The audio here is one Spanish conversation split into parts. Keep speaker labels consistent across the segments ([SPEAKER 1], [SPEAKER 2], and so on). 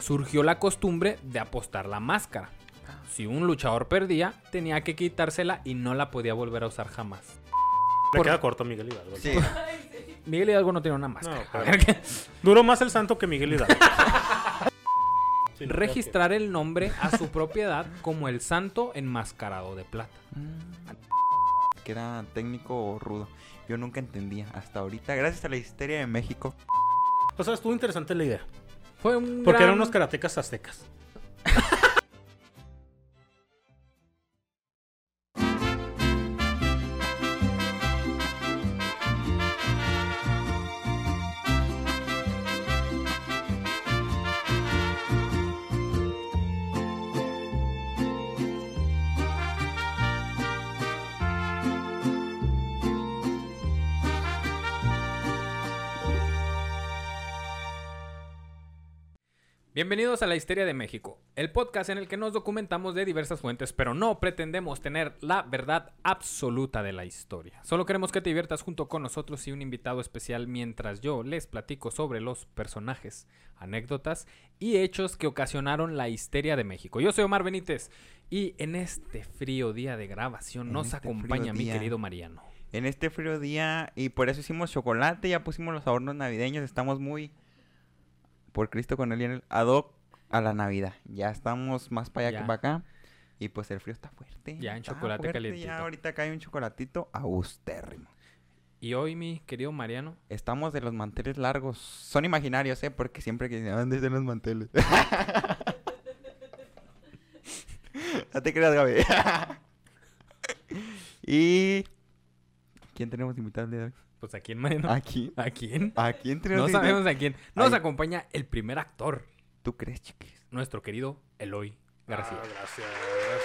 [SPEAKER 1] surgió la costumbre de apostar la máscara. Si un luchador perdía, tenía que quitársela y no la podía volver a usar jamás.
[SPEAKER 2] Te
[SPEAKER 1] Por-
[SPEAKER 2] queda corto Miguel Hidalgo.
[SPEAKER 3] Sí.
[SPEAKER 1] Miguel Hidalgo no tenía una
[SPEAKER 2] No,
[SPEAKER 1] máscara.
[SPEAKER 2] claro. Duró más el santo que Miguel Hidalgo. Sí, no,
[SPEAKER 1] Registrar el nombre a su propiedad como el santo enmascarado de plata.
[SPEAKER 3] Mm. Que era técnico rudo. Yo nunca entendía hasta ahorita. Gracias a la histeria de México.
[SPEAKER 2] creo que- O sea, estuvo interesante la idea.
[SPEAKER 1] Fue un
[SPEAKER 2] Porque
[SPEAKER 1] gran-
[SPEAKER 2] eran unos karatecas aztecas.
[SPEAKER 1] Bienvenidos a La Histeria de México, el podcast en el que nos documentamos de diversas fuentes, pero no pretendemos tener la verdad absoluta de la historia. Solo queremos que te diviertas junto con nosotros y un invitado especial mientras yo les platico sobre los personajes, anécdotas y hechos que ocasionaron la histeria de México. Yo soy Omar Benítez y en este frío día de grabación
[SPEAKER 3] En
[SPEAKER 1] nos
[SPEAKER 3] este
[SPEAKER 1] acompaña
[SPEAKER 3] frío
[SPEAKER 1] mi
[SPEAKER 3] día.
[SPEAKER 1] querido Mariano.
[SPEAKER 3] En este frío día. Y por eso hicimos chocolate. Ya pusimos los adornos navideños. Estamos muy. Por Cristo con él y en el ad hoc a la Navidad. Ya estamos más para allá
[SPEAKER 1] Ya.
[SPEAKER 3] que para acá. Y pues el frío está fuerte.
[SPEAKER 1] Ya, en
[SPEAKER 3] está
[SPEAKER 1] chocolate
[SPEAKER 3] fuerte,
[SPEAKER 1] calientito.
[SPEAKER 3] Ya ahorita cae un chocolatito a gustérrimo.
[SPEAKER 1] Y hoy mi querido Mariano,
[SPEAKER 3] Estamos de los manteles largos. Son imaginarios, ¿eh? Porque siempre que dicen, ¿dónde están los manteles? no te creas, Gaby. y... ¿Quién tenemos invitado el día de hoy?
[SPEAKER 1] pues a quién Mariano?
[SPEAKER 3] ¿A quién?
[SPEAKER 1] ¿A quién?
[SPEAKER 3] ¿A quién tenemos
[SPEAKER 1] No
[SPEAKER 3] invitado?
[SPEAKER 1] sabemos a quién. Nos
[SPEAKER 3] Ay.
[SPEAKER 1] acompaña el primer actor.
[SPEAKER 3] ¿Tú crees, chiquis?
[SPEAKER 1] nuestro querido Eloy García.
[SPEAKER 2] Ah, gracias,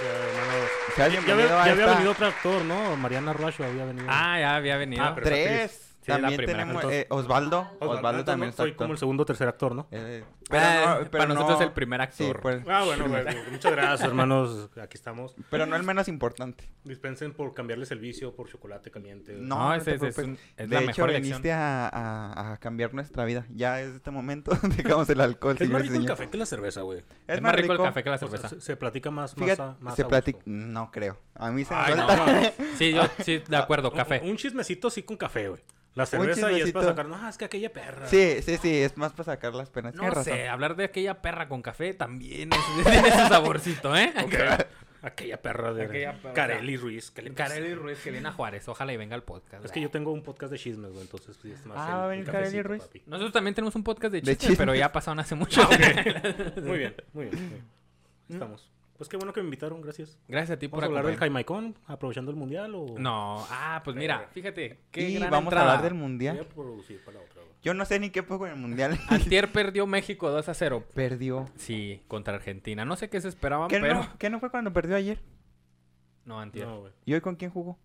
[SPEAKER 2] gracias, hermanos.
[SPEAKER 3] Sea
[SPEAKER 2] Ya,
[SPEAKER 3] bienvenido
[SPEAKER 2] había-
[SPEAKER 3] a
[SPEAKER 2] ya había
[SPEAKER 3] esta-
[SPEAKER 2] venido otro actor, ¿no? Mariana Rush había venido.
[SPEAKER 1] Ah, ya había venido.
[SPEAKER 2] Ah, pero-
[SPEAKER 3] Tres.
[SPEAKER 1] Sí, la
[SPEAKER 3] también
[SPEAKER 1] primera,
[SPEAKER 3] tenemos...
[SPEAKER 2] entonces. Ah,
[SPEAKER 3] eh, Osvaldo. Osvaldo.
[SPEAKER 2] Osvaldo, entonces,
[SPEAKER 3] también
[SPEAKER 2] ¿no?
[SPEAKER 3] está
[SPEAKER 2] Soy como el
[SPEAKER 3] actor.
[SPEAKER 2] segundo o tercer actor, ¿no?
[SPEAKER 3] Eh,
[SPEAKER 1] Ah,
[SPEAKER 3] pero no-
[SPEAKER 1] para
[SPEAKER 3] pero
[SPEAKER 1] nosotros
[SPEAKER 3] no-
[SPEAKER 1] el primer
[SPEAKER 3] Sí,
[SPEAKER 1] actor.
[SPEAKER 3] pues,
[SPEAKER 2] Ah, bueno, bueno, muchas gracias, hermanos. Aquí estamos.
[SPEAKER 3] pero no el menos importante.
[SPEAKER 2] Dispensen por cambiarles el vicio por chocolate caliente.
[SPEAKER 3] No.
[SPEAKER 1] No, ese-
[SPEAKER 3] te
[SPEAKER 1] ese es
[SPEAKER 3] preocupes.
[SPEAKER 1] un- es
[SPEAKER 3] de
[SPEAKER 1] la
[SPEAKER 3] hecho,
[SPEAKER 1] mejor elección.
[SPEAKER 3] viniste a, a- a cambiar nuestra vida. Ya es este momento. Dejamos el alcohol.
[SPEAKER 2] Es más rico
[SPEAKER 3] señores y
[SPEAKER 2] el
[SPEAKER 3] señores.
[SPEAKER 2] café que la cerveza, güey.
[SPEAKER 1] Es más rico el café que la
[SPEAKER 2] O sea,
[SPEAKER 1] cerveza.
[SPEAKER 2] se, se platica más, más
[SPEAKER 3] Fíjate,
[SPEAKER 2] a- más
[SPEAKER 3] se
[SPEAKER 2] a
[SPEAKER 3] platica.
[SPEAKER 2] gusto.
[SPEAKER 3] No creo. A mí se me
[SPEAKER 2] Ay, no,
[SPEAKER 3] falta.
[SPEAKER 1] Sí, yo sí, de acuerdo, café.
[SPEAKER 2] Un, un chismecito sí con café, güey. La cerveza y es
[SPEAKER 3] chismecito.
[SPEAKER 2] para sacar, no, es que aquella perra.
[SPEAKER 3] Sí, sí, sí. Es más para sacar las penas.
[SPEAKER 1] No
[SPEAKER 3] Tienes razón.
[SPEAKER 1] sé, hablar de aquella perra con café también es- tiene ese saborcito, ¿eh?
[SPEAKER 2] Aquella- Aquella perra de
[SPEAKER 1] Aquella perra.
[SPEAKER 2] Carelli Ruiz. ¿qué le pasa?
[SPEAKER 1] Carelli Ruiz, que viene a Juárez, ojalá y venga al podcast.
[SPEAKER 2] Es que yo tengo un podcast de chismes, güey, entonces sí, es más
[SPEAKER 3] Ah, va a venir Carelli
[SPEAKER 2] cafecito,
[SPEAKER 3] Ruiz.
[SPEAKER 2] papi.
[SPEAKER 1] Nosotros también tenemos un podcast de
[SPEAKER 3] De
[SPEAKER 1] chistes,
[SPEAKER 3] chismes.
[SPEAKER 1] pero ya pasaron hace mucho.
[SPEAKER 2] Muy bien, muy bien. muy bien.
[SPEAKER 3] Mm.
[SPEAKER 2] Estamos. Pues qué bueno que me invitaron, gracias.
[SPEAKER 1] Gracias a ti por
[SPEAKER 2] ¿Vamos a hablar del
[SPEAKER 1] acompañarnos.
[SPEAKER 2] Jaimaicón aprovechando el mundial o...?
[SPEAKER 1] No, ah, pues mira, fíjate, qué
[SPEAKER 3] y
[SPEAKER 1] gran
[SPEAKER 3] vamos
[SPEAKER 1] entrada.
[SPEAKER 3] a hablar del
[SPEAKER 2] Voy
[SPEAKER 3] mundial.
[SPEAKER 2] a producir para la otra, güey.
[SPEAKER 3] Yo no sé ni qué fue con el mundial.
[SPEAKER 1] Antier perdió México 2 a 0.
[SPEAKER 3] Perdió.
[SPEAKER 1] Sí, contra Argentina. No sé qué se esperaban,
[SPEAKER 3] ¿Qué,
[SPEAKER 1] pero
[SPEAKER 3] no, ¿Qué no fue cuando perdió ayer?
[SPEAKER 1] no antier.
[SPEAKER 2] No, güey.
[SPEAKER 3] ¿Y hoy con quién jugó?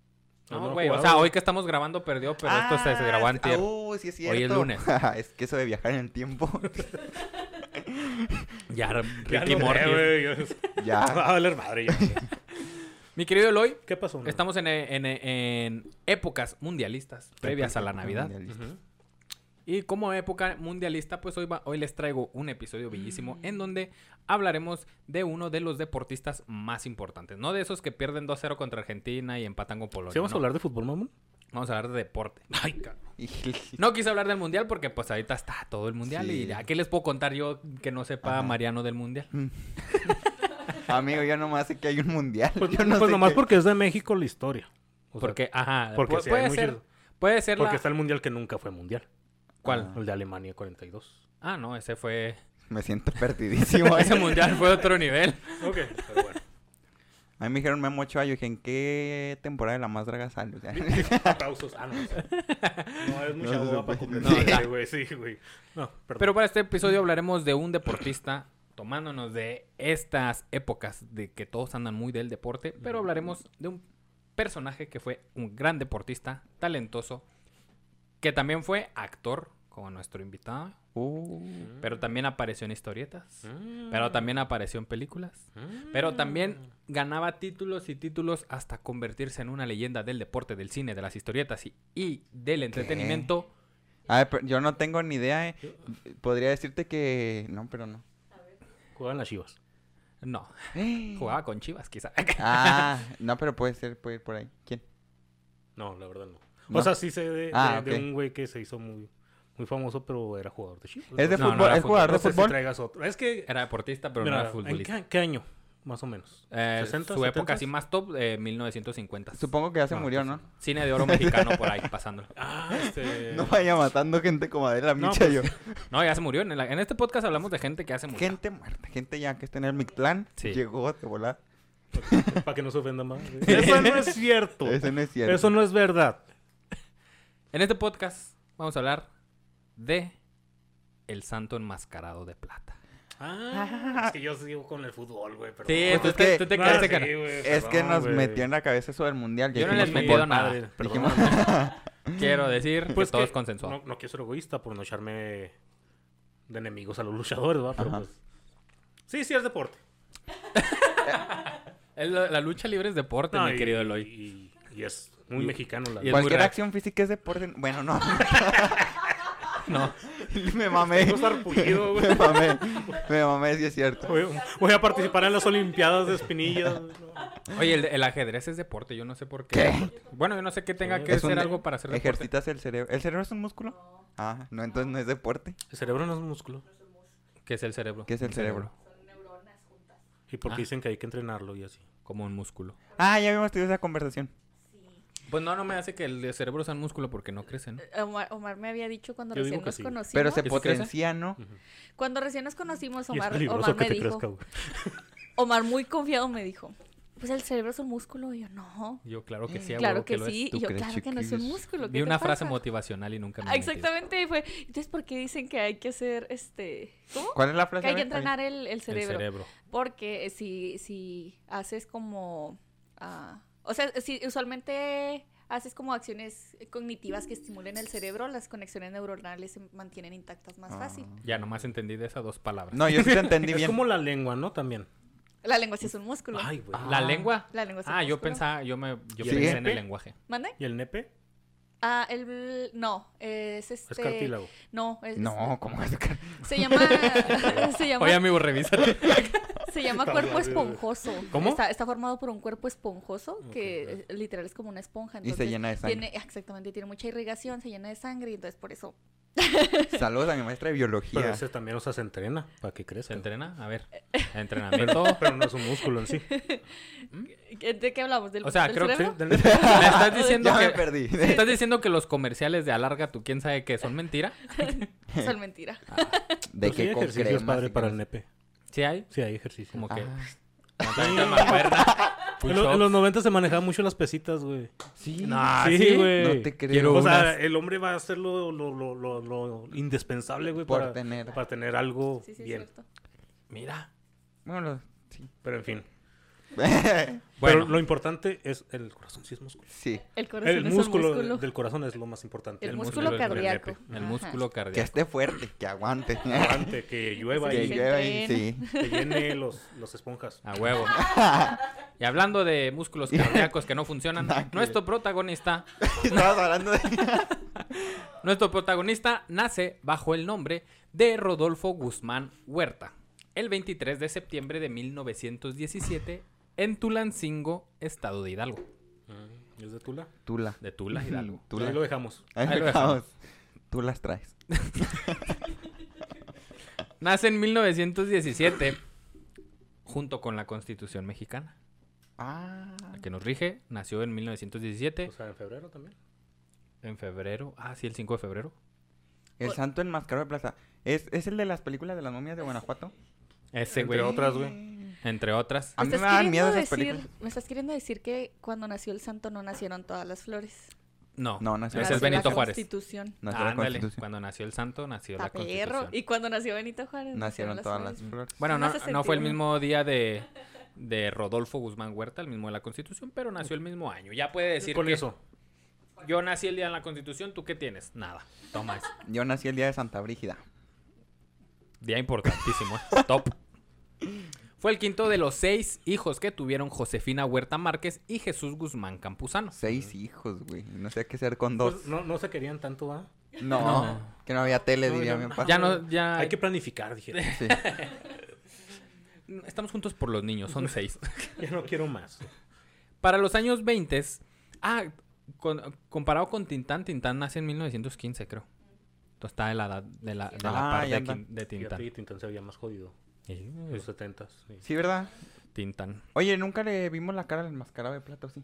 [SPEAKER 2] No,
[SPEAKER 1] No,
[SPEAKER 2] no
[SPEAKER 1] güey, o
[SPEAKER 2] jugaba,
[SPEAKER 1] sea,
[SPEAKER 2] güey.
[SPEAKER 1] hoy que estamos grabando perdió, pero esto se, se grabó
[SPEAKER 3] Ah,
[SPEAKER 1] antier.
[SPEAKER 3] uh, sí es
[SPEAKER 1] Hoy es
[SPEAKER 3] cierto.
[SPEAKER 1] lunes.
[SPEAKER 3] es que eso de viajar en el tiempo.
[SPEAKER 1] Ya,
[SPEAKER 2] Ya
[SPEAKER 1] Ricky
[SPEAKER 2] no sé,
[SPEAKER 1] Morty.
[SPEAKER 2] güey, yo- Va
[SPEAKER 3] ya.
[SPEAKER 2] a valer madre ya.
[SPEAKER 1] Mi querido Eloy,
[SPEAKER 2] ¿Qué pasó? no?
[SPEAKER 1] estamos en, en- en épocas mundialistas previas a la Navidad.
[SPEAKER 3] Mundialista.
[SPEAKER 2] Ujú.
[SPEAKER 1] Y como época mundialista, pues hoy, va- hoy les traigo un episodio bellísimo
[SPEAKER 3] Mm.
[SPEAKER 1] en donde hablaremos de uno de los deportistas más importantes. No de esos que pierden 2-0 contra Argentina y empatan con Polonia.
[SPEAKER 2] ¿Sí vamos
[SPEAKER 1] no.
[SPEAKER 2] a hablar de fútbol, mamón?
[SPEAKER 1] Vamos a hablar de deporte.
[SPEAKER 2] Ay, cabrón.
[SPEAKER 3] Y-
[SPEAKER 1] No quise hablar del mundial porque pues ahorita está todo el mundial
[SPEAKER 3] Sí.
[SPEAKER 1] y ¿a qué les puedo contar yo que no sepa
[SPEAKER 3] Ajá. Mm.
[SPEAKER 1] Mariano del mundial?
[SPEAKER 3] Amigo, yo nomás sé que hay un mundial.
[SPEAKER 2] Pues,
[SPEAKER 3] yo no
[SPEAKER 2] pues
[SPEAKER 3] sé
[SPEAKER 2] nomás
[SPEAKER 3] qué-
[SPEAKER 2] porque es de México la historia. O sea,
[SPEAKER 1] Porque, ajá,
[SPEAKER 2] porque
[SPEAKER 1] pu-
[SPEAKER 2] sí hay
[SPEAKER 1] puede,
[SPEAKER 2] muchos-
[SPEAKER 1] ser, puede ser
[SPEAKER 2] porque
[SPEAKER 1] la-
[SPEAKER 2] está el mundial que nunca fue mundial.
[SPEAKER 1] ¿Cuál?
[SPEAKER 3] Ah.
[SPEAKER 2] El de Alemania 42.
[SPEAKER 1] Ah, no, ese fue...
[SPEAKER 3] Me siento perdidísimo.
[SPEAKER 1] ese mundial fue otro nivel.
[SPEAKER 2] Ok, pero bueno.
[SPEAKER 3] A mí me dijeron Memo Ochoa, yo dije, ¿en qué temporada de La Más Draga sale? O sea,
[SPEAKER 2] Aplausos. Ah, no. No, es mucha
[SPEAKER 3] No,
[SPEAKER 2] duda
[SPEAKER 3] sí,
[SPEAKER 2] para
[SPEAKER 3] sí.
[SPEAKER 2] comer.
[SPEAKER 3] No,
[SPEAKER 2] Sí, güey, sí, güey. No, perdón.
[SPEAKER 1] Pero para este episodio hablaremos de un deportista tomándonos de estas épocas de que todos andan muy del deporte, pero hablaremos de un personaje que fue un gran deportista, talentoso, que también fue actor, como nuestro invitado,
[SPEAKER 3] uh,
[SPEAKER 1] pero también apareció en historietas,
[SPEAKER 2] Mm.
[SPEAKER 1] pero también apareció en películas.
[SPEAKER 2] Mm.
[SPEAKER 1] Pero también ganaba títulos y títulos hasta convertirse en una leyenda del deporte, del cine, de las historietas y, y del entretenimiento.
[SPEAKER 3] a ver, pero yo no tengo ni idea. eh. Podría decirte que... No, pero no.
[SPEAKER 2] Jugaban las chivas.
[SPEAKER 1] No,
[SPEAKER 3] ¡Eh!
[SPEAKER 1] jugaba con Chivas, quizá.
[SPEAKER 3] Ah, no, pero puede ser, puede ir por ahí. ¿Quién?
[SPEAKER 2] No, la verdad no.
[SPEAKER 3] No.
[SPEAKER 2] O sea, sí sé de, de-
[SPEAKER 3] Ah,
[SPEAKER 2] de
[SPEAKER 3] ok.
[SPEAKER 2] un güey que se hizo muy, muy famoso, pero era jugador de chivas.
[SPEAKER 3] ¿Es de
[SPEAKER 1] No, no
[SPEAKER 3] fútbol?
[SPEAKER 1] era
[SPEAKER 3] ¿Es jugador
[SPEAKER 2] No
[SPEAKER 3] de
[SPEAKER 2] sé si
[SPEAKER 3] fútbol?
[SPEAKER 2] traigas otro. Es que.
[SPEAKER 1] Era deportista, pero
[SPEAKER 2] mira,
[SPEAKER 1] no era
[SPEAKER 2] ¿en
[SPEAKER 1] futbolista.
[SPEAKER 2] qué, qué año? Más o menos.
[SPEAKER 1] Eh,
[SPEAKER 2] ¿sesenta,
[SPEAKER 1] su época
[SPEAKER 2] setenta?
[SPEAKER 1] así más top, eh, 1950.
[SPEAKER 3] Supongo que ya se
[SPEAKER 1] No,
[SPEAKER 3] murió,
[SPEAKER 1] pues,
[SPEAKER 3] ¿no?
[SPEAKER 1] Cine de oro mexicano por ahí, pasándolo.
[SPEAKER 2] Ah, este.
[SPEAKER 3] No vaya matando gente como Adela
[SPEAKER 2] No,
[SPEAKER 3] Micha
[SPEAKER 2] pues,
[SPEAKER 3] yo.
[SPEAKER 1] No, ya se murió. En, el- en este podcast hablamos de gente que hace murió.
[SPEAKER 3] Gente muerta, gente ya que está en el Mictlán.
[SPEAKER 1] Sí.
[SPEAKER 3] Llegó de volar.
[SPEAKER 2] Para que no se ofenda más. Eso no es cierto.
[SPEAKER 3] Eso no es cierto.
[SPEAKER 2] Eso no es verdad.
[SPEAKER 1] En este podcast vamos a hablar de El Santo Enmascarado de Plata.
[SPEAKER 2] Ah, es que yo sigo con el fútbol, güey. perdón.
[SPEAKER 1] Sí,
[SPEAKER 3] tú
[SPEAKER 1] tú,
[SPEAKER 3] Pues es que-
[SPEAKER 1] te, tú te
[SPEAKER 2] No,
[SPEAKER 1] quedaste
[SPEAKER 2] Ah, sí,
[SPEAKER 1] cara.
[SPEAKER 2] güey,
[SPEAKER 3] Es que
[SPEAKER 2] perdón,
[SPEAKER 3] nos
[SPEAKER 2] güey.
[SPEAKER 3] metió en la cabeza eso del mundial. ya
[SPEAKER 1] Yo no
[SPEAKER 3] dijimos
[SPEAKER 1] les
[SPEAKER 2] fútbol,
[SPEAKER 1] metí
[SPEAKER 3] fútbol.
[SPEAKER 1] nada.
[SPEAKER 2] padre, perdón.
[SPEAKER 1] Dijimos- Quiero decir
[SPEAKER 2] Pues
[SPEAKER 1] que todo
[SPEAKER 2] que
[SPEAKER 1] es consensuado.
[SPEAKER 2] No, no quiero ser egoísta por no echarme de enemigos a los luchadores, ¿verdad? Pero
[SPEAKER 3] Ajá.
[SPEAKER 2] pues. Sí, sí es deporte.
[SPEAKER 1] Es La, la lucha libre es deporte,
[SPEAKER 2] No,
[SPEAKER 1] mi
[SPEAKER 2] y-
[SPEAKER 1] querido Eloy.
[SPEAKER 2] Y, y es muy mexicano la
[SPEAKER 1] y es muy
[SPEAKER 3] Cualquier
[SPEAKER 1] real.
[SPEAKER 3] acción física es deporte. Bueno, no.
[SPEAKER 1] No,
[SPEAKER 3] Me mamé.
[SPEAKER 2] Tengo sarpullido, güey.
[SPEAKER 3] Me mamé. Me mamé, sí es cierto.
[SPEAKER 2] Voy, voy a participar en las Olimpiadas de Espinillas.
[SPEAKER 1] Oye, el, el ajedrez es deporte, yo no sé por qué.
[SPEAKER 3] ¿Qué?
[SPEAKER 1] es deporte. Bueno, yo no sé qué tenga
[SPEAKER 2] Sí,
[SPEAKER 1] que
[SPEAKER 3] Es
[SPEAKER 1] ser
[SPEAKER 3] un-
[SPEAKER 1] algo para hacer deporte.
[SPEAKER 3] Ejercitas el cerebro. ¿El cerebro es un músculo? Ah, no, entonces no es deporte.
[SPEAKER 2] El cerebro no es músculo.
[SPEAKER 1] ¿Qué es el cerebro?
[SPEAKER 3] ¿Qué es el
[SPEAKER 2] Y porque
[SPEAKER 1] Ah.
[SPEAKER 2] dicen que hay que entrenarlo y así.
[SPEAKER 1] Como un músculo.
[SPEAKER 3] Ah, ya habíamos tenido esa conversación.
[SPEAKER 1] Pues no, no me hace que el cerebro sea un músculo porque no crece, ¿no?
[SPEAKER 4] Omar, Omar me había dicho cuando
[SPEAKER 2] Yo digo
[SPEAKER 4] recién
[SPEAKER 2] que
[SPEAKER 4] nos
[SPEAKER 2] sí.
[SPEAKER 4] conocimos.
[SPEAKER 3] Pero se
[SPEAKER 1] ¿Eso crece? Mm.
[SPEAKER 3] potencia, ¿no?
[SPEAKER 4] Cuando recién nos conocimos,
[SPEAKER 2] y es
[SPEAKER 4] Omar,
[SPEAKER 2] peligroso
[SPEAKER 4] Omar
[SPEAKER 2] que
[SPEAKER 4] me
[SPEAKER 2] te
[SPEAKER 4] dijo.
[SPEAKER 2] crezca, güey.
[SPEAKER 4] Omar muy confiado me dijo. Pues el cerebro es un músculo. Y yo, no.
[SPEAKER 1] Yo claro que sí. a
[SPEAKER 4] claro
[SPEAKER 1] huevo
[SPEAKER 4] que
[SPEAKER 1] lo es.
[SPEAKER 4] sí.
[SPEAKER 3] ¿Tú
[SPEAKER 4] Y yo,
[SPEAKER 3] crees,
[SPEAKER 4] claro que no es un
[SPEAKER 3] chiquillos?
[SPEAKER 4] músculo. ¿qué
[SPEAKER 1] Vi
[SPEAKER 4] te
[SPEAKER 1] una frase
[SPEAKER 4] pasa?
[SPEAKER 1] motivacional y nunca me
[SPEAKER 4] Ah,
[SPEAKER 1] metí.
[SPEAKER 4] Exactamente, y fue. Entonces, ¿por qué dicen que hay que hacer este. ¿Cómo?
[SPEAKER 3] ¿Cuál es la
[SPEAKER 4] Que
[SPEAKER 3] frase?
[SPEAKER 4] hay que
[SPEAKER 3] Pues A ver,
[SPEAKER 4] entrenar el, el
[SPEAKER 1] El
[SPEAKER 4] cerebro.
[SPEAKER 1] cerebro.
[SPEAKER 4] Porque si, si haces como. ah, o sea, si usualmente haces como acciones cognitivas que estimulen el cerebro, las conexiones neuronales se mantienen intactas más
[SPEAKER 3] Ah.
[SPEAKER 4] fácil.
[SPEAKER 1] Ya nomás entendí de esas dos palabras.
[SPEAKER 3] No, yo sí te entendí
[SPEAKER 2] Es
[SPEAKER 3] bien.
[SPEAKER 2] como la lengua, ¿no? También.
[SPEAKER 4] La lengua sí es un músculo.
[SPEAKER 2] Ay, güey.
[SPEAKER 4] Ah.
[SPEAKER 1] ¿La lengua?
[SPEAKER 4] La lengua es un
[SPEAKER 1] Ah, yo
[SPEAKER 4] Pues músculo.
[SPEAKER 1] pensaba, yo me yo
[SPEAKER 2] ¿Y
[SPEAKER 3] el
[SPEAKER 1] pensé en
[SPEAKER 2] nepe?
[SPEAKER 1] el lenguaje.
[SPEAKER 4] ¿Mande?
[SPEAKER 2] ¿Y el nepe?
[SPEAKER 4] Ah, el. No, es este.
[SPEAKER 2] Es cartílago.
[SPEAKER 4] No, es.
[SPEAKER 3] No, ¿cómo es? que-
[SPEAKER 4] Se llama. se llama,
[SPEAKER 1] Oye, amigo, revísate.
[SPEAKER 4] se llama cuerpo esponjoso.
[SPEAKER 2] ¿Cómo?
[SPEAKER 4] Está, está formado por un cuerpo esponjoso que
[SPEAKER 2] Ok,
[SPEAKER 4] eh, literal es como una esponja.
[SPEAKER 3] Y se
[SPEAKER 4] entonces
[SPEAKER 3] llena de sangre.
[SPEAKER 4] Tiene, exactamente, tiene mucha irrigación, se llena de sangre y entonces por eso.
[SPEAKER 3] Saludos a mi maestra de
[SPEAKER 2] Pero
[SPEAKER 3] biología.
[SPEAKER 2] ese también, o sea, se entrena para que
[SPEAKER 1] ¿Se
[SPEAKER 2] crezca.
[SPEAKER 1] entrena? A ver. Entrenamiento.
[SPEAKER 2] Pero no es un músculo en sí.
[SPEAKER 4] ¿De qué hablamos? ¿Del,
[SPEAKER 1] O sea,
[SPEAKER 4] del
[SPEAKER 1] creo que
[SPEAKER 4] cerebro?
[SPEAKER 1] me estás diciendo
[SPEAKER 3] Ya me
[SPEAKER 1] que
[SPEAKER 3] perdí.
[SPEAKER 1] me estás diciendo que los comerciales de alarga tú quién sabe qué son mentira?
[SPEAKER 4] Son mentira.
[SPEAKER 3] De
[SPEAKER 2] Pero sí
[SPEAKER 3] que
[SPEAKER 2] hay
[SPEAKER 3] con
[SPEAKER 2] ejercicios
[SPEAKER 3] cremas
[SPEAKER 2] padre
[SPEAKER 3] y
[SPEAKER 2] para el
[SPEAKER 3] cosas.
[SPEAKER 2] nepe.
[SPEAKER 1] Sí hay,
[SPEAKER 2] Sí, hay ejercicio.
[SPEAKER 1] como
[SPEAKER 3] Ah,
[SPEAKER 1] que levantamiento de mancuerna,
[SPEAKER 2] En, lo- en
[SPEAKER 1] push-ups.
[SPEAKER 2] los 90 se manejaban mucho las pesitas, güey.
[SPEAKER 3] Sí.
[SPEAKER 1] Nah,
[SPEAKER 2] sí,
[SPEAKER 1] ¿sí?
[SPEAKER 2] güey.
[SPEAKER 3] No te creo.
[SPEAKER 2] o sea,
[SPEAKER 3] Unas-
[SPEAKER 2] el hombre va a hacer lo, lo, lo, lo, lo indispensable, güey,
[SPEAKER 3] Por
[SPEAKER 2] para
[SPEAKER 3] tener.
[SPEAKER 2] para tener algo
[SPEAKER 4] Sí, sí, es
[SPEAKER 2] bien.
[SPEAKER 4] cierto.
[SPEAKER 1] Mira.
[SPEAKER 3] Bueno, lo- sí.
[SPEAKER 2] Pero en fin.
[SPEAKER 1] Bueno,
[SPEAKER 2] Pero lo importante es el corazón, sí es músculo.
[SPEAKER 3] sí.
[SPEAKER 4] El corazón
[SPEAKER 2] El
[SPEAKER 4] es
[SPEAKER 2] músculo,
[SPEAKER 4] un músculo.
[SPEAKER 2] del corazón es lo más importante.
[SPEAKER 4] El
[SPEAKER 1] el
[SPEAKER 4] músculo
[SPEAKER 1] del
[SPEAKER 4] cardíaco.
[SPEAKER 1] nepe, El
[SPEAKER 4] Ajá.
[SPEAKER 1] músculo
[SPEAKER 3] Que
[SPEAKER 1] cardíaco.
[SPEAKER 3] esté fuerte, que aguante.
[SPEAKER 2] Aguante, que llueva
[SPEAKER 4] Sí,
[SPEAKER 3] que
[SPEAKER 2] y
[SPEAKER 4] sí.
[SPEAKER 3] llueva y sí.
[SPEAKER 4] entrena.
[SPEAKER 2] que llene los, los esponjas.
[SPEAKER 1] A huevo. Y hablando de músculos cardíacos que no funcionan,
[SPEAKER 3] Nada que
[SPEAKER 1] nuestro protagonista,
[SPEAKER 3] Estabas hablando de.
[SPEAKER 1] nuestro protagonista nace bajo el nombre de Rodolfo Guzmán Huerta, el 23 de septiembre de 1917 en Tulancingo, estado de Hidalgo,
[SPEAKER 2] ¿Es de Tula?
[SPEAKER 3] Tula.
[SPEAKER 1] de Tula Hidalgo.
[SPEAKER 3] Tula.
[SPEAKER 2] Ahí lo dejamos.
[SPEAKER 3] Ahí
[SPEAKER 1] Ahí lo
[SPEAKER 3] lo
[SPEAKER 1] dejamos.
[SPEAKER 3] dejamos. Tú las traes.
[SPEAKER 1] Nace en 1917 junto con la Constitución mexicana,
[SPEAKER 3] Ah.
[SPEAKER 1] la que nos rige, nació en 1917
[SPEAKER 2] O sea, en febrero también.
[SPEAKER 1] en febrero, ah sí, el 5 de febrero.
[SPEAKER 3] El santo enmascarado de plaza. ¿Es, ¿Es el de las películas de las momias de Guanajuato?
[SPEAKER 1] Ese
[SPEAKER 2] Entre
[SPEAKER 1] güey,
[SPEAKER 2] otras, güey.
[SPEAKER 1] entre otras.
[SPEAKER 3] A mí
[SPEAKER 4] ¿Me
[SPEAKER 3] me
[SPEAKER 4] estás
[SPEAKER 3] daban miedo
[SPEAKER 4] queriendo
[SPEAKER 3] esas
[SPEAKER 4] decir,
[SPEAKER 3] películas.
[SPEAKER 4] me estás queriendo decir que cuando nació el santo no nacieron todas las flores.
[SPEAKER 1] No,
[SPEAKER 3] No, no es
[SPEAKER 1] ese
[SPEAKER 4] Nació
[SPEAKER 1] es
[SPEAKER 3] la
[SPEAKER 1] Benito
[SPEAKER 4] la
[SPEAKER 1] Juárez.
[SPEAKER 4] Constitución.
[SPEAKER 3] No,
[SPEAKER 1] Ah,
[SPEAKER 3] la
[SPEAKER 1] ándale,
[SPEAKER 3] constitución.
[SPEAKER 1] Cuando nació el santo, nació la
[SPEAKER 4] Está perro.
[SPEAKER 1] constitución.
[SPEAKER 4] Y cuando nació Benito Juárez.
[SPEAKER 3] Nacieron todas las
[SPEAKER 4] flores.
[SPEAKER 3] flores.
[SPEAKER 1] Bueno, no,
[SPEAKER 4] No hace
[SPEAKER 1] no fue el
[SPEAKER 4] sentido.
[SPEAKER 1] mismo día de, de Rodolfo Guzmán Huerta, el mismo de la constitución, pero nació el mismo año. Ya puede decir
[SPEAKER 2] Con
[SPEAKER 1] que
[SPEAKER 2] eso.
[SPEAKER 1] yo nací el día de la constitución, ¿tú qué tienes? Nada. Toma eso.
[SPEAKER 3] Yo nací el día de Santa Brígida.
[SPEAKER 1] Día importantísimo, ¿eh? top. Fue el quinto de los seis hijos que tuvieron Josefina Huerta Márquez y Jesús Guzmán Campuzano.
[SPEAKER 3] Seis hijos, güey. No sé qué hacer con dos.
[SPEAKER 2] Pues, no, no se querían tanto, ¿va?
[SPEAKER 3] No, que no había tele,
[SPEAKER 2] No,
[SPEAKER 3] diría
[SPEAKER 2] ya
[SPEAKER 3] mi
[SPEAKER 2] no.
[SPEAKER 3] papá.
[SPEAKER 1] Ya no, ya.
[SPEAKER 2] Hay que planificar, dije.
[SPEAKER 3] Sí.
[SPEAKER 1] Estamos juntos por los niños, son seis.
[SPEAKER 2] Ya no quiero más.
[SPEAKER 1] Para los años 20, ah, con- comparado con Tintán, Tintán nace en 1915, creo. Entonces está de la edad de la, de la
[SPEAKER 3] Ah,
[SPEAKER 1] par
[SPEAKER 3] ya
[SPEAKER 1] de,
[SPEAKER 3] anda.
[SPEAKER 1] Quin- de
[SPEAKER 2] Fíjate que
[SPEAKER 1] Tintán.
[SPEAKER 2] Tintán se veía más jodido.
[SPEAKER 1] Sí,
[SPEAKER 2] En los
[SPEAKER 1] es
[SPEAKER 2] 70 sí.
[SPEAKER 3] Sí, ¿verdad?
[SPEAKER 1] Tintán.
[SPEAKER 3] Oye, nunca le vimos la cara al enmascarado de plata, ¿o sí?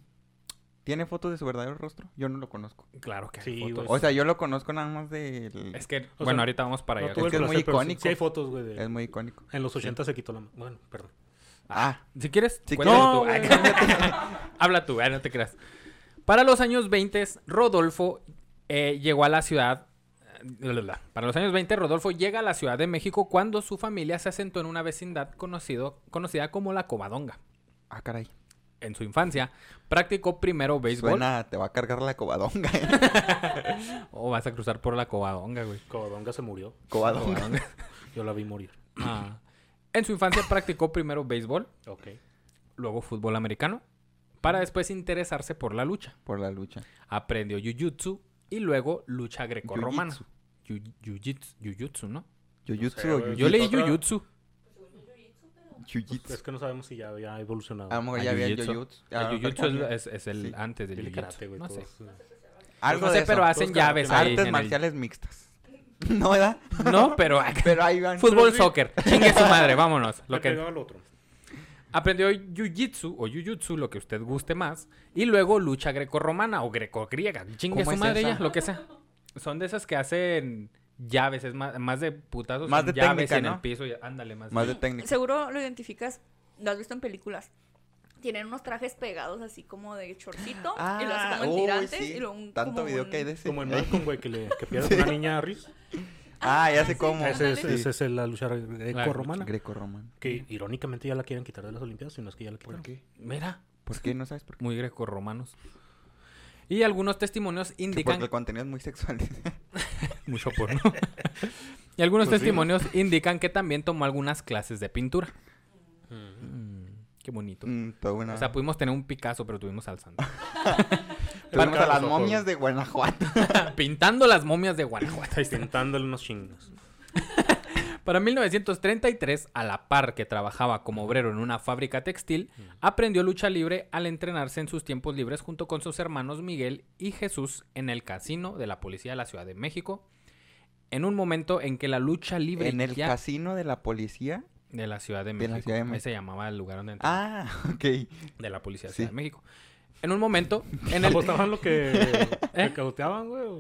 [SPEAKER 3] ¿Tiene fotos de su verdadero rostro? Yo no lo conozco.
[SPEAKER 1] Claro que hay
[SPEAKER 2] Sí,
[SPEAKER 1] fotos.
[SPEAKER 2] güey.
[SPEAKER 3] O sea, yo lo conozco nada más del...
[SPEAKER 1] pues Es que,
[SPEAKER 2] O
[SPEAKER 1] bueno,
[SPEAKER 2] sea,
[SPEAKER 1] ahorita vamos para
[SPEAKER 2] No
[SPEAKER 1] allá.
[SPEAKER 2] tuve
[SPEAKER 3] Es que
[SPEAKER 2] el
[SPEAKER 3] es muy
[SPEAKER 2] placer, pero sí-
[SPEAKER 3] icónico.
[SPEAKER 2] Sí hay fotos, güey. de-
[SPEAKER 3] Es muy icónico.
[SPEAKER 2] En los 80 se quitó la mano. Bueno, perdón.
[SPEAKER 3] Ah,
[SPEAKER 1] Si quieres,
[SPEAKER 3] Sí,
[SPEAKER 1] cuéntalo
[SPEAKER 3] no,
[SPEAKER 1] tú.
[SPEAKER 3] güey.
[SPEAKER 1] Ay, cállate. Habla tú, ay, no te creas. Para los años 20, Rodolfo eh, llegó a la ciudad. eh, bla, bla, bla. Para los años 20, Rodolfo llega a la Ciudad de México cuando su familia se asentó en una vecindad conocido, conocida como la Covadonga.
[SPEAKER 3] ah, caray.
[SPEAKER 1] En su infancia, practicó primero béisbol.
[SPEAKER 3] Suena, te va a cargar la cobadonga. ¿eh?
[SPEAKER 1] O vas a cruzar por la Covadonga, güey.
[SPEAKER 2] Covadonga se murió.
[SPEAKER 3] Cobadonga.
[SPEAKER 2] Yo la vi morir.
[SPEAKER 1] Ah. En su infancia practicó primero béisbol,
[SPEAKER 2] Ok.
[SPEAKER 1] luego fútbol americano, para después interesarse por la lucha.
[SPEAKER 3] Por la lucha.
[SPEAKER 1] aprendió jiu-jitsu y luego lucha grecorromana.
[SPEAKER 3] Jiu-jitsu.
[SPEAKER 1] Yu- Jiu-jitsu, jiu-jitsu, ¿no?
[SPEAKER 3] Yujutsu
[SPEAKER 2] sé,
[SPEAKER 3] o
[SPEAKER 2] güey.
[SPEAKER 1] Yo
[SPEAKER 3] yujitsu.
[SPEAKER 1] leí
[SPEAKER 2] Otra-
[SPEAKER 1] jiu-jitsu.
[SPEAKER 3] Yujitsu.
[SPEAKER 2] Pues, Es que no sabemos si ya había evolucionado.
[SPEAKER 3] A lo mejor
[SPEAKER 1] Ah,
[SPEAKER 3] ya había el
[SPEAKER 1] jiu-jitsu.
[SPEAKER 3] yujutsu.
[SPEAKER 1] El
[SPEAKER 3] Ah,
[SPEAKER 1] jiu-jitsu
[SPEAKER 3] también.
[SPEAKER 1] es, es- es el
[SPEAKER 3] Sí.
[SPEAKER 1] antes del
[SPEAKER 2] Dile karate,
[SPEAKER 1] jiu-jitsu.
[SPEAKER 2] güey.
[SPEAKER 1] No sé.
[SPEAKER 2] todos, eh.
[SPEAKER 3] Algo
[SPEAKER 1] no sé,
[SPEAKER 3] de eso.
[SPEAKER 1] pero hacen
[SPEAKER 2] Todos karate.
[SPEAKER 1] llaves ahí. en
[SPEAKER 3] Artes
[SPEAKER 1] el-
[SPEAKER 3] marciales mixtas. ¿No, verdad?
[SPEAKER 1] No, pero...
[SPEAKER 3] Pero ahí van.
[SPEAKER 1] Fútbol,
[SPEAKER 2] sí.
[SPEAKER 1] soccer. Chingue su madre, vámonos. Lo
[SPEAKER 2] Le
[SPEAKER 1] que...
[SPEAKER 2] pegaba al otro.
[SPEAKER 1] Aprendió jiu-jitsu o jiu-jitsu, lo que usted guste más. Y luego lucha grecorromana o greco-griega. Chingue
[SPEAKER 3] ¿Cómo
[SPEAKER 1] su
[SPEAKER 3] es
[SPEAKER 1] madre
[SPEAKER 3] esa?
[SPEAKER 1] ya, lo que sea. Son de esas que hacen llaves, es más, más de putazos.
[SPEAKER 3] Más
[SPEAKER 1] son
[SPEAKER 3] de
[SPEAKER 1] llaves
[SPEAKER 3] técnica,
[SPEAKER 1] en el
[SPEAKER 3] ¿no?
[SPEAKER 1] piso. y- ándale, más,
[SPEAKER 3] Más de técnica.
[SPEAKER 4] Seguro lo identificas, lo has visto en películas. Tienen unos trajes pegados así como de chorcito y lo hacen como en
[SPEAKER 3] Ah, uy,
[SPEAKER 4] tirantes
[SPEAKER 3] sí.
[SPEAKER 4] y luego un,
[SPEAKER 3] Tanto
[SPEAKER 4] como
[SPEAKER 3] video
[SPEAKER 4] un-
[SPEAKER 3] que hay de ese.
[SPEAKER 2] Como en Malcolm, güey, que le que pierde una niña a Riz.
[SPEAKER 3] Ah, ya sé
[SPEAKER 4] sí,
[SPEAKER 3] cómo.
[SPEAKER 4] ándale.
[SPEAKER 2] Ese es,
[SPEAKER 4] Sí.
[SPEAKER 2] ese es la lucha
[SPEAKER 3] romano
[SPEAKER 2] greco-romana.
[SPEAKER 3] Greco-romano.
[SPEAKER 2] Que irónicamente ya la quieren quitar de las Olimpiadas, sino es que ya la
[SPEAKER 3] ¿Por
[SPEAKER 2] quitaron.
[SPEAKER 3] qué?
[SPEAKER 1] Mira,
[SPEAKER 3] ¿Por qué? No sabes por qué.
[SPEAKER 1] muy grecorromanos. Y algunos testimonios
[SPEAKER 3] Que porque
[SPEAKER 1] indican
[SPEAKER 3] el contenido es muy sexual.
[SPEAKER 1] mucho porno. y algunos
[SPEAKER 2] Pues sí.
[SPEAKER 1] testimonios indican que también tomó algunas clases de pintura.
[SPEAKER 2] Ujú.
[SPEAKER 1] Mm, qué bonito.
[SPEAKER 3] Mm, todo bueno.
[SPEAKER 1] O sea, pudimos tener un Picasso, pero tuvimos al santo.
[SPEAKER 3] Vamos a
[SPEAKER 2] Claro,
[SPEAKER 3] las
[SPEAKER 2] ojo.
[SPEAKER 3] momias de Guanajuato.
[SPEAKER 1] Pintando las momias de Guanajuato. Ahí está.
[SPEAKER 2] Pintándole unos chingas.
[SPEAKER 1] Para 1933, a la par que trabajaba como obrero en una fábrica textil, aprendió lucha libre al entrenarse en sus tiempos libres junto con sus hermanos Miguel y Jesús en el casino de la policía de la Ciudad de México. En un momento en que la lucha libre
[SPEAKER 3] En el
[SPEAKER 1] ya-
[SPEAKER 3] casino de la policía.
[SPEAKER 1] de la Ciudad de
[SPEAKER 3] de la
[SPEAKER 1] México,
[SPEAKER 3] Ciudad de
[SPEAKER 1] ahí
[SPEAKER 3] México.
[SPEAKER 1] se llamaba el lugar donde entraba,
[SPEAKER 3] Ah, ok.
[SPEAKER 1] de la policía de la
[SPEAKER 3] sí.
[SPEAKER 1] Ciudad de México. En un momento en el ¿Eh?
[SPEAKER 2] ¿Apostaban lo que, que cauteaban, güey? o-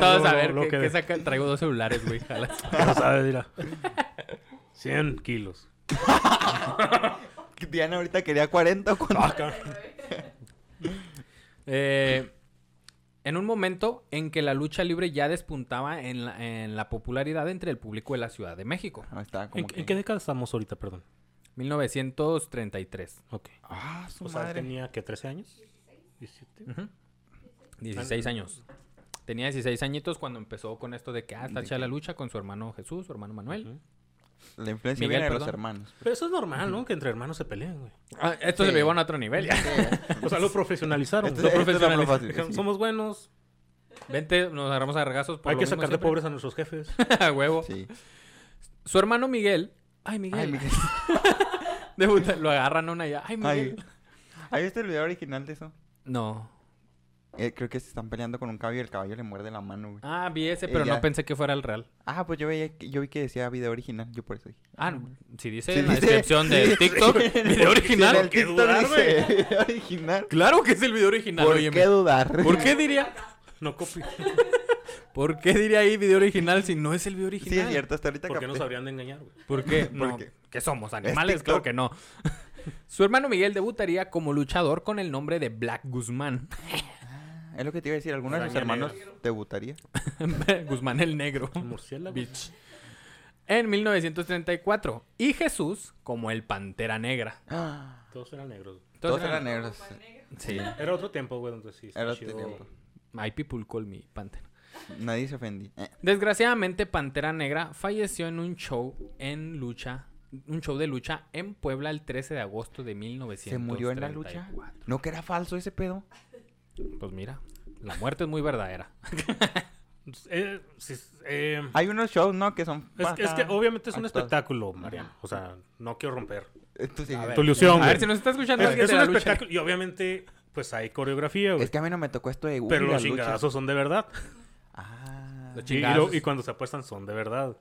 [SPEAKER 1] todos
[SPEAKER 2] lo-
[SPEAKER 1] a ver
[SPEAKER 2] lo
[SPEAKER 1] qué-
[SPEAKER 2] que-
[SPEAKER 1] qué saca- traigo dos celulares, güey. a la-
[SPEAKER 2] que no sabes, mira. 100 kilos.
[SPEAKER 3] Diana ahorita quería 40 o cuánto.
[SPEAKER 2] Ah, cabrón.
[SPEAKER 1] Eh, en un momento en que la lucha libre ya despuntaba en la, en la popularidad entre el público de la Ciudad de México.
[SPEAKER 3] Ah, estaba como
[SPEAKER 2] ¿En,
[SPEAKER 3] que...
[SPEAKER 2] en qué década estamos ahorita, perdón?
[SPEAKER 1] 1933.
[SPEAKER 2] Ok.
[SPEAKER 3] Ah, su
[SPEAKER 2] O sea,
[SPEAKER 3] madre.
[SPEAKER 2] tenía, ¿qué? ¿13 años? ¿17?
[SPEAKER 1] Ujú. 16 años. Tenía 16 añitos cuando empezó con esto de que ah, está
[SPEAKER 3] De
[SPEAKER 1] hecha
[SPEAKER 3] que-
[SPEAKER 1] la lucha con su hermano Jesús, su hermano Manuel.
[SPEAKER 2] Ujú.
[SPEAKER 3] La influencia
[SPEAKER 1] Miguel,
[SPEAKER 3] viene de los
[SPEAKER 1] perdón.
[SPEAKER 3] hermanos.
[SPEAKER 2] Pero eso es normal, ¿no? Que entre hermanos se peleen, güey.
[SPEAKER 1] Ah, esto se
[SPEAKER 3] Sí.
[SPEAKER 1] lo llevó a otro nivel. ya.
[SPEAKER 2] O sea, lo profesionalizaron.
[SPEAKER 3] Este-
[SPEAKER 2] güey.
[SPEAKER 3] este
[SPEAKER 2] Lo
[SPEAKER 3] era
[SPEAKER 2] profesionalizaron.
[SPEAKER 3] lo
[SPEAKER 1] eh,
[SPEAKER 3] fácil,
[SPEAKER 2] Dijeron,
[SPEAKER 3] sí.
[SPEAKER 2] Somos buenos.
[SPEAKER 1] Vente, nos agarramos a regazos por
[SPEAKER 2] Hay
[SPEAKER 1] lo
[SPEAKER 2] que
[SPEAKER 1] mismo
[SPEAKER 2] sacar de
[SPEAKER 1] siempre.
[SPEAKER 2] pobres a nuestros jefes.
[SPEAKER 1] a huevo.
[SPEAKER 3] Sí.
[SPEAKER 1] Su hermano Miguel. Ay, Miguel.
[SPEAKER 3] Ay, Miguel.
[SPEAKER 1] Debuta- lo agarran una ya. Ay, Miguel.
[SPEAKER 3] Ay. ¿Has visto el video original de eso?
[SPEAKER 1] No.
[SPEAKER 3] Eh, creo que se están peleando con un caballo y el caballo le muerde la mano, güey.
[SPEAKER 1] Ah, vi ese, pero
[SPEAKER 3] Ella.
[SPEAKER 1] no pensé que fuera el real.
[SPEAKER 3] Ah, pues yo veía que- yo vi que decía video original, yo por eso dije.
[SPEAKER 1] Ah, si dice
[SPEAKER 3] Sí,
[SPEAKER 1] en la
[SPEAKER 3] dice-
[SPEAKER 1] descripción de
[SPEAKER 3] sí,
[SPEAKER 1] TikTok, video original.
[SPEAKER 3] Sí, en el
[SPEAKER 1] ¿Qué
[SPEAKER 3] TikTok
[SPEAKER 1] dudar,
[SPEAKER 3] dice
[SPEAKER 1] güey?
[SPEAKER 3] video original.
[SPEAKER 1] Claro que es el video original.
[SPEAKER 3] ¿Por
[SPEAKER 1] óyeme.
[SPEAKER 3] qué dudar?
[SPEAKER 1] ¿Por qué diría?
[SPEAKER 2] No copian.
[SPEAKER 1] ¿Por qué diría ahí video original si no es el video original?
[SPEAKER 3] Sí, es cierto, hasta ahorita
[SPEAKER 2] Porque nos
[SPEAKER 3] capté.
[SPEAKER 2] habrían de engañar, güey.
[SPEAKER 1] ¿Por qué?
[SPEAKER 3] ¿Por
[SPEAKER 1] No,
[SPEAKER 3] qué?
[SPEAKER 1] ¿Qué somos? ¿Animales? Claro
[SPEAKER 3] TikTok.
[SPEAKER 1] que no. Su hermano Miguel debutaría como luchador con el nombre de Black Guzmán.
[SPEAKER 3] Es lo que te iba a decir, alguno de sus
[SPEAKER 2] Araña
[SPEAKER 3] hermanos debutaría.
[SPEAKER 1] Guzmán el Negro.
[SPEAKER 2] Murciélago.
[SPEAKER 1] Bitch. En 1934. Y Jesús como el Pantera Negra.
[SPEAKER 3] Ah,
[SPEAKER 2] Todos eran negros. güey.
[SPEAKER 3] Todos eran negros.
[SPEAKER 1] Sí.
[SPEAKER 2] Era otro tiempo, güey, donde sí. está
[SPEAKER 3] Era otro
[SPEAKER 2] chido.
[SPEAKER 3] tiempo.
[SPEAKER 1] My people call me Pantera.
[SPEAKER 3] Nadie se ofendía. Eh,
[SPEAKER 1] Desgraciadamente, Pantera Negra falleció en un show en lucha, un show de lucha en Puebla el 13 de agosto de 1934.
[SPEAKER 3] ¿Se murió en la lucha? ¿No que era falso ese pedo?
[SPEAKER 1] Pues mira, la muerte es muy verdadera.
[SPEAKER 2] Eh, sí, eh,
[SPEAKER 3] Hay unos shows, ¿no? Que son.
[SPEAKER 2] es, es que
[SPEAKER 3] bastante-
[SPEAKER 2] obviamente es un
[SPEAKER 3] actuados.
[SPEAKER 2] espectáculo, Mariano. O sea, no quiero romper
[SPEAKER 3] Esto Eh, sí.
[SPEAKER 5] A ver.
[SPEAKER 2] tu ilusión,
[SPEAKER 1] A
[SPEAKER 2] güey.
[SPEAKER 1] ver si nos está escuchando
[SPEAKER 2] Es,
[SPEAKER 1] alguien
[SPEAKER 2] es
[SPEAKER 1] de
[SPEAKER 2] un
[SPEAKER 1] la lucha.
[SPEAKER 2] espectáculo. Y obviamente, pues hay coreografía, güey.
[SPEAKER 3] Es que a mí no me tocó esto de. uy,
[SPEAKER 2] Pero los
[SPEAKER 3] las luchas.
[SPEAKER 2] chingadazos son de verdad.
[SPEAKER 3] Ah.
[SPEAKER 1] Los
[SPEAKER 2] Y- Y,
[SPEAKER 1] chingazos.
[SPEAKER 2] lo- y cuando se apuestan son de verdad.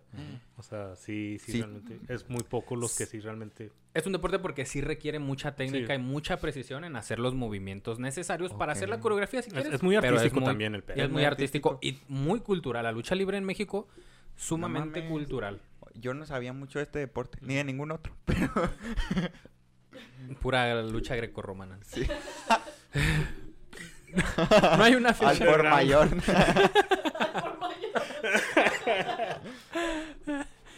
[SPEAKER 2] O sea, sí, sí,
[SPEAKER 3] Sí.
[SPEAKER 2] realmente. Es muy poco los que sí realmente.
[SPEAKER 1] Es un deporte porque sí requiere mucha técnica
[SPEAKER 2] Sí.
[SPEAKER 1] y mucha precisión en hacer los movimientos necesarios para
[SPEAKER 3] Ok.
[SPEAKER 1] hacer la coreografía si
[SPEAKER 2] Es-
[SPEAKER 1] quieres.
[SPEAKER 2] es muy
[SPEAKER 1] pero
[SPEAKER 2] artístico también el pedo.
[SPEAKER 1] y Es muy artístico, y muy cultural. La lucha libre en México, sumamente
[SPEAKER 3] mames.
[SPEAKER 1] cultural.
[SPEAKER 3] Yo no sabía mucho de este deporte, ni de ningún otro.
[SPEAKER 1] Pura lucha grecorromana. no hay una
[SPEAKER 3] Al
[SPEAKER 1] fecha.
[SPEAKER 3] por mayor.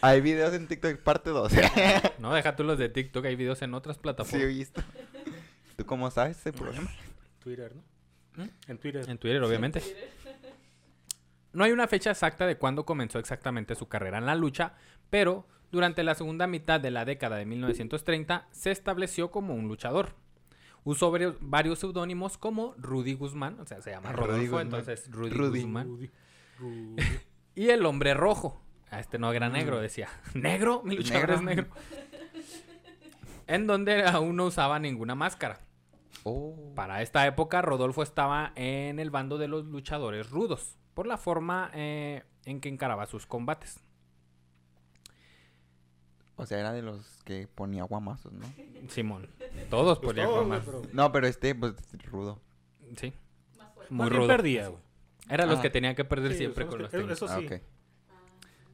[SPEAKER 3] Hay videos en TikTok, parte 2.
[SPEAKER 1] No, deja tú los de TikTok, hay videos en otras
[SPEAKER 3] sí, he
[SPEAKER 1] plataformas.
[SPEAKER 3] visto. ¿Tú cómo sabes ese problema?
[SPEAKER 2] Twitter, ¿no? En Twitter.
[SPEAKER 1] ¿Mm? En Twitter, obviamente. No hay una fecha exacta de cuándo comenzó exactamente su carrera en la lucha, pero durante la segunda mitad de la década de 1930 se estableció como un luchador. Usó varios, varios seudónimos como Rudy Guzmán, o sea, se llama
[SPEAKER 3] Rudy
[SPEAKER 1] Rodolfo,
[SPEAKER 3] Guzmán.
[SPEAKER 1] entonces Rudy,
[SPEAKER 3] Rudy.
[SPEAKER 1] Guzmán.
[SPEAKER 2] Rudy. Rudy.
[SPEAKER 1] Y el hombre rojo. A este no era negro, decía. ¿Negro? Mi luchador
[SPEAKER 3] Mm. Negro.
[SPEAKER 1] es negro. en donde aún no usaba ninguna máscara.
[SPEAKER 3] Oh.
[SPEAKER 1] Para esta época, Rodolfo estaba en el bando de los luchadores rudos, por la forma eh, en que encaraba sus combates.
[SPEAKER 3] O sea, era de los que ponía guamazos, ¿no?
[SPEAKER 1] Simón. Todos
[SPEAKER 2] Pues
[SPEAKER 1] podían
[SPEAKER 2] todo,
[SPEAKER 1] formar.
[SPEAKER 2] güey, pero-
[SPEAKER 3] No, pero este, pues, rudo.
[SPEAKER 1] Sí.
[SPEAKER 2] Más
[SPEAKER 1] Muy
[SPEAKER 2] bien
[SPEAKER 1] rudo.
[SPEAKER 2] perdía, güey.
[SPEAKER 1] Eran los
[SPEAKER 3] Ah.
[SPEAKER 1] que tenían que perder
[SPEAKER 2] Sí,
[SPEAKER 1] siempre
[SPEAKER 2] son
[SPEAKER 1] con los
[SPEAKER 2] que-
[SPEAKER 1] técnicos.
[SPEAKER 2] Eso
[SPEAKER 3] Ah,
[SPEAKER 2] sí.
[SPEAKER 3] ok.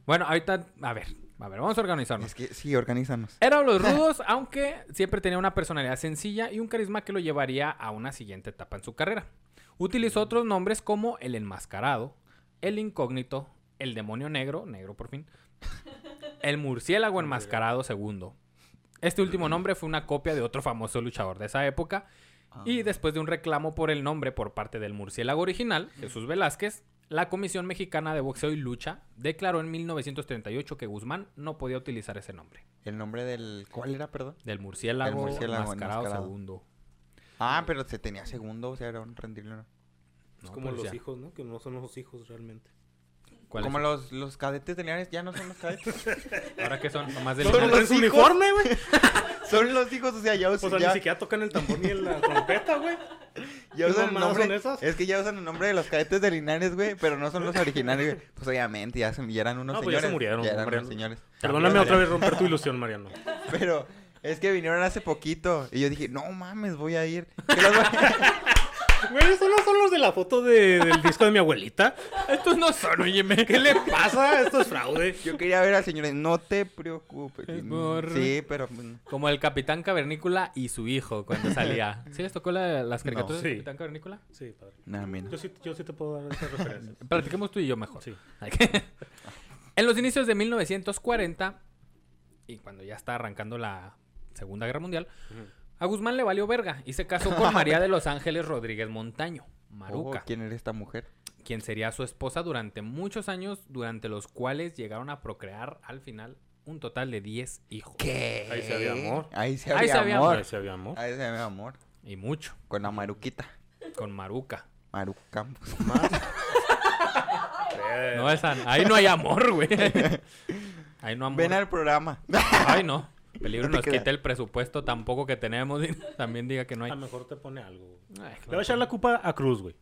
[SPEAKER 1] Bueno, ahorita, a ver, a ver, vamos a organizarnos.
[SPEAKER 3] Es que sí, organízanos.
[SPEAKER 1] Eran los rudos, aunque siempre tenía una personalidad sencilla y un carisma que lo llevaría a una siguiente etapa en su carrera. Utilizó otros nombres como el enmascarado, el incógnito, el demonio negro, negro por fin, el murciélago enmascarado segundo. Este último nombre fue una copia de otro famoso luchador de esa época
[SPEAKER 2] Ah.
[SPEAKER 3] Ah.
[SPEAKER 1] y después de un reclamo por el nombre por parte del murciélago original, Jesús Velázquez, la Comisión Mexicana de Boxeo y Lucha declaró en 1938 que Guzmán no podía utilizar ese nombre.
[SPEAKER 3] El nombre del... ¿Cuál era, perdón?
[SPEAKER 1] Del murciélago,
[SPEAKER 3] Del murciélago
[SPEAKER 1] enmascarado,
[SPEAKER 3] enmascarado.
[SPEAKER 1] segundo.
[SPEAKER 3] Ah, pero se tenía segundo, o sea, era un rendirlo.
[SPEAKER 2] Es
[SPEAKER 1] No,
[SPEAKER 2] como
[SPEAKER 1] pues
[SPEAKER 2] los
[SPEAKER 1] ya.
[SPEAKER 2] hijos, ¿no? Que no son los hijos realmente.
[SPEAKER 1] ¿Cuál
[SPEAKER 3] Como
[SPEAKER 1] es?
[SPEAKER 3] los, los cadetes de Linares, ya no son los cadetes.
[SPEAKER 1] Ahora que son más de
[SPEAKER 3] Son
[SPEAKER 1] Linares.
[SPEAKER 3] los
[SPEAKER 2] ¿Es
[SPEAKER 3] hijos?
[SPEAKER 2] uniforme, güey?
[SPEAKER 3] son los hijos, o sea, ya
[SPEAKER 2] O
[SPEAKER 3] usan,
[SPEAKER 2] sea,
[SPEAKER 3] ya,
[SPEAKER 2] ni siquiera tocan el tambor ni la trompeta, güey.
[SPEAKER 3] ya
[SPEAKER 2] ¿qué
[SPEAKER 3] usan el
[SPEAKER 2] mamadas
[SPEAKER 3] nombre.
[SPEAKER 2] son esas?
[SPEAKER 3] Es que ya usan el nombre de los cadetes de Linares, güey, pero no son los originales, güey. Pues obviamente, ya, se- ya eran unos
[SPEAKER 2] No, pues
[SPEAKER 3] señores.
[SPEAKER 2] ya se murieron,
[SPEAKER 3] Ya eran
[SPEAKER 2] hombre.
[SPEAKER 3] unos señores.
[SPEAKER 2] Perdóname otra vez romper tu ilusión, Mariano.
[SPEAKER 3] Pero es que vinieron hace poquito y yo dije, no mames, voy a ir. ¿Qué los voy a-
[SPEAKER 2] Güey, esos no son los de la foto de- del disco de mi abuelita.
[SPEAKER 1] Estos no son, óyeme.
[SPEAKER 2] ¿Qué le pasa? Esto es fraude.
[SPEAKER 3] Yo quería ver al señor, no te preocupes.
[SPEAKER 1] Es
[SPEAKER 3] Mm,
[SPEAKER 1] por-
[SPEAKER 3] Sí, pero... mm,
[SPEAKER 1] Como el Capitán Cavernícola y su hijo cuando salía. ¿Sí les tocó la- las caricaturas
[SPEAKER 2] Sí.
[SPEAKER 1] del Capitán Cavernícola?
[SPEAKER 2] Sí, padre.
[SPEAKER 3] No, a mí no.
[SPEAKER 2] Yo sí, yo sí te puedo dar esas referencias.
[SPEAKER 1] Platiquemos tú y yo mejor.
[SPEAKER 2] Sí.
[SPEAKER 1] en los inicios de 1940, y cuando ya está arrancando la Segunda Guerra Mundial, a Guzmán le valió verga y se casó con María de los Ángeles Rodríguez Montaño, Maruca.
[SPEAKER 3] Oh, ¿Quién era esta mujer?
[SPEAKER 1] quien sería su esposa durante muchos años, durante los cuales llegaron a procrear al final un total de 10 hijos.
[SPEAKER 3] ¿Qué?
[SPEAKER 2] Ahí se había amor.
[SPEAKER 3] Ahí se
[SPEAKER 1] Ahí
[SPEAKER 3] había,
[SPEAKER 1] se había
[SPEAKER 3] amor.
[SPEAKER 2] Ahí sí había amor.
[SPEAKER 3] Ahí se había amor.
[SPEAKER 1] Y mucho,
[SPEAKER 3] Con la maruquita.
[SPEAKER 1] con Maruca.
[SPEAKER 3] Maru Campos.
[SPEAKER 2] Eh,
[SPEAKER 1] No, esa- ahí no hay amor, güey. Ahí no amor.
[SPEAKER 3] Ven al programa.
[SPEAKER 1] Ay, no. Peligro
[SPEAKER 3] No te
[SPEAKER 1] nos
[SPEAKER 3] creas.
[SPEAKER 1] quita el presupuesto tampoco que tenemos. y También diga que no hay.
[SPEAKER 2] A lo mejor te pone algo. güey.
[SPEAKER 1] Ay,
[SPEAKER 2] Le va a echar la culpa a Cruz, güey.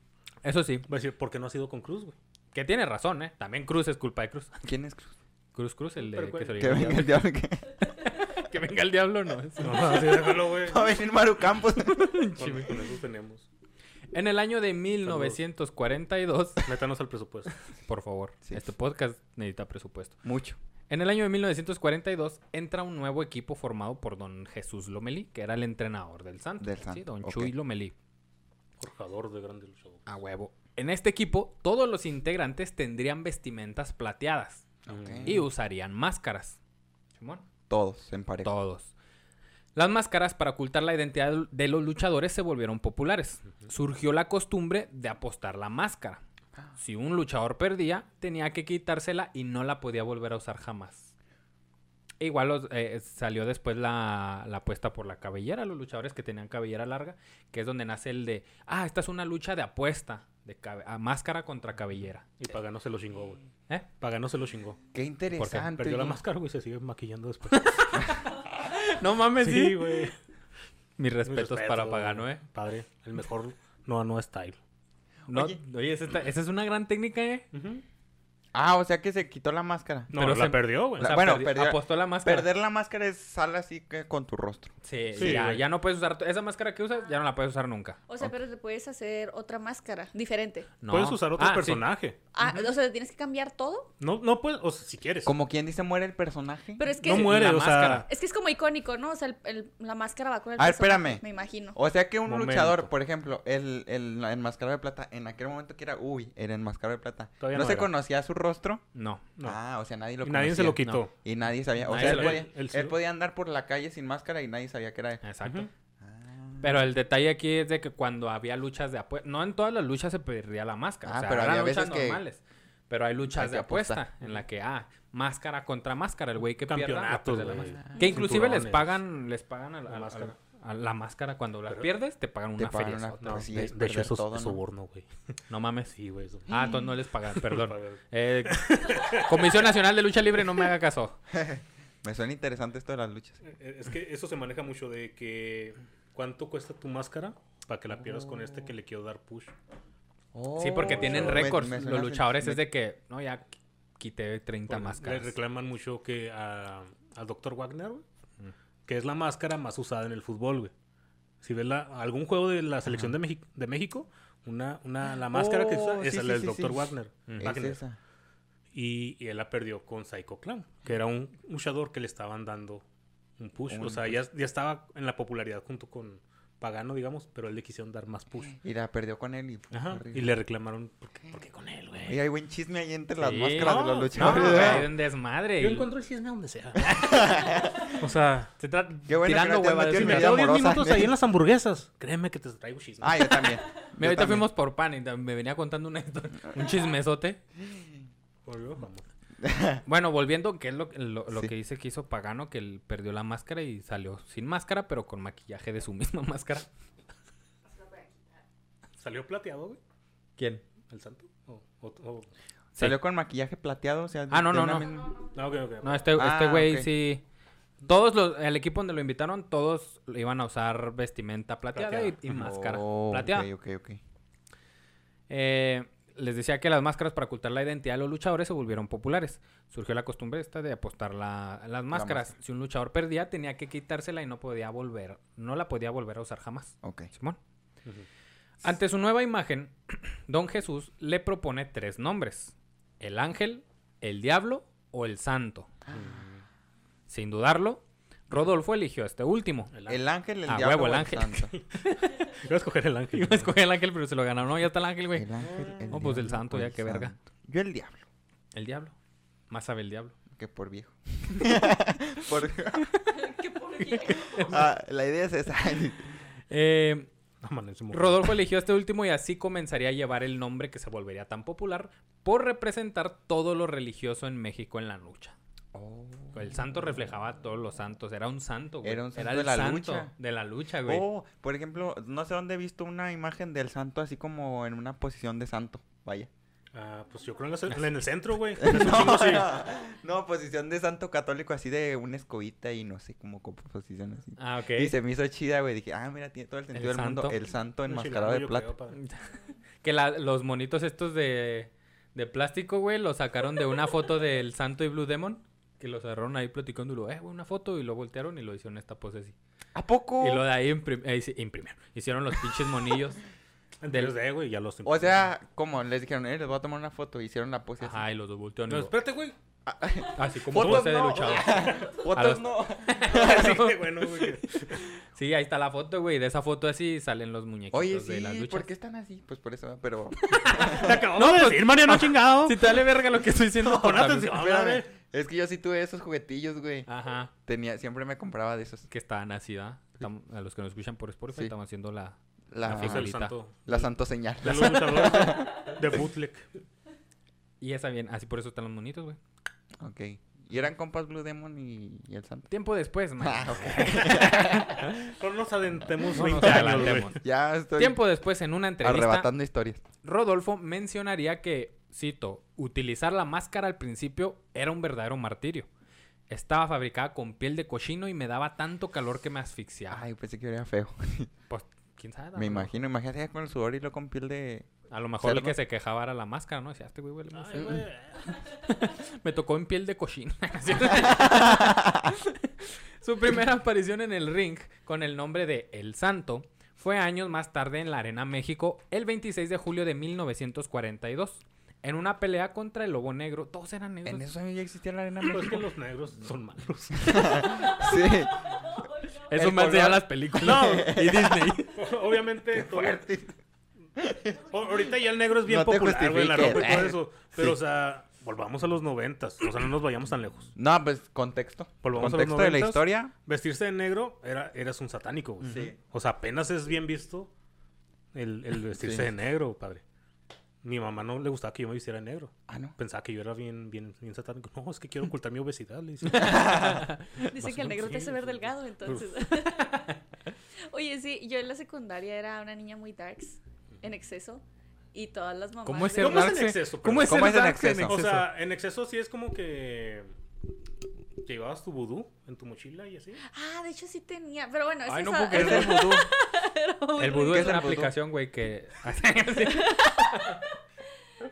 [SPEAKER 1] Eso sí,
[SPEAKER 2] Va a decir, ¿por qué no has ido con Cruz, güey?
[SPEAKER 1] que tiene razón, ¿eh? También Cruz es culpa de Cruz.
[SPEAKER 3] ¿Quién es Cruz?
[SPEAKER 1] Cruz Cruz, el de
[SPEAKER 2] Pero
[SPEAKER 1] que, se
[SPEAKER 2] cuál-
[SPEAKER 1] orilló al
[SPEAKER 3] Que venga el
[SPEAKER 1] diablo.
[SPEAKER 3] diablo. Que...
[SPEAKER 1] Que venga el diablo, no. eso.
[SPEAKER 2] No, así déjalo, güey.
[SPEAKER 3] Va a venir Maru Campos.
[SPEAKER 2] Con, con eso tenemos.
[SPEAKER 1] En el año de 1942,
[SPEAKER 2] Métanos al presupuesto.
[SPEAKER 1] por favor,
[SPEAKER 3] Sí.
[SPEAKER 1] este podcast necesita presupuesto.
[SPEAKER 3] Mucho.
[SPEAKER 1] En el año de 1942 entra un nuevo equipo formado por don Jesús Lomelí, que era el entrenador del Santos.
[SPEAKER 3] Del
[SPEAKER 1] sí,
[SPEAKER 3] Santos,
[SPEAKER 1] don
[SPEAKER 3] ok.
[SPEAKER 1] Chuy Lomelí.
[SPEAKER 2] Forjador de grandes luchadores.
[SPEAKER 1] A huevo. En este equipo, todos los integrantes tendrían vestimentas plateadas
[SPEAKER 3] Ok.
[SPEAKER 1] y usarían máscaras. Simón.
[SPEAKER 3] Todos en pareja.
[SPEAKER 1] Todos. Las máscaras para ocultar la identidad de los luchadores se volvieron populares. Surgió la costumbre de apostar la máscara. Si un luchador perdía, tenía que quitársela y no la podía volver a usar jamás. E Igual los- eh, salió después la, la apuesta por la cabellera, los luchadores que tenían cabellera larga, que es donde nace el de, ah, esta es una lucha de apuesta. De cabe- ah, máscara contra cabellera.
[SPEAKER 2] Y Pagano se lo chingó, güey.
[SPEAKER 1] ¿Eh?
[SPEAKER 2] Pagano se lo chingó.
[SPEAKER 3] Qué
[SPEAKER 2] Porque
[SPEAKER 3] interesante.
[SPEAKER 2] perdió la
[SPEAKER 3] güey.
[SPEAKER 2] máscara, güey, se sigue maquillando después.
[SPEAKER 1] No mames,
[SPEAKER 2] sí, güey. Pues
[SPEAKER 1] Mis respetos
[SPEAKER 2] Respetos
[SPEAKER 1] para Pagano, ¿eh?
[SPEAKER 2] Padre, el mejor no no style.
[SPEAKER 1] No, oye,
[SPEAKER 3] Oye.
[SPEAKER 1] esa, está- esa es una gran técnica, ¿eh?
[SPEAKER 3] Ah, o sea que se quitó la máscara.
[SPEAKER 2] No,
[SPEAKER 1] Pero
[SPEAKER 2] la
[SPEAKER 1] se-
[SPEAKER 2] perdió, güey.
[SPEAKER 1] O sea,
[SPEAKER 3] bueno,
[SPEAKER 1] perdi-
[SPEAKER 3] perdió-
[SPEAKER 1] apostó la máscara.
[SPEAKER 3] Perder la máscara es sal así que con tu rostro.
[SPEAKER 1] Sí,
[SPEAKER 2] Sí,
[SPEAKER 1] ya,
[SPEAKER 2] güey.
[SPEAKER 1] ya no puedes usar... Esa máscara que usas, ya no la puedes usar nunca.
[SPEAKER 4] O sea, pero te puedes hacer otra máscara diferente.
[SPEAKER 1] No.
[SPEAKER 2] Puedes usar otro
[SPEAKER 1] Ah, sí.
[SPEAKER 2] personaje.
[SPEAKER 4] Ah, o sea, tienes que cambiar todo.
[SPEAKER 2] No, no puedes, o sea, si quieres.
[SPEAKER 3] Como quien dice muere el personaje.
[SPEAKER 4] Pero es que
[SPEAKER 2] No muere,
[SPEAKER 1] la
[SPEAKER 2] o sea.
[SPEAKER 1] máscara.
[SPEAKER 4] es que es como icónico, ¿no? O sea, el- el- la máscara va con el
[SPEAKER 3] Ah,
[SPEAKER 4] personaje,
[SPEAKER 3] espérame.
[SPEAKER 4] Me imagino.
[SPEAKER 3] O sea que un
[SPEAKER 2] Momento.
[SPEAKER 3] luchador, por ejemplo, el, el, la enmascarado de plata, en aquel momento que era, uy, el enmascarado de plata,
[SPEAKER 2] Todavía
[SPEAKER 3] no,
[SPEAKER 2] no
[SPEAKER 3] se
[SPEAKER 2] era.
[SPEAKER 3] conocía su rostro.
[SPEAKER 1] No.
[SPEAKER 2] No.
[SPEAKER 3] Ah, o sea, nadie lo
[SPEAKER 2] Y
[SPEAKER 3] conocía.
[SPEAKER 2] nadie se lo quitó.
[SPEAKER 1] No.
[SPEAKER 3] Y nadie sabía. O
[SPEAKER 1] Nadie
[SPEAKER 3] sea,
[SPEAKER 1] se
[SPEAKER 3] él
[SPEAKER 1] lo-
[SPEAKER 3] podía,
[SPEAKER 2] él sí
[SPEAKER 3] él
[SPEAKER 2] lo-
[SPEAKER 3] podía andar por la calle sin máscara y nadie sabía que era él. Ah.
[SPEAKER 1] Exacto.
[SPEAKER 2] Ujú.
[SPEAKER 1] Pero el detalle aquí es de que cuando había luchas de apuesta, no en todas las luchas se perdía la máscara,
[SPEAKER 3] Ah,
[SPEAKER 1] o sea,
[SPEAKER 3] pero
[SPEAKER 1] eran
[SPEAKER 3] había
[SPEAKER 1] luchas
[SPEAKER 3] veces que-
[SPEAKER 1] normales. Pero hay luchas
[SPEAKER 3] Hay que
[SPEAKER 1] de apuesta
[SPEAKER 3] apostar.
[SPEAKER 1] en la que ah, máscara contra máscara, el güey que pierda ah,
[SPEAKER 2] Campeonatos,
[SPEAKER 1] pues, de la
[SPEAKER 2] güey.
[SPEAKER 1] máscara. Que inclusive les
[SPEAKER 2] Cinturones.
[SPEAKER 1] pagan les pagan a,
[SPEAKER 2] La
[SPEAKER 1] la máscara.
[SPEAKER 2] máscara.
[SPEAKER 1] A, la máscara cuando la
[SPEAKER 2] Pero-
[SPEAKER 1] pierdes te pagan
[SPEAKER 3] Te
[SPEAKER 1] una
[SPEAKER 3] pagan
[SPEAKER 1] feria.
[SPEAKER 3] una-
[SPEAKER 2] No,
[SPEAKER 3] Pues sí,
[SPEAKER 2] de,
[SPEAKER 3] es
[SPEAKER 2] de hecho,
[SPEAKER 3] perder
[SPEAKER 2] eso
[SPEAKER 3] todo,
[SPEAKER 2] es
[SPEAKER 3] ¿no?
[SPEAKER 2] soborno, güey.
[SPEAKER 1] No mames.
[SPEAKER 2] Sí, güey. eso-
[SPEAKER 1] Ah, entonces no les pagan, perdón.
[SPEAKER 2] pagan.
[SPEAKER 1] Eh, Comisión Nacional de Lucha Libre no me haga caso.
[SPEAKER 3] Me suena interesante esto de las luchas.
[SPEAKER 2] Eh, Es que eso se maneja mucho de que cuánto cuesta tu máscara para que la pierdas con este que le quiero dar push.
[SPEAKER 1] Sí, porque tienen
[SPEAKER 3] Oh. Me-
[SPEAKER 1] récords
[SPEAKER 3] me
[SPEAKER 1] los
[SPEAKER 3] suena-
[SPEAKER 1] luchadores
[SPEAKER 3] me-
[SPEAKER 1] es de que no ya qu- quité 30
[SPEAKER 2] Por-
[SPEAKER 1] máscaras.
[SPEAKER 2] Le reclaman mucho que a, al Dr. Wagner, güey, que es la máscara más usada en el fútbol, güey. Si ves la, algún juego de la selección de, Meji- de México, una, una, la máscara que se usa
[SPEAKER 3] Oh,
[SPEAKER 2] es
[SPEAKER 3] sí,
[SPEAKER 2] la
[SPEAKER 3] sí,
[SPEAKER 2] del
[SPEAKER 3] sí,
[SPEAKER 2] Dr.
[SPEAKER 3] sí.
[SPEAKER 2] Wagner.
[SPEAKER 3] Es
[SPEAKER 2] Wagner.
[SPEAKER 3] esa.
[SPEAKER 2] Y, y él la perdió con Psycho Clown, que era un luchador que le estaban dando un push.
[SPEAKER 3] Un
[SPEAKER 2] o sea, ya, ya estaba en la popularidad junto con Pagano, digamos, pero él le quisieron dar más push.
[SPEAKER 3] Y la perdió con él y...
[SPEAKER 2] Ajá.
[SPEAKER 3] horrible.
[SPEAKER 2] Y le reclamaron, ¿por qué, por qué con él,
[SPEAKER 3] Y
[SPEAKER 2] güey?
[SPEAKER 3] hay buen chisme ahí entre las
[SPEAKER 1] Sí.
[SPEAKER 3] máscaras de los
[SPEAKER 2] No,
[SPEAKER 1] No,
[SPEAKER 3] luchadores.
[SPEAKER 1] güey,
[SPEAKER 3] ¿verdad?
[SPEAKER 1] hay un desmadre.
[SPEAKER 2] Yo
[SPEAKER 1] y-
[SPEAKER 2] encuentro el chisme donde sea. o sea,
[SPEAKER 1] Se trata
[SPEAKER 3] Qué bueno que
[SPEAKER 1] tirando
[SPEAKER 3] no te han
[SPEAKER 1] hueva. de
[SPEAKER 2] Si
[SPEAKER 3] metido
[SPEAKER 1] su
[SPEAKER 3] en
[SPEAKER 2] me
[SPEAKER 3] Vida
[SPEAKER 1] mierda.
[SPEAKER 2] quedo 10
[SPEAKER 3] amorosa,
[SPEAKER 2] minutos
[SPEAKER 3] ¿eh?
[SPEAKER 2] ahí en las hamburguesas, créeme que te traigo chisme.
[SPEAKER 3] Ah, yo también.
[SPEAKER 1] Mira,
[SPEAKER 3] Yo
[SPEAKER 1] ahorita
[SPEAKER 3] también.
[SPEAKER 1] fuimos por pan y me venía contando una historia, un chismesote.
[SPEAKER 2] Vamos.
[SPEAKER 1] Bueno, volviendo, que es lo, lo- lo
[SPEAKER 3] Sí.
[SPEAKER 1] que dice que hizo Pagano, que él perdió la máscara y salió sin máscara, pero con maquillaje de su misma máscara.
[SPEAKER 2] ¿Salió plateado, güey?
[SPEAKER 1] ¿Quién?
[SPEAKER 2] ¿El santo? ¿O, o- o-
[SPEAKER 3] Salió con maquillaje plateado, o sea...
[SPEAKER 1] Ah, no,
[SPEAKER 3] de
[SPEAKER 1] no, no.
[SPEAKER 3] una misma-
[SPEAKER 2] No, ok, ok.
[SPEAKER 1] No, este
[SPEAKER 3] Ah,
[SPEAKER 1] este güey
[SPEAKER 3] ok.
[SPEAKER 1] sí. Todos los, el equipo donde lo invitaron, todos le iban a usar vestimenta plateada,
[SPEAKER 2] Plateada.
[SPEAKER 1] y, y máscara
[SPEAKER 3] Oh,
[SPEAKER 1] plateada.
[SPEAKER 3] Ok, ok, ok.
[SPEAKER 1] Eh, les decía que las máscaras para ocultar la identidad de los luchadores se volvieron populares. Surgió la costumbre esta de apostar la- las máscaras.
[SPEAKER 3] máscara.
[SPEAKER 1] Si un luchador perdía, tenía que quitársela y no podía volver, no la podía volver a usar jamás.
[SPEAKER 3] Ok.
[SPEAKER 1] Simón. Ante su nueva imagen, Don Jesús le propone tres nombres: el ángel, el diablo o el santo.
[SPEAKER 2] Ah.
[SPEAKER 1] Sin dudarlo, Rodolfo eligió este último.
[SPEAKER 2] El ángel.
[SPEAKER 3] El ángel, el
[SPEAKER 1] Ah,
[SPEAKER 3] diablo
[SPEAKER 1] huevo, el
[SPEAKER 3] o
[SPEAKER 1] ángel.
[SPEAKER 3] santo.
[SPEAKER 2] Iba a escoger el ángel.
[SPEAKER 1] Iba a escoger el ángel, pero se lo ganaron. No, ya está el ángel, güey.
[SPEAKER 3] El ángel, el
[SPEAKER 1] No, pues, del
[SPEAKER 3] diablo
[SPEAKER 1] santo,
[SPEAKER 3] o
[SPEAKER 1] ya,
[SPEAKER 3] el
[SPEAKER 1] qué verga.
[SPEAKER 3] santo. Yo el diablo,
[SPEAKER 1] El diablo. Más sabe el diablo.
[SPEAKER 3] que por viejo. Por-
[SPEAKER 4] Qué pobre.
[SPEAKER 3] Ah, la idea es esa.
[SPEAKER 1] Ah, Eh,
[SPEAKER 2] No, man, es un morro.
[SPEAKER 1] Rodolfo eligió este último y así comenzaría a llevar el nombre que se volvería tan popular por representar todo lo religioso en México en la lucha.
[SPEAKER 3] Oh.
[SPEAKER 1] El santo reflejaba a todos los santos, era un santo, güey.
[SPEAKER 3] Era un santo
[SPEAKER 1] el
[SPEAKER 3] de la
[SPEAKER 1] santo
[SPEAKER 3] lucha.
[SPEAKER 1] de la lucha, güey.
[SPEAKER 3] Oh, por ejemplo, no sé dónde he visto una imagen del santo así como en una posición de santo. Vaya.
[SPEAKER 2] Ah, pues yo creo en, la- en el centro, güey.
[SPEAKER 3] No, no, posición de santo católico así de una escobita y no sé cómo como posición así.
[SPEAKER 1] Ah, ok.
[SPEAKER 3] Y se me hizo chida, güey. Dije, ah, mira, tiene todo el sentido
[SPEAKER 1] El
[SPEAKER 3] del mundo.
[SPEAKER 1] santo.
[SPEAKER 3] El santo enmascarado de plata.
[SPEAKER 1] Que la- los monitos estos de, de plástico, güey, los sacaron de una foto del santo y Blue Demon. Que los agarraron ahí platicando y luego, eh, güey, una foto. Y lo voltearon y lo hicieron esta pose así.
[SPEAKER 3] ¿A poco?
[SPEAKER 1] Y lo de ahí imprim- eh, hici- imprimieron. Hicieron los pinches monillos.
[SPEAKER 2] Del de, güey, ya los
[SPEAKER 3] O sea, como les dijeron, eh, les voy a tomar una foto. Hicieron la pose así.
[SPEAKER 1] Ajá, y los dos voltearon. y
[SPEAKER 2] No,
[SPEAKER 1] luego,
[SPEAKER 2] espérate, güey.
[SPEAKER 1] Así como
[SPEAKER 3] Fotos
[SPEAKER 1] pose de
[SPEAKER 3] no.
[SPEAKER 1] luchador.
[SPEAKER 3] Fotos
[SPEAKER 1] los-
[SPEAKER 3] no.
[SPEAKER 2] Sí, güey, bueno, güey.
[SPEAKER 1] Sí, ahí está la foto, güey. De esa foto así salen los muñequitos
[SPEAKER 3] Oye,
[SPEAKER 1] de las
[SPEAKER 3] sí,
[SPEAKER 1] luchas.
[SPEAKER 3] ¿por qué están así? Pues por eso, pero...
[SPEAKER 2] Te acabo de decir, Mariano, chingado.
[SPEAKER 1] Si te dale verga lo que estoy diciendo.
[SPEAKER 2] pues, No,
[SPEAKER 1] por
[SPEAKER 2] pon atención.
[SPEAKER 3] Espérame, es que yo sí tuve esos juguetillos, güey.
[SPEAKER 1] Ajá.
[SPEAKER 3] Tenía, siempre me compraba de esos.
[SPEAKER 1] Que están así, ¿verdad? Estamos- a los que nos escuchan por Spotify
[SPEAKER 3] Sí.
[SPEAKER 1] estamos haciendo la...
[SPEAKER 3] La,
[SPEAKER 1] La
[SPEAKER 2] Es el
[SPEAKER 1] figurita.
[SPEAKER 2] santo.
[SPEAKER 3] la santo señal.
[SPEAKER 2] De los luchadores de- de bootleg.
[SPEAKER 1] Y esa bien, así por eso están los monitos, güey.
[SPEAKER 3] Ok. Y eran compas Blue Demon y, y el Santo.
[SPEAKER 1] Tiempo después, man.
[SPEAKER 2] No nos adentremos
[SPEAKER 1] No
[SPEAKER 2] 20
[SPEAKER 1] nos
[SPEAKER 2] años, güey.
[SPEAKER 1] adelantemos.
[SPEAKER 3] Ya estoy
[SPEAKER 1] Tiempo después, en una entrevista,
[SPEAKER 3] arrebatando historias.
[SPEAKER 1] Rodolfo mencionaría que, cito, utilizar la máscara al principio era un verdadero martirio. Estaba fabricada con piel de cochino y me daba tanto calor que me asfixiaba.
[SPEAKER 3] Ay, pensé que era feo.
[SPEAKER 1] Pues, quién sabe. ¿no?
[SPEAKER 3] Me imagino, imagínate con el sudor y lo con piel de...
[SPEAKER 1] A lo mejor el
[SPEAKER 3] Cerdo.
[SPEAKER 1] que se quejaba era la máscara, ¿no? Decía, "Este güey huele muy
[SPEAKER 2] Ay,
[SPEAKER 1] feo".
[SPEAKER 2] güey.
[SPEAKER 1] Me tocó en piel de cochino. Su primera aparición en el ring con el nombre de El Santo fue años más tarde en la Arena México, el 26 de julio de 1942, en una pelea contra el Lobo Negro. Todos eran negros.
[SPEAKER 3] En esos años ya existía la arena
[SPEAKER 2] Pues es que
[SPEAKER 3] México.
[SPEAKER 2] los negros son malos.
[SPEAKER 3] sí.
[SPEAKER 1] Eso
[SPEAKER 3] el
[SPEAKER 1] me enseñan
[SPEAKER 3] color.
[SPEAKER 1] las películas. y Disney.
[SPEAKER 2] Obviamente, todavía- O- ahorita ya el negro es bien
[SPEAKER 3] No te
[SPEAKER 2] popular, güey, en la ropa y
[SPEAKER 3] justifiques,
[SPEAKER 2] todo
[SPEAKER 3] eh.
[SPEAKER 2] eso. Pero, o sea, volvamos a los noventas. O sea, no nos vayamos tan lejos.
[SPEAKER 3] No, pues contexto.
[SPEAKER 2] Volvamos a los
[SPEAKER 3] contexto de la
[SPEAKER 2] noventas.
[SPEAKER 3] historia.
[SPEAKER 2] Vestirse de negro era, eras un satánico, güey.
[SPEAKER 3] Sí.
[SPEAKER 2] O sea, apenas es bien visto el, el vestirse
[SPEAKER 3] Sí.
[SPEAKER 2] de negro, padre. Mi mamá no le gustaba que yo me vistiera de negro.
[SPEAKER 3] Ah, no.
[SPEAKER 2] Pensaba que yo era bien, bien, bien satánico. No, es que quiero ocultar mi obesidad, le dice.
[SPEAKER 4] Dicen
[SPEAKER 2] Más
[SPEAKER 4] que
[SPEAKER 2] o
[SPEAKER 4] el
[SPEAKER 2] menos,
[SPEAKER 4] negro te
[SPEAKER 2] sí,
[SPEAKER 4] hace ver
[SPEAKER 2] sí.
[SPEAKER 4] delgado, entonces. Oye, sí, yo en la secundaria era una niña muy darks, en exceso. Y todas las mamás.
[SPEAKER 1] ¿Cómo es
[SPEAKER 4] de-
[SPEAKER 1] el
[SPEAKER 2] ¿Cómo es en
[SPEAKER 1] dark se- ¿Cómo
[SPEAKER 2] exceso, perdón?
[SPEAKER 1] es
[SPEAKER 3] ¿Cómo
[SPEAKER 1] el
[SPEAKER 3] es en
[SPEAKER 1] dark se- en
[SPEAKER 3] exceso?
[SPEAKER 1] exceso?
[SPEAKER 2] O sea, en exceso sí es como que... que llevabas tu vudú en tu mochila y así.
[SPEAKER 4] Ah, de hecho sí tenía. Pero bueno,
[SPEAKER 1] Ay,
[SPEAKER 4] esa-
[SPEAKER 1] no puedo
[SPEAKER 3] Es el
[SPEAKER 1] creer.
[SPEAKER 3] vudú.
[SPEAKER 1] el vudú
[SPEAKER 3] ¿Qué
[SPEAKER 1] es
[SPEAKER 3] es el
[SPEAKER 1] una
[SPEAKER 3] vudú?
[SPEAKER 1] aplicación, güey, que...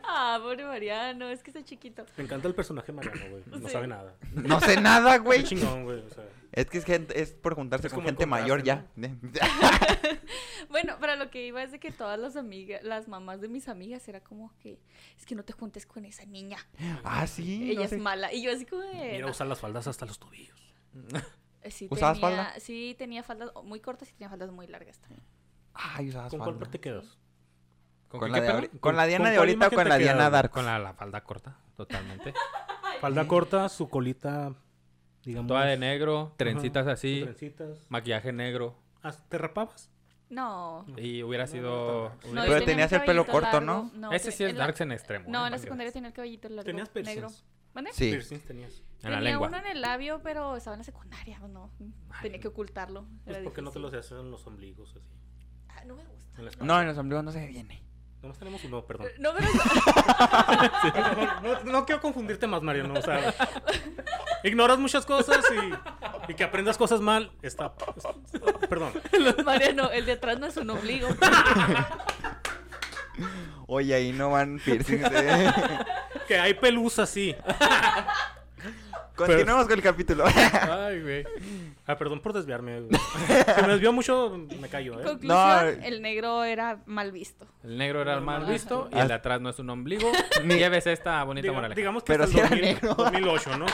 [SPEAKER 4] Ah, pobre Mariano, es que está chiquito.
[SPEAKER 2] Me encanta el personaje Mariano, güey. No
[SPEAKER 4] Sí.
[SPEAKER 2] sabe nada.
[SPEAKER 3] No sé nada,
[SPEAKER 2] Qué
[SPEAKER 3] güey.
[SPEAKER 2] chingón, güey. O sea,
[SPEAKER 3] Es que es, gente, es por juntarse
[SPEAKER 2] Es
[SPEAKER 3] con
[SPEAKER 2] como el
[SPEAKER 3] gente mayor ya.
[SPEAKER 2] contraste,
[SPEAKER 4] Bueno, para lo que iba es de que todas las amigas, las mamás de mis amigas era como que es que no te juntes con esa niña,
[SPEAKER 3] ah, sí.
[SPEAKER 4] ella
[SPEAKER 3] no
[SPEAKER 4] es
[SPEAKER 3] sé.
[SPEAKER 4] mala. Y yo así como de
[SPEAKER 2] mira,
[SPEAKER 4] "No".
[SPEAKER 2] usa las faldas hasta los tobillos.
[SPEAKER 4] Eh, sí
[SPEAKER 3] ¿Usabas
[SPEAKER 4] tenía,
[SPEAKER 3] falda?
[SPEAKER 4] Sí, tenía faldas muy cortas y tenía faldas muy largas también.
[SPEAKER 3] Ay, usabas
[SPEAKER 2] ¿Con cuál
[SPEAKER 3] falda.
[SPEAKER 2] parte quedas?
[SPEAKER 1] ¿Con, qué-
[SPEAKER 3] ¿Con la,
[SPEAKER 1] qué
[SPEAKER 3] de
[SPEAKER 1] pedo?
[SPEAKER 3] ahori- con la Diana
[SPEAKER 2] con
[SPEAKER 3] de
[SPEAKER 2] cuál
[SPEAKER 3] ahorita o
[SPEAKER 2] imagen
[SPEAKER 3] con
[SPEAKER 2] te
[SPEAKER 3] la
[SPEAKER 2] quedas,
[SPEAKER 3] Diana
[SPEAKER 2] güey?
[SPEAKER 3] Dark?
[SPEAKER 1] Con la, la falda corta, totalmente.
[SPEAKER 2] Falda corta, su colita, digamos.
[SPEAKER 1] Toda de negro, trencitas
[SPEAKER 2] Ajá,
[SPEAKER 1] así,
[SPEAKER 2] Trencitas.
[SPEAKER 1] maquillaje negro.
[SPEAKER 2] Ah, ¿Te rapabas?
[SPEAKER 4] No.
[SPEAKER 1] Y hubiera
[SPEAKER 2] No,
[SPEAKER 1] sido...
[SPEAKER 2] no,
[SPEAKER 4] no, yo
[SPEAKER 1] hubiera-
[SPEAKER 3] Pero
[SPEAKER 4] tenía
[SPEAKER 3] tenías
[SPEAKER 4] mi
[SPEAKER 3] el pelo
[SPEAKER 4] cabellito
[SPEAKER 3] corto,
[SPEAKER 4] largo.
[SPEAKER 3] ¿no?
[SPEAKER 1] Ese sí
[SPEAKER 4] tenía-
[SPEAKER 1] es
[SPEAKER 4] la-
[SPEAKER 1] Darks en extremo. ¿eh?
[SPEAKER 4] No, en
[SPEAKER 1] Para
[SPEAKER 4] la
[SPEAKER 1] que
[SPEAKER 4] secundaria
[SPEAKER 1] veas.
[SPEAKER 4] tenía el cabellito largo.
[SPEAKER 2] Tenías piercings.
[SPEAKER 4] negro. ¿Mande?
[SPEAKER 3] Sí.
[SPEAKER 2] Piercings tenías.
[SPEAKER 1] En la
[SPEAKER 4] tenía
[SPEAKER 1] lengua.
[SPEAKER 4] uno en el labio, pero estaba en la secundaria, pues no. Tenía que ocultarlo.
[SPEAKER 2] Pues
[SPEAKER 4] era
[SPEAKER 2] porque no te
[SPEAKER 4] difícil.
[SPEAKER 2] los haces en los ombligos así.
[SPEAKER 4] Ah, no me gusta.
[SPEAKER 2] En la espalda.
[SPEAKER 3] No, en los ombligos no se ¿eh? viene.
[SPEAKER 2] Nomás tenemos uno, perdón.
[SPEAKER 4] No, pero
[SPEAKER 2] No, no- no quiero confundirte más, Mariano. O sea, ignoras muchas cosas y, y que aprendas cosas mal. Está. Perdón.
[SPEAKER 4] Mariano, el de atrás no es un ombligo.
[SPEAKER 3] Oye, ahí no van piercings. eh.
[SPEAKER 2] Que hay pelus así.
[SPEAKER 3] Continuamos con el capítulo.
[SPEAKER 1] Ay, güey.
[SPEAKER 2] Ah, perdón por desviarme. güey. Si me desvió mucho, me callo, ¿eh?
[SPEAKER 4] Conclusión,
[SPEAKER 3] No.
[SPEAKER 4] el negro era mal visto.
[SPEAKER 1] El negro era el mal
[SPEAKER 2] Ajá.
[SPEAKER 1] visto y el de atrás no es un ombligo.
[SPEAKER 3] Ni-
[SPEAKER 1] Lleves esta bonita
[SPEAKER 2] Ah. Diga-
[SPEAKER 1] moraleja.
[SPEAKER 2] digamos que
[SPEAKER 3] Pero
[SPEAKER 2] hasta el
[SPEAKER 3] sí era
[SPEAKER 2] 2000
[SPEAKER 3] negro.
[SPEAKER 2] 2008, ¿no?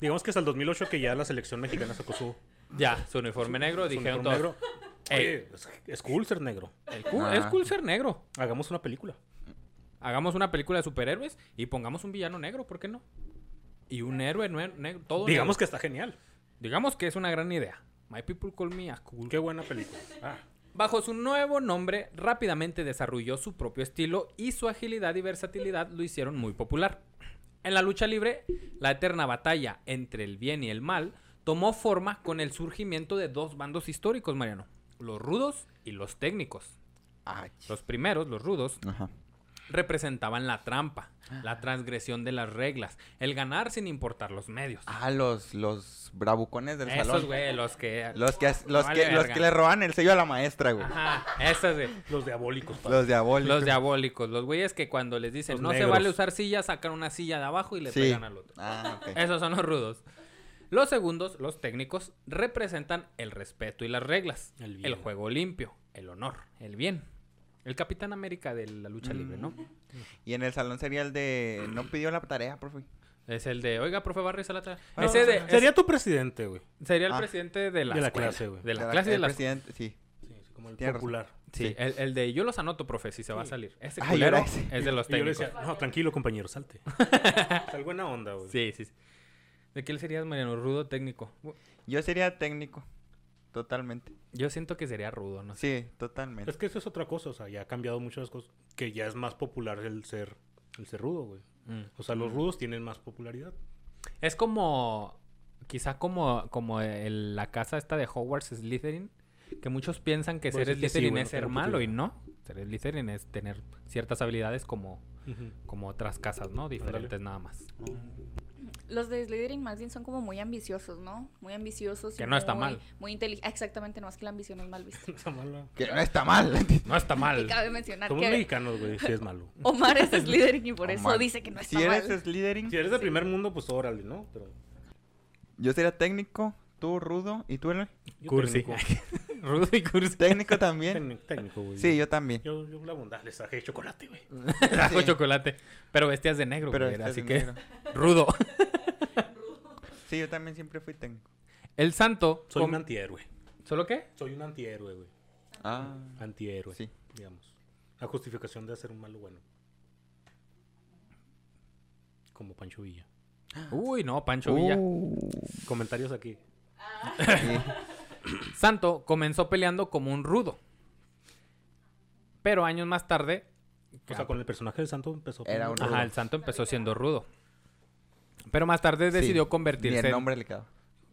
[SPEAKER 2] digamos que hasta el 2008 que ya la selección mexicana sacó su,
[SPEAKER 1] Ya, su uniforme negro.
[SPEAKER 2] su
[SPEAKER 1] dijeron
[SPEAKER 2] uniforme
[SPEAKER 1] todos.
[SPEAKER 2] negro. Oye, es, es cool ser negro.
[SPEAKER 1] "El cu-
[SPEAKER 3] Ah.
[SPEAKER 1] Es cool ser negro.
[SPEAKER 2] Hagamos una película.
[SPEAKER 1] Hagamos una película de superhéroes y pongamos un villano negro, ¿por qué no? Y un héroe nue- negro. Todo
[SPEAKER 2] Digamos
[SPEAKER 1] negro.
[SPEAKER 2] que está genial.
[SPEAKER 1] Digamos que es una gran idea. My people call me a cool
[SPEAKER 2] Qué buena película. Ah,
[SPEAKER 1] Bajo su nuevo nombre, rápidamente desarrolló su propio estilo y su agilidad y versatilidad lo hicieron muy popular. En la lucha libre, la eterna batalla entre el bien y el mal tomó forma con el surgimiento de dos bandos históricos, Mariano, los rudos y los técnicos.
[SPEAKER 3] Ay.
[SPEAKER 1] Los primeros, los rudos,
[SPEAKER 3] Ajá.
[SPEAKER 1] representaban la trampa, la transgresión de las reglas, el ganar sin importar los medios.
[SPEAKER 3] Ah, los, los bravucones del
[SPEAKER 1] Esos,
[SPEAKER 3] salón.
[SPEAKER 1] güey, los que...
[SPEAKER 3] Los que, los,
[SPEAKER 1] Vale
[SPEAKER 3] que, los
[SPEAKER 1] verga.
[SPEAKER 3] que le roban el sello a la maestra, güey.
[SPEAKER 1] Ajá, esos, güey.
[SPEAKER 2] los diabólicos. padre.
[SPEAKER 3] Los diabólicos.
[SPEAKER 1] Los diabólicos, los güeyes que cuando les dicen
[SPEAKER 2] Los
[SPEAKER 1] no se
[SPEAKER 2] negros.
[SPEAKER 1] vale usar silla, sacan una silla de abajo y le
[SPEAKER 3] Sí.
[SPEAKER 1] pegan al otro.
[SPEAKER 3] Ah, ok.
[SPEAKER 1] Esos son los rudos. Los segundos, los técnicos, representan el respeto y las reglas,
[SPEAKER 2] El
[SPEAKER 1] el,
[SPEAKER 2] bien.
[SPEAKER 1] juego limpio, el honor, el bien. El Capitán América de la lucha libre, ¿no?
[SPEAKER 2] Mm.
[SPEAKER 3] Y en el salón sería el de... No pidió la tarea, profe.
[SPEAKER 1] Es el de, oiga, profe Barrio Salata.
[SPEAKER 3] Ah,
[SPEAKER 1] Ese de-
[SPEAKER 2] Sería tu presidente, güey.
[SPEAKER 1] es- sería el
[SPEAKER 3] ah.
[SPEAKER 1] presidente de la,
[SPEAKER 2] De la
[SPEAKER 1] escuela,
[SPEAKER 2] clase, güey.
[SPEAKER 1] De la
[SPEAKER 3] El-
[SPEAKER 1] clase y de
[SPEAKER 3] el
[SPEAKER 1] la
[SPEAKER 3] presidente, sí.
[SPEAKER 2] Sí, sí, como el
[SPEAKER 3] Tienes
[SPEAKER 2] popular.
[SPEAKER 1] Sí,
[SPEAKER 3] sí.
[SPEAKER 1] El, el de yo los anoto, profe, si se va a
[SPEAKER 2] Sí.
[SPEAKER 1] salir. Ese
[SPEAKER 3] Ah, yo
[SPEAKER 1] culero
[SPEAKER 3] era ese.
[SPEAKER 1] es de los
[SPEAKER 2] Y yo le
[SPEAKER 1] técnicos.
[SPEAKER 2] decía, no, tranquilo, compañero, salte. Sal buena onda, güey.
[SPEAKER 1] Sí, sí, sí. ¿De qué serías, Mariano? Rudo técnico.
[SPEAKER 3] Yo sería técnico. Totalmente.
[SPEAKER 1] Yo siento que sería rudo, no sé.
[SPEAKER 3] Sí, totalmente.
[SPEAKER 2] Es que eso es otra cosa, o sea, ya ha cambiado muchas cosas. Que ya es más popular el ser el cerrudo, güey. O sea, los rudos tienen más popularidad.
[SPEAKER 1] Mm. Es como, quizá como, como el- la casa esta de Hogwarts Slytherin, que muchos piensan que
[SPEAKER 2] Puede
[SPEAKER 1] ser
[SPEAKER 2] ser que sí,
[SPEAKER 1] Slytherin
[SPEAKER 2] güey, no
[SPEAKER 1] es ser
[SPEAKER 2] tengo
[SPEAKER 1] malo y
[SPEAKER 2] puta
[SPEAKER 1] no. Ser Slytherin es tener ciertas habilidades como, como otras casas, ¿no? Diferentes nada más.
[SPEAKER 4] Los de Slytherin más bien son como muy ambiciosos, ¿no? Muy ambiciosos. y
[SPEAKER 1] Que no está
[SPEAKER 4] muy-
[SPEAKER 1] mal.
[SPEAKER 4] Muy inteligentes. Exactamente, no es que la ambición es mal vista.
[SPEAKER 2] Esa mala.
[SPEAKER 1] Pues
[SPEAKER 3] Que no está mal.
[SPEAKER 1] No está
[SPEAKER 4] Y
[SPEAKER 1] mal.
[SPEAKER 4] cabe mencionar
[SPEAKER 2] Somos
[SPEAKER 4] que
[SPEAKER 2] mexicanos, güey, si es malo.
[SPEAKER 4] Omar es Slytherin y por eso
[SPEAKER 3] Omar.
[SPEAKER 4] dice que no está
[SPEAKER 3] si
[SPEAKER 4] mal.
[SPEAKER 3] eres Slytherin,
[SPEAKER 2] Si eres de primer mundo, pues órale, ¿no? Pero
[SPEAKER 3] yo sería técnico, tú rudo y tú Leonel?
[SPEAKER 2] yo
[SPEAKER 1] Cursi.
[SPEAKER 2] Técnico,
[SPEAKER 1] Rudo y cursi.
[SPEAKER 3] técnico también.
[SPEAKER 2] técnico, técnico, güey.
[SPEAKER 3] Sí, yo Mm. también.
[SPEAKER 2] Yo, yo la bondad les traje chocolate, güey.
[SPEAKER 1] Trajo
[SPEAKER 3] Sí.
[SPEAKER 1] Ah, chocolate. Pero vestías de negro,
[SPEAKER 3] Pero
[SPEAKER 1] güey,
[SPEAKER 3] este es
[SPEAKER 1] así
[SPEAKER 3] de
[SPEAKER 1] que
[SPEAKER 3] negro.
[SPEAKER 1] rudo.
[SPEAKER 3] Sí, yo también siempre fui técnico.
[SPEAKER 1] El santo...
[SPEAKER 2] Soy
[SPEAKER 1] com-
[SPEAKER 2] un antihéroe.
[SPEAKER 1] ¿Solo qué?
[SPEAKER 2] Soy un antihéroe, güey.
[SPEAKER 3] Ah,
[SPEAKER 2] Antihéroe,
[SPEAKER 3] Sí.
[SPEAKER 2] digamos. La justificación de hacer un malo bueno. Como Pancho Villa.
[SPEAKER 1] Uy, no, Pancho Villa.
[SPEAKER 3] Uh,
[SPEAKER 2] Comentarios aquí.
[SPEAKER 3] sí.
[SPEAKER 1] Santo comenzó peleando como un rudo. Pero años más tarde,
[SPEAKER 2] O sea, con el personaje del santo empezó.
[SPEAKER 3] Era
[SPEAKER 2] como-
[SPEAKER 3] un rudo.
[SPEAKER 1] ajá, el santo empezó siendo rudo. Pero más tarde decidió
[SPEAKER 3] Sí,
[SPEAKER 1] convertirse
[SPEAKER 3] Ni el
[SPEAKER 1] en-
[SPEAKER 3] nombre le quedaba.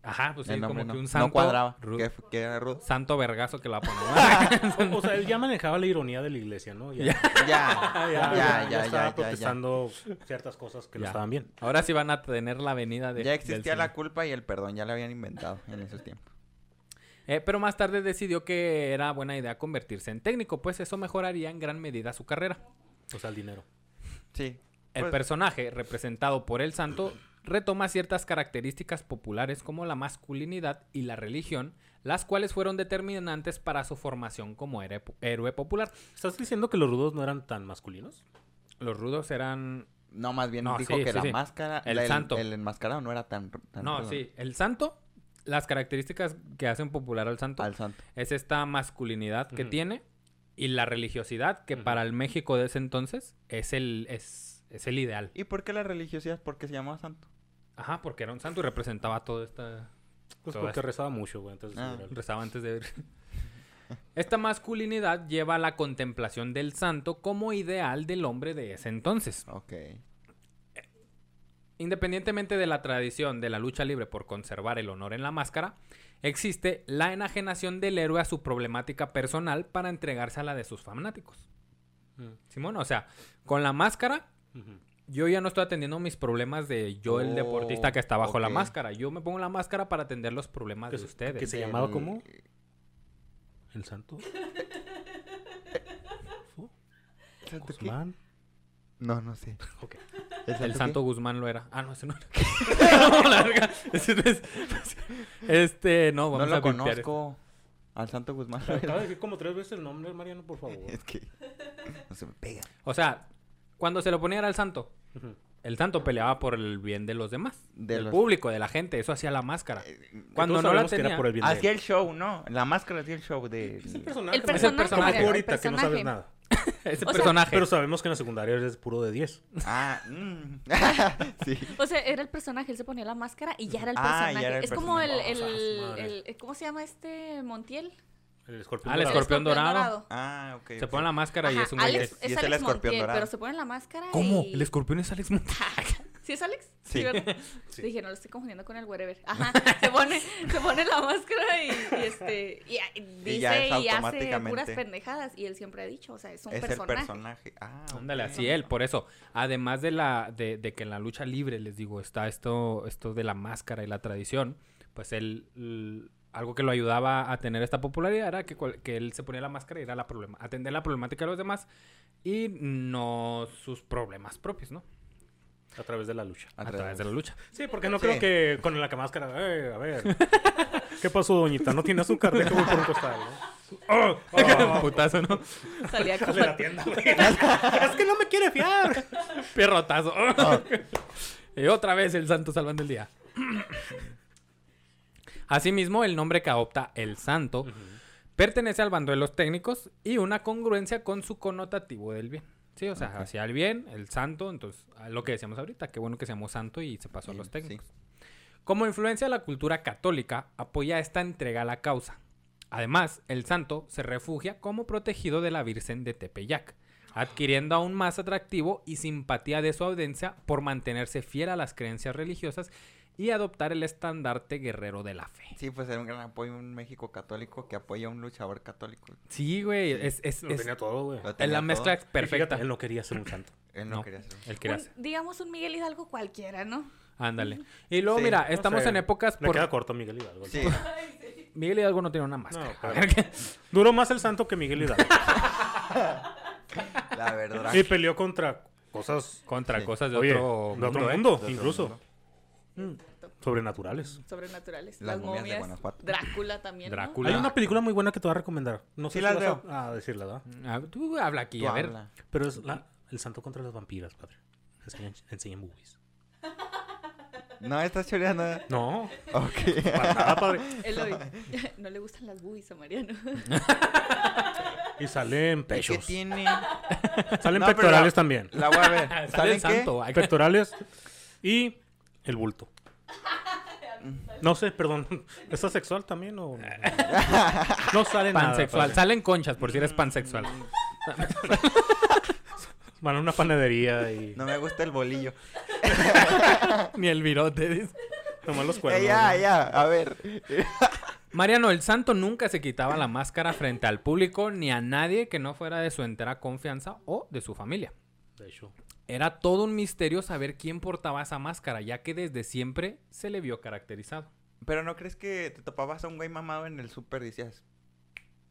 [SPEAKER 1] Ajá, pues sí,
[SPEAKER 3] el nombre
[SPEAKER 1] como
[SPEAKER 3] no,
[SPEAKER 1] que un
[SPEAKER 3] no
[SPEAKER 1] santo
[SPEAKER 3] cuadraba.
[SPEAKER 1] rudo.
[SPEAKER 3] Que, fu- que era rudo.
[SPEAKER 1] Santo vergazo que la poner.
[SPEAKER 2] O, o sea, él ya manejaba la ironía de la iglesia, ¿no? Ya,
[SPEAKER 3] Ya, ya, ya, ya, ya,
[SPEAKER 2] estaba
[SPEAKER 3] ya, ya,
[SPEAKER 2] protestando ciertas cosas que no
[SPEAKER 1] Ya.
[SPEAKER 2] estaban bien.
[SPEAKER 1] Ahora sí van a tener la avenida de
[SPEAKER 3] Ya
[SPEAKER 1] del
[SPEAKER 3] existía
[SPEAKER 1] Señor.
[SPEAKER 3] la culpa y el perdón, ya la habían inventado en esos tiempos.
[SPEAKER 1] Eh, pero más tarde decidió que era buena idea convertirse en técnico, pues eso mejoraría en gran medida su carrera.
[SPEAKER 2] O sea, el dinero.
[SPEAKER 3] Sí.
[SPEAKER 1] El
[SPEAKER 3] Pues-
[SPEAKER 1] personaje, representado por el santo, retoma ciertas características populares como la masculinidad y la religión, las cuales fueron determinantes para su formación como here- héroe popular.
[SPEAKER 2] ¿Estás diciendo que los rudos no eran tan masculinos?
[SPEAKER 1] Los rudos eran...
[SPEAKER 3] No, más bien
[SPEAKER 1] No,
[SPEAKER 3] dijo
[SPEAKER 1] sí,
[SPEAKER 3] que
[SPEAKER 1] sí,
[SPEAKER 3] la
[SPEAKER 1] sí.
[SPEAKER 3] máscara,
[SPEAKER 1] El
[SPEAKER 3] la-
[SPEAKER 1] santo.
[SPEAKER 3] el enmascarado no era tan, tan
[SPEAKER 1] no,
[SPEAKER 3] rudo.
[SPEAKER 1] sí, el santo, las características que hacen popular al santo
[SPEAKER 3] Al santo.
[SPEAKER 1] es esta masculinidad que
[SPEAKER 2] Ujú.
[SPEAKER 1] tiene y la religiosidad, que
[SPEAKER 2] Ujú.
[SPEAKER 1] para el México de ese entonces es el, es, es el ideal.
[SPEAKER 3] ¿Y por qué la religiosidad? Porque se llamaba santo.
[SPEAKER 1] Ajá, porque era un santo y representaba todo esta...
[SPEAKER 2] Pues
[SPEAKER 1] Todas.
[SPEAKER 2] porque rezaba mucho, güey. Entonces,
[SPEAKER 3] Ah.
[SPEAKER 2] era el-
[SPEAKER 1] Rezaba antes de ver. Esta masculinidad lleva a la contemplación del santo como ideal del hombre de ese entonces.
[SPEAKER 3] Ok.
[SPEAKER 1] Independientemente de la tradición de la lucha libre por conservar el honor en la máscara, existe la enajenación del héroe a su problemática personal para entregarse a la de sus fanáticos.
[SPEAKER 2] Mm.
[SPEAKER 1] Simón, o sea, con la máscara
[SPEAKER 2] Ujú.
[SPEAKER 1] yo ya no estoy atendiendo mis problemas de yo el
[SPEAKER 3] Oh,
[SPEAKER 1] deportista que está bajo la
[SPEAKER 3] ok.
[SPEAKER 1] máscara. Yo me pongo la máscara para atender los problemas
[SPEAKER 2] Que
[SPEAKER 1] de
[SPEAKER 2] se-
[SPEAKER 1] ustedes.
[SPEAKER 2] que se
[SPEAKER 3] Del-
[SPEAKER 2] llamaba como el santo. Fu-
[SPEAKER 3] ¿Santo qué?
[SPEAKER 2] Guzmán.
[SPEAKER 3] No, no sé.
[SPEAKER 2] Ok.
[SPEAKER 1] El
[SPEAKER 3] qué?
[SPEAKER 1] santo Guzmán lo era. Ah, no, ese no era. No, la verga. Ese no es- Este, no,
[SPEAKER 3] No
[SPEAKER 1] vamos
[SPEAKER 3] lo
[SPEAKER 1] a limpiar.
[SPEAKER 3] conozco. Al santo Guzmán.
[SPEAKER 2] Acaba de decir como tres veces el nombre, Mariano, por favor.
[SPEAKER 3] es que no se me pega.
[SPEAKER 1] O sea, cuando se lo ponía era el santo,
[SPEAKER 2] Ujú.
[SPEAKER 1] el santo peleaba por el bien de los demás,
[SPEAKER 3] De
[SPEAKER 1] del
[SPEAKER 3] los-
[SPEAKER 1] público, de la gente. Eso hacía la máscara. Cuando
[SPEAKER 2] Eh, Todos
[SPEAKER 1] no la
[SPEAKER 2] sabemos que era
[SPEAKER 1] tenía,
[SPEAKER 2] por el bien de
[SPEAKER 3] Hacía
[SPEAKER 2] él.
[SPEAKER 3] el show, ¿no? La máscara hacía el show de...
[SPEAKER 2] Es el personaje.
[SPEAKER 4] El
[SPEAKER 2] güey.
[SPEAKER 1] personaje,
[SPEAKER 2] Como tú
[SPEAKER 1] el
[SPEAKER 2] ahorita, que no sabes
[SPEAKER 4] personaje.
[SPEAKER 2] nada.
[SPEAKER 1] Ese
[SPEAKER 4] O sea,
[SPEAKER 1] personaje.
[SPEAKER 2] Pero sabemos que en la secundaria eres puro de 10.
[SPEAKER 3] Ah, mm. sí.
[SPEAKER 4] O sea, era el personaje, él se ponía la máscara y ya era el
[SPEAKER 3] Ah,
[SPEAKER 4] personaje.
[SPEAKER 3] ya era el Ah,
[SPEAKER 4] es como el,
[SPEAKER 2] personaje.
[SPEAKER 4] el,
[SPEAKER 2] Oh, o sea, su madre.
[SPEAKER 4] el- ¿Cómo se llama este Montiel?
[SPEAKER 2] El escorpión.
[SPEAKER 1] Ah, el
[SPEAKER 2] dorado.
[SPEAKER 1] escorpión. dorado.
[SPEAKER 3] Ah, ok.
[SPEAKER 1] Se pone la máscara y
[SPEAKER 4] Ajá,
[SPEAKER 1] es un güey. que-
[SPEAKER 4] Alex,
[SPEAKER 3] Y
[SPEAKER 4] es
[SPEAKER 3] es el
[SPEAKER 4] Alex
[SPEAKER 3] escorpión
[SPEAKER 4] Montiel,
[SPEAKER 3] dorado.
[SPEAKER 4] pero se pone la máscara
[SPEAKER 1] ¿Cómo?
[SPEAKER 4] y-
[SPEAKER 1] ¿El escorpión es Alex Montiel?
[SPEAKER 4] ¿Sí es Alex?
[SPEAKER 3] Sí.
[SPEAKER 4] ¿verdad?
[SPEAKER 2] Sí.
[SPEAKER 4] Dije, no lo estoy confundiendo con el wherever. Ajá, se pone, se pone la máscara y, y este y, a- dice y,
[SPEAKER 3] ya es
[SPEAKER 4] hace
[SPEAKER 3] automáticamente.
[SPEAKER 4] puras pendejadas y él siempre ha dicho, o sea, es un
[SPEAKER 3] Es
[SPEAKER 4] personaje.
[SPEAKER 3] el personaje. Ah, ok.
[SPEAKER 1] Ándale, así él, pues, por eso. Además de la, de, de que en la lucha libre, les digo, está esto, esto de la máscara y la tradición, pues él, l- algo que lo ayudaba a tener esta popularidad era que, cual- que él se ponía la máscara y era la problema, atender la problemática de los demás y no sus problemas propios, ¿no?
[SPEAKER 2] A través de la lucha.
[SPEAKER 1] A través de la lucha.
[SPEAKER 2] Sí, porque no
[SPEAKER 3] Sí.
[SPEAKER 2] creo que con la máscara. "Eh, a ver. ¿Qué pasó, doñita? ¿No tiene azúcar? Deja voy por un costal, ¿no? ¡Oh! ¡Oh!
[SPEAKER 1] Putazo, ¿no?
[SPEAKER 4] Salía
[SPEAKER 2] Sale
[SPEAKER 4] con
[SPEAKER 2] de la tienda, güey. Es que no me quiere fiar.
[SPEAKER 1] Perrotazo.
[SPEAKER 3] Ah.
[SPEAKER 1] y otra vez el santo salvando el día. Asimismo, el nombre que adopta el santo pertenece al bando de los técnicos y una congruencia con su connotativo del bien. Sí, o sea,
[SPEAKER 3] Ok.
[SPEAKER 1] hacia el bien, el santo, entonces, a lo que decíamos ahorita, qué bueno que seamos santo y se pasó a
[SPEAKER 3] Sí,
[SPEAKER 1] los
[SPEAKER 3] sí.
[SPEAKER 1] técnicos. Como influencia de la cultura católica, apoya esta entrega a la causa. Además, el santo se refugia como protegido de la Virgen de Tepeyac, adquiriendo aún más atractivo y simpatía de su audiencia por mantenerse fiel a las creencias religiosas y adoptar el estandarte guerrero de la fe.
[SPEAKER 3] Sí, pues era un gran apoyo un México católico que apoya a un luchador católico.
[SPEAKER 1] Sí, güey, es, es,
[SPEAKER 2] Lo
[SPEAKER 1] es-
[SPEAKER 2] tenía todo, güey.
[SPEAKER 3] Lo
[SPEAKER 1] es
[SPEAKER 3] tenía
[SPEAKER 1] la
[SPEAKER 3] todo.
[SPEAKER 1] mezcla
[SPEAKER 2] Perfecto.
[SPEAKER 1] perfecta.
[SPEAKER 2] Él no quería ser un santo.
[SPEAKER 3] Él no,
[SPEAKER 1] No.
[SPEAKER 3] quería hacer.
[SPEAKER 1] Él quería
[SPEAKER 4] Un-
[SPEAKER 1] ser.
[SPEAKER 4] digamos un Miguel Hidalgo cualquiera, ¿no?
[SPEAKER 1] Ándale. Y luego,
[SPEAKER 3] Sí,
[SPEAKER 1] mira,
[SPEAKER 3] no
[SPEAKER 1] estamos
[SPEAKER 2] sé,
[SPEAKER 1] en épocas
[SPEAKER 2] Le queda
[SPEAKER 1] por...
[SPEAKER 2] corto a Miguel Hidalgo.
[SPEAKER 3] Sí,
[SPEAKER 1] Miguel Hidalgo no tiene una
[SPEAKER 2] No,
[SPEAKER 1] máscara.
[SPEAKER 2] pero- Duró más el santo que Miguel Hidalgo.
[SPEAKER 3] la verdad.
[SPEAKER 2] y peleó contra cosas
[SPEAKER 1] Contra
[SPEAKER 3] Sí.
[SPEAKER 1] cosas de
[SPEAKER 2] oye,
[SPEAKER 1] otro
[SPEAKER 2] de otro
[SPEAKER 1] mundo, ¿eh?
[SPEAKER 2] mundo,
[SPEAKER 3] otro
[SPEAKER 2] incluso.
[SPEAKER 3] mundo.
[SPEAKER 2] Mm, Sobrenaturales.
[SPEAKER 4] Sobrenaturales.
[SPEAKER 3] Las
[SPEAKER 4] Las,
[SPEAKER 3] momias de
[SPEAKER 4] momias.
[SPEAKER 3] Guanajuato.
[SPEAKER 4] Drácula también. ¿no?
[SPEAKER 1] Drácula.
[SPEAKER 2] Hay una película muy buena que te voy a recomendar. No sé
[SPEAKER 3] Sí
[SPEAKER 2] si
[SPEAKER 3] la
[SPEAKER 2] vas
[SPEAKER 3] veo.
[SPEAKER 2] a, a decirla, ¿verdad?
[SPEAKER 1] Ah, tú habla aquí,
[SPEAKER 3] Tú
[SPEAKER 1] a ver.
[SPEAKER 3] habla.
[SPEAKER 2] Pero es la- El Santo contra las vampiras, padre. Enseñan, enseñan movies.
[SPEAKER 3] No, estás choreando.
[SPEAKER 2] No,
[SPEAKER 3] Ok.
[SPEAKER 2] para nada, padre.
[SPEAKER 4] Él lo- no le gustan las boobies a Mariano.
[SPEAKER 2] Y salen
[SPEAKER 3] ¿Qué
[SPEAKER 2] pechos.
[SPEAKER 3] tiene?
[SPEAKER 2] Salen
[SPEAKER 3] No, pero
[SPEAKER 2] pectorales
[SPEAKER 3] la-
[SPEAKER 2] también.
[SPEAKER 3] La voy a ver.
[SPEAKER 1] Sale
[SPEAKER 3] ¿Salen
[SPEAKER 1] el
[SPEAKER 3] qué?
[SPEAKER 1] santo. ay,
[SPEAKER 2] Pectorales y el bulto. No sé, perdón. ¿Está sexual también o...? no? No sale nada.
[SPEAKER 1] Pansexual.
[SPEAKER 2] padre.
[SPEAKER 1] Salen conchas por si
[SPEAKER 3] Mm.
[SPEAKER 1] eres pansexual.
[SPEAKER 2] Van a una panadería y...
[SPEAKER 3] No me gusta el bolillo.
[SPEAKER 1] Ni el virote. dice.
[SPEAKER 2] Nomás los cuernos.
[SPEAKER 3] Eh, ya,
[SPEAKER 2] ¿no?
[SPEAKER 3] ya, a ver.
[SPEAKER 1] Mariano, el santo nunca se quitaba la máscara frente al público ni a nadie que no fuera de su entera confianza o de su familia.
[SPEAKER 2] De hecho.
[SPEAKER 1] Era todo un misterio saber quién portaba esa máscara, ya que desde siempre se le vio caracterizado.
[SPEAKER 3] Pero no crees que te topabas a un güey mamado en el súper y decías,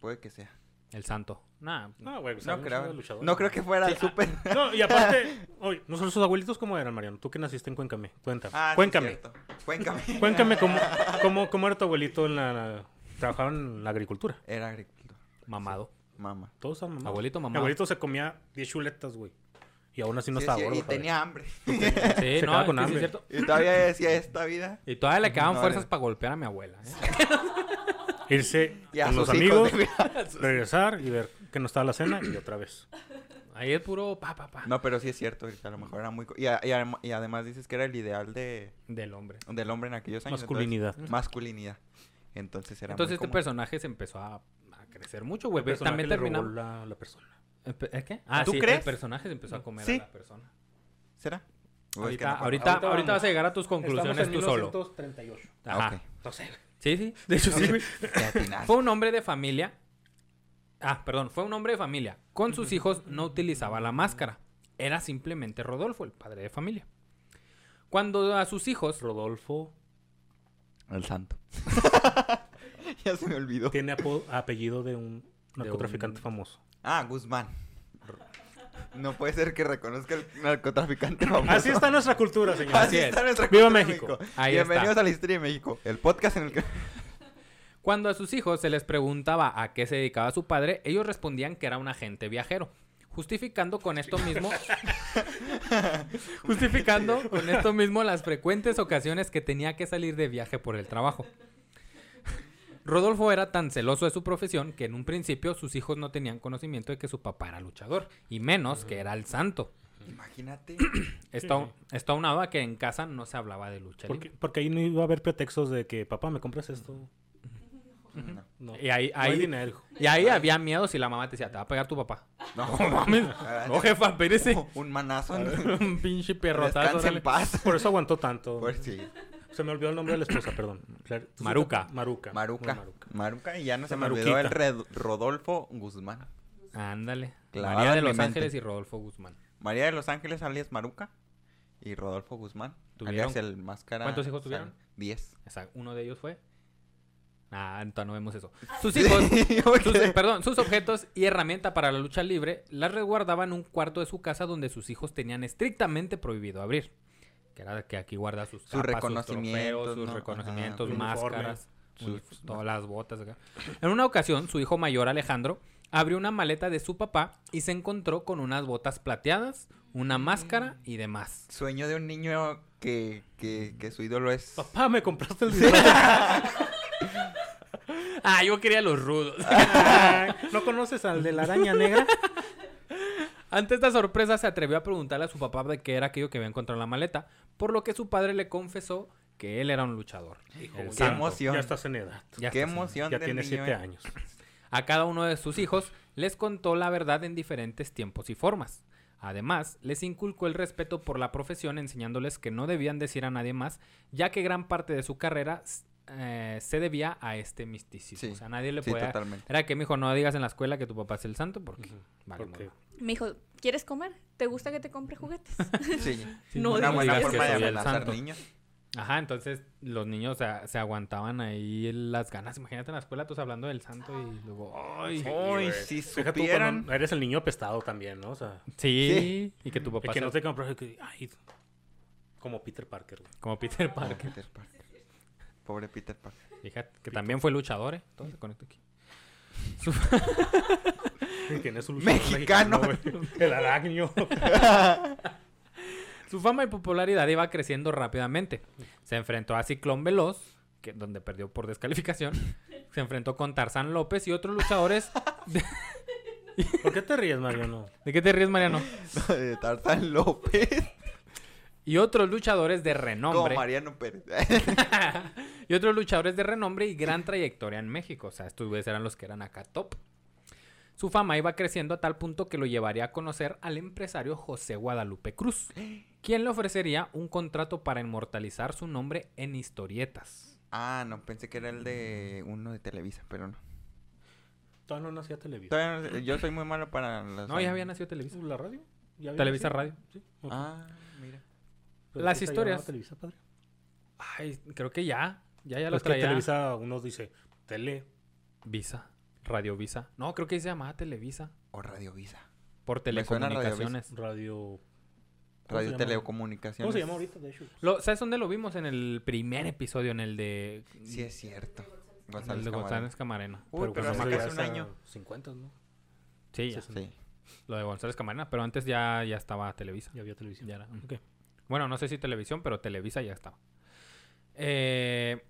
[SPEAKER 3] puede que sea.
[SPEAKER 1] El santo. Nah,
[SPEAKER 2] No, güey, pues,
[SPEAKER 3] No
[SPEAKER 2] salen
[SPEAKER 3] creo.
[SPEAKER 2] los luchadores.
[SPEAKER 3] No creo que fuera al súper.
[SPEAKER 2] No, y aparte, oye, nosotros sus abuelitos cómo eran, Mariano. Tú que naciste en Cuéncame, cuéntame.
[SPEAKER 3] Ah, sí,
[SPEAKER 2] cuéncame.
[SPEAKER 3] cierto. Cuéncame.
[SPEAKER 2] cuéncame cómo, cómo, cómo era tu abuelito en la, la- trabajaba en la agricultura.
[SPEAKER 3] Era agricultor.
[SPEAKER 1] mamado.
[SPEAKER 3] Mamá.
[SPEAKER 2] Todos estaban mamados.
[SPEAKER 1] Abuelito
[SPEAKER 2] Mi
[SPEAKER 1] mamado.
[SPEAKER 2] abuelito se comía 10 chuletas, güey. Y aún así no
[SPEAKER 3] Sí,
[SPEAKER 2] estaba
[SPEAKER 3] sí,
[SPEAKER 2] gordo.
[SPEAKER 3] y
[SPEAKER 2] padre.
[SPEAKER 3] tenía hambre.
[SPEAKER 1] Sí,
[SPEAKER 2] Se
[SPEAKER 1] no,
[SPEAKER 2] quedaba con
[SPEAKER 1] sí, sí,
[SPEAKER 2] hambre.
[SPEAKER 1] es cierto.
[SPEAKER 3] Y todavía decía esta vida.
[SPEAKER 1] Y todavía le quedaban
[SPEAKER 3] No,
[SPEAKER 1] fuerzas
[SPEAKER 3] no.
[SPEAKER 1] para golpear a mi abuela. ¿eh?
[SPEAKER 2] Irse
[SPEAKER 3] Y a
[SPEAKER 2] con
[SPEAKER 3] sus
[SPEAKER 2] los
[SPEAKER 3] hijos
[SPEAKER 2] amigos,
[SPEAKER 3] de-
[SPEAKER 2] regresar y ver que no estaba la cena y otra vez.
[SPEAKER 1] Ahí es puro pa, pa, pa.
[SPEAKER 3] No, pero sí es cierto, ahorita a lo mejor era muy... co- Y, a- y adem- y además dices que era el ideal de,
[SPEAKER 1] Del hombre.
[SPEAKER 3] del hombre en aquellos años. entonces-
[SPEAKER 2] Masculinidad.
[SPEAKER 3] masculinidad. Entonces era
[SPEAKER 1] Entonces
[SPEAKER 3] muy
[SPEAKER 1] este
[SPEAKER 3] común.
[SPEAKER 1] personaje se empezó a, a crecer mucho, güey.
[SPEAKER 2] El personaje
[SPEAKER 1] También
[SPEAKER 2] le robó
[SPEAKER 1] terminamos.
[SPEAKER 2] la, la persona.
[SPEAKER 1] Empe- ¿eh, ¿Qué? Ah,
[SPEAKER 3] ¿Tú
[SPEAKER 1] sí, el
[SPEAKER 3] crees?
[SPEAKER 1] personaje se empezó a comer
[SPEAKER 3] Sí.
[SPEAKER 1] a la persona.
[SPEAKER 3] ¿Será? O es
[SPEAKER 1] Ahorita,
[SPEAKER 3] que no me acuerdo.
[SPEAKER 1] ahorita,
[SPEAKER 2] Ahorita
[SPEAKER 1] ahita vas
[SPEAKER 2] vamos.
[SPEAKER 1] a llegar a tus conclusiones tú solo.
[SPEAKER 2] 1938.
[SPEAKER 1] Ajá.
[SPEAKER 3] Ah, Ok. Ah,
[SPEAKER 2] No sé.
[SPEAKER 1] Sí, sí. De hecho, sí, güey.
[SPEAKER 3] Te atinaste.
[SPEAKER 1] Fue un hombre de familia. Ah, perdón, fue un hombre de familia. Con sus hijos no utilizaba la máscara. Era simplemente Rodolfo, el padre de familia. Cuando a sus hijos.
[SPEAKER 2] Rodolfo
[SPEAKER 3] El santo. ya se me olvidó.
[SPEAKER 2] tiene apo- apellido de un narcotraficante
[SPEAKER 1] un-
[SPEAKER 2] famoso.
[SPEAKER 3] Ah, Guzmán. No puede ser que reconozca el narcotraficante famoso.
[SPEAKER 2] Así está nuestra cultura, señor.
[SPEAKER 1] Ah,
[SPEAKER 3] Así está nuestra
[SPEAKER 2] Viva
[SPEAKER 3] cultura de
[SPEAKER 2] México.
[SPEAKER 1] Ahí
[SPEAKER 3] Bienvenidos
[SPEAKER 1] está.
[SPEAKER 3] a la historia de México, el podcast en el que
[SPEAKER 1] Cuando a sus hijos se les preguntaba a qué se dedicaba su padre, ellos respondían que era un agente viajero. Justificando con esto mismo. justificando con esto mismo las frecuentes ocasiones que tenía que salir de viaje por el trabajo. Rodolfo era tan celoso de su profesión que en un principio sus hijos no tenían conocimiento de que su papá era luchador, y menos que era el santo.
[SPEAKER 3] Imagínate.
[SPEAKER 1] Esto, esto aunado a que en casa no se hablaba de lucha.
[SPEAKER 2] Porque,
[SPEAKER 1] libre.
[SPEAKER 2] porque ahí no iba a haber pretextos de que, papá, ¿me compras esto?
[SPEAKER 3] No.
[SPEAKER 2] No.
[SPEAKER 1] Y ahí,
[SPEAKER 2] No hay Ah.
[SPEAKER 1] ahí-
[SPEAKER 2] dinero.
[SPEAKER 1] y ahí había miedo si la mamá te decía, te va a pegar tu papá.
[SPEAKER 3] No,
[SPEAKER 1] No mames.
[SPEAKER 2] Ah.
[SPEAKER 1] No, jefa, espérese.
[SPEAKER 3] Ah, Un manazo.
[SPEAKER 1] Un pinche perrotazo.
[SPEAKER 3] Descansa
[SPEAKER 1] órale.
[SPEAKER 3] en paz.
[SPEAKER 2] Por eso aguantó tanto.
[SPEAKER 3] Por si.
[SPEAKER 2] Se me olvidó el nombre de la esposa, perdón. Claro, tú sí
[SPEAKER 1] Maruca.
[SPEAKER 2] te- Maruca.
[SPEAKER 3] Maruca.
[SPEAKER 2] No, Maruca.
[SPEAKER 3] Maruca y ya no se me
[SPEAKER 2] Maruquita.
[SPEAKER 3] olvidó el Red- Rodolfo Guzmán.
[SPEAKER 1] Ándale.
[SPEAKER 3] Clavada
[SPEAKER 1] María de
[SPEAKER 3] en mi
[SPEAKER 1] Los
[SPEAKER 3] mente.
[SPEAKER 1] Ángeles y Rodolfo Guzmán.
[SPEAKER 3] María de los Ángeles alias Maruca y Rodolfo Guzmán.
[SPEAKER 1] ¿Tuvieron?
[SPEAKER 3] Alias el máscara.
[SPEAKER 1] ¿Cuántos hijos tuvieron?
[SPEAKER 3] San- Diez.
[SPEAKER 1] O sea, uno de ellos fue. Ah, entonces no vemos eso. Sus hijos.
[SPEAKER 3] Yo me
[SPEAKER 1] sus-
[SPEAKER 3] quedé-
[SPEAKER 1] perdón, sus objetos y herramienta para la lucha libre las resguardaba en un cuarto de su casa donde sus hijos tenían estrictamente prohibido abrir. Que era que aquí guarda sus,
[SPEAKER 3] Sus
[SPEAKER 1] capas,
[SPEAKER 3] reconocimientos,
[SPEAKER 1] sus, trofeos, sus
[SPEAKER 3] ¿no?
[SPEAKER 1] reconocimientos,
[SPEAKER 2] Ajá.
[SPEAKER 1] máscaras,
[SPEAKER 3] Uniforme.
[SPEAKER 1] sus- pues, todas las botas. acá. En una ocasión, su hijo mayor Alejandro abrió una maleta de su papá y se encontró con unas botas plateadas, una máscara y demás.
[SPEAKER 3] Sueño de un niño que, que, que su ídolo es.
[SPEAKER 2] Papá, Ah, ¿me compraste el disfraz?
[SPEAKER 1] Ah, yo quería los rudos.
[SPEAKER 2] Ay, ¿No conoces al de la araña negra?
[SPEAKER 1] Ante esta sorpresa se atrevió a preguntarle a su papá de qué era aquello que había encontrado en la maleta, por lo que su padre le confesó que él era un luchador. pues, El
[SPEAKER 2] Qué
[SPEAKER 1] santo.
[SPEAKER 3] emoción.
[SPEAKER 2] Ya estás en edad.
[SPEAKER 1] Ya
[SPEAKER 3] Qué
[SPEAKER 1] estás,
[SPEAKER 3] emoción
[SPEAKER 2] Ya
[SPEAKER 3] del ¿eh?
[SPEAKER 2] tienes
[SPEAKER 3] niño,
[SPEAKER 2] 7
[SPEAKER 3] eh.
[SPEAKER 2] años.
[SPEAKER 1] A cada uno de sus hijos les contó la verdad en diferentes tiempos y formas. Además, les inculcó el respeto por la profesión enseñándoles que no debían decir a nadie más, ya que gran parte de su carrera eh, se debía a este misticismo.
[SPEAKER 3] Sí,
[SPEAKER 1] O sea, nadie le
[SPEAKER 3] Sí,
[SPEAKER 1] podía...
[SPEAKER 3] totalmente.
[SPEAKER 1] Era que me dijo, no digas en la escuela que tu papá es el santo porque...
[SPEAKER 2] Ujú.
[SPEAKER 1] vale,
[SPEAKER 2] Porque-
[SPEAKER 1] madre.
[SPEAKER 4] Me dijo, ¿quieres comer? ¿Te gusta que te compre juguetes?
[SPEAKER 3] Sí.
[SPEAKER 1] Sí,
[SPEAKER 4] No,
[SPEAKER 3] Una
[SPEAKER 4] digas
[SPEAKER 3] buena
[SPEAKER 4] que
[SPEAKER 3] forma de
[SPEAKER 1] soy el
[SPEAKER 3] amenazar
[SPEAKER 1] santo.
[SPEAKER 3] niños.
[SPEAKER 1] Ajá, entonces los niños se, se aguantaban ahí las ganas. Imagínate en la escuela, tú hablando del santo y luego... "Oh". ¡Ay!
[SPEAKER 3] Uy,
[SPEAKER 2] güey.
[SPEAKER 3] si
[SPEAKER 2] Deja tú
[SPEAKER 3] supieran.
[SPEAKER 2] cuando eres el niño apestado también, ¿no? O sea,
[SPEAKER 1] Sí, y que tu papá
[SPEAKER 2] el que
[SPEAKER 1] sea
[SPEAKER 2] no te compró, que, ay, como Peter Parker, güey.
[SPEAKER 1] como Peter
[SPEAKER 3] Pobre
[SPEAKER 1] Parker.
[SPEAKER 3] Peter Parker. Pobre Peter Parker.
[SPEAKER 1] Fíjate, que también fue luchador, ¿eh? Todo se conecta aquí.
[SPEAKER 2] Y Tiene su
[SPEAKER 3] Mexicano.
[SPEAKER 2] mexicano, güey. El arácnido.
[SPEAKER 1] Su fama y popularidad iba creciendo rápidamente. Se enfrentó a Ciclón Veloz, que, donde perdió por descalificación. Se enfrentó con Tarzán López y otros luchadores.
[SPEAKER 2] ¿Por qué te ríes, Mariano?
[SPEAKER 1] ¿De qué te ríes, Mariano?
[SPEAKER 3] De Tarzán López.
[SPEAKER 1] Y otros luchadores de
[SPEAKER 3] Como
[SPEAKER 1] renombre.
[SPEAKER 3] Mariano Pérez.
[SPEAKER 1] y otros luchadores de renombre y gran trayectoria en México. O sea, estos güeyes eran los que eran acá top. Su fama iba creciendo a tal punto que lo llevaría a conocer al empresario José Guadalupe Cruz, quien le ofrecería un contrato para inmortalizar su nombre en historietas.
[SPEAKER 3] Ah, no, pensé que era el de uno de Televisa, pero no.
[SPEAKER 2] Todavía no nacía Televisa.
[SPEAKER 3] Todavía no sé, yo soy muy malo para las.
[SPEAKER 1] No, ya había nacido Televisa.
[SPEAKER 2] ¿La radio? ¿Ya había
[SPEAKER 1] Televisa
[SPEAKER 2] nacido?
[SPEAKER 1] Radio.
[SPEAKER 2] Sí.
[SPEAKER 3] Ah, mira.
[SPEAKER 2] Pero
[SPEAKER 1] Las
[SPEAKER 2] sí se
[SPEAKER 1] historias.
[SPEAKER 2] llamaba Televisa, padre.
[SPEAKER 1] Ay, creo que ya. Ya, ya
[SPEAKER 2] Pero
[SPEAKER 1] lo
[SPEAKER 2] es Pues que
[SPEAKER 1] traía.
[SPEAKER 2] Televisa, uno dice tele.
[SPEAKER 1] Visa. Radio Visa. No, creo que se llamaba Televisa.
[SPEAKER 3] O Radiovisa.
[SPEAKER 1] Por
[SPEAKER 3] Me suena Radio Visa.
[SPEAKER 1] telecomunicaciones.
[SPEAKER 2] Radio. ¿Cómo se
[SPEAKER 3] Radio
[SPEAKER 2] llama?
[SPEAKER 3] Telecomunicaciones.
[SPEAKER 2] ¿Cómo se llama ahorita, de hecho?
[SPEAKER 1] Lo- ¿Sabes dónde lo vimos? En el primer episodio, en el de...
[SPEAKER 3] Sí, es cierto.
[SPEAKER 1] en el
[SPEAKER 3] González
[SPEAKER 1] de
[SPEAKER 3] Camarena.
[SPEAKER 1] González Camarena.
[SPEAKER 3] Uy, pero,
[SPEAKER 2] pues,
[SPEAKER 3] hace
[SPEAKER 2] eso ya
[SPEAKER 3] casi un
[SPEAKER 2] es a
[SPEAKER 3] año.
[SPEAKER 2] 50, ¿no?
[SPEAKER 1] Sí, ya.
[SPEAKER 2] Sí,
[SPEAKER 3] Sí.
[SPEAKER 1] Lo de González Camarena, pero antes ya, ya estaba Televisa.
[SPEAKER 2] Ya había televisión.
[SPEAKER 1] Ya era. ujú.
[SPEAKER 2] Ok.
[SPEAKER 1] Bueno, no sé si televisión, pero Televisa ya estaba. Eh,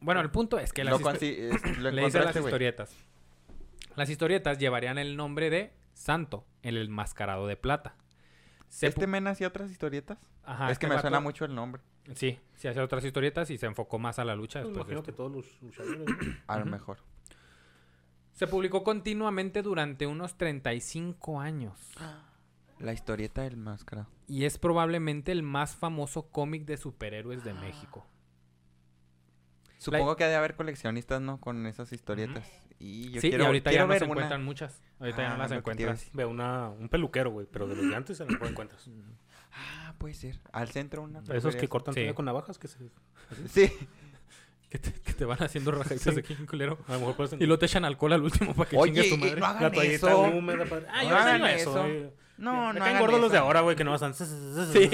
[SPEAKER 1] bueno, el punto es que las
[SPEAKER 3] Lo,
[SPEAKER 1] histo-
[SPEAKER 3] consi- es- lo
[SPEAKER 1] le hice las
[SPEAKER 3] encontraste, güey.
[SPEAKER 1] historietas. Las historietas llevarían el nombre de Santo, el enmascarado de plata. Se
[SPEAKER 3] ¿Este
[SPEAKER 1] pu-
[SPEAKER 3] men hacía otras historietas?
[SPEAKER 1] Ajá,
[SPEAKER 3] es
[SPEAKER 1] este
[SPEAKER 3] que me
[SPEAKER 1] vato-
[SPEAKER 3] suena mucho el nombre.
[SPEAKER 1] Sí, se hacía otras historietas y se enfocó más a la lucha
[SPEAKER 2] Me
[SPEAKER 1] después de
[SPEAKER 2] pues, imagino
[SPEAKER 1] esto.
[SPEAKER 2] que todos los luchadores. ¿no?
[SPEAKER 3] A lo
[SPEAKER 1] Ujú.
[SPEAKER 3] mejor.
[SPEAKER 1] Se publicó continuamente durante unos 35 años.
[SPEAKER 3] Ah. La historieta del máscara.
[SPEAKER 1] Y es probablemente el más famoso cómic de superhéroes
[SPEAKER 3] Ah.
[SPEAKER 1] de México.
[SPEAKER 3] Supongo que ha de haber coleccionistas, ¿no? Con esas historietas. Y yo
[SPEAKER 1] sí,
[SPEAKER 3] quiero,
[SPEAKER 1] y ahorita
[SPEAKER 3] quiero
[SPEAKER 1] ya no
[SPEAKER 3] ver
[SPEAKER 1] se
[SPEAKER 3] una.
[SPEAKER 1] encuentran muchas. Ahorita ya
[SPEAKER 3] Ah,
[SPEAKER 1] no las
[SPEAKER 3] lo que te iba a
[SPEAKER 1] encuentras.
[SPEAKER 3] decir.
[SPEAKER 2] Ve una, un peluquero, güey, pero de los de antes se lo encuentras.
[SPEAKER 3] Mm, Ah, puede ser. Al centro una.
[SPEAKER 2] Esos que
[SPEAKER 3] peluquería.
[SPEAKER 2] cortan
[SPEAKER 1] Sí.
[SPEAKER 2] tela con navajas que se.
[SPEAKER 3] Sí.
[SPEAKER 1] Que te, que te van haciendo rajaditas
[SPEAKER 2] Sí.
[SPEAKER 1] aquí, culero.
[SPEAKER 2] A lo mejor puedes.
[SPEAKER 1] Y lo te echan alcohol al último para que
[SPEAKER 3] Oye,
[SPEAKER 1] chingues tu
[SPEAKER 3] y-
[SPEAKER 1] madre.
[SPEAKER 3] no
[SPEAKER 2] la
[SPEAKER 3] hagan
[SPEAKER 2] toallita
[SPEAKER 3] eso.
[SPEAKER 2] húmeda para. Ah, yo
[SPEAKER 3] No hagan
[SPEAKER 2] no eso.
[SPEAKER 3] eso.
[SPEAKER 2] eh.
[SPEAKER 3] No,
[SPEAKER 2] Me
[SPEAKER 3] no
[SPEAKER 2] caen
[SPEAKER 3] hagan
[SPEAKER 2] gordos los de
[SPEAKER 3] eso.
[SPEAKER 2] ahora, güey, que no están.
[SPEAKER 1] Sí.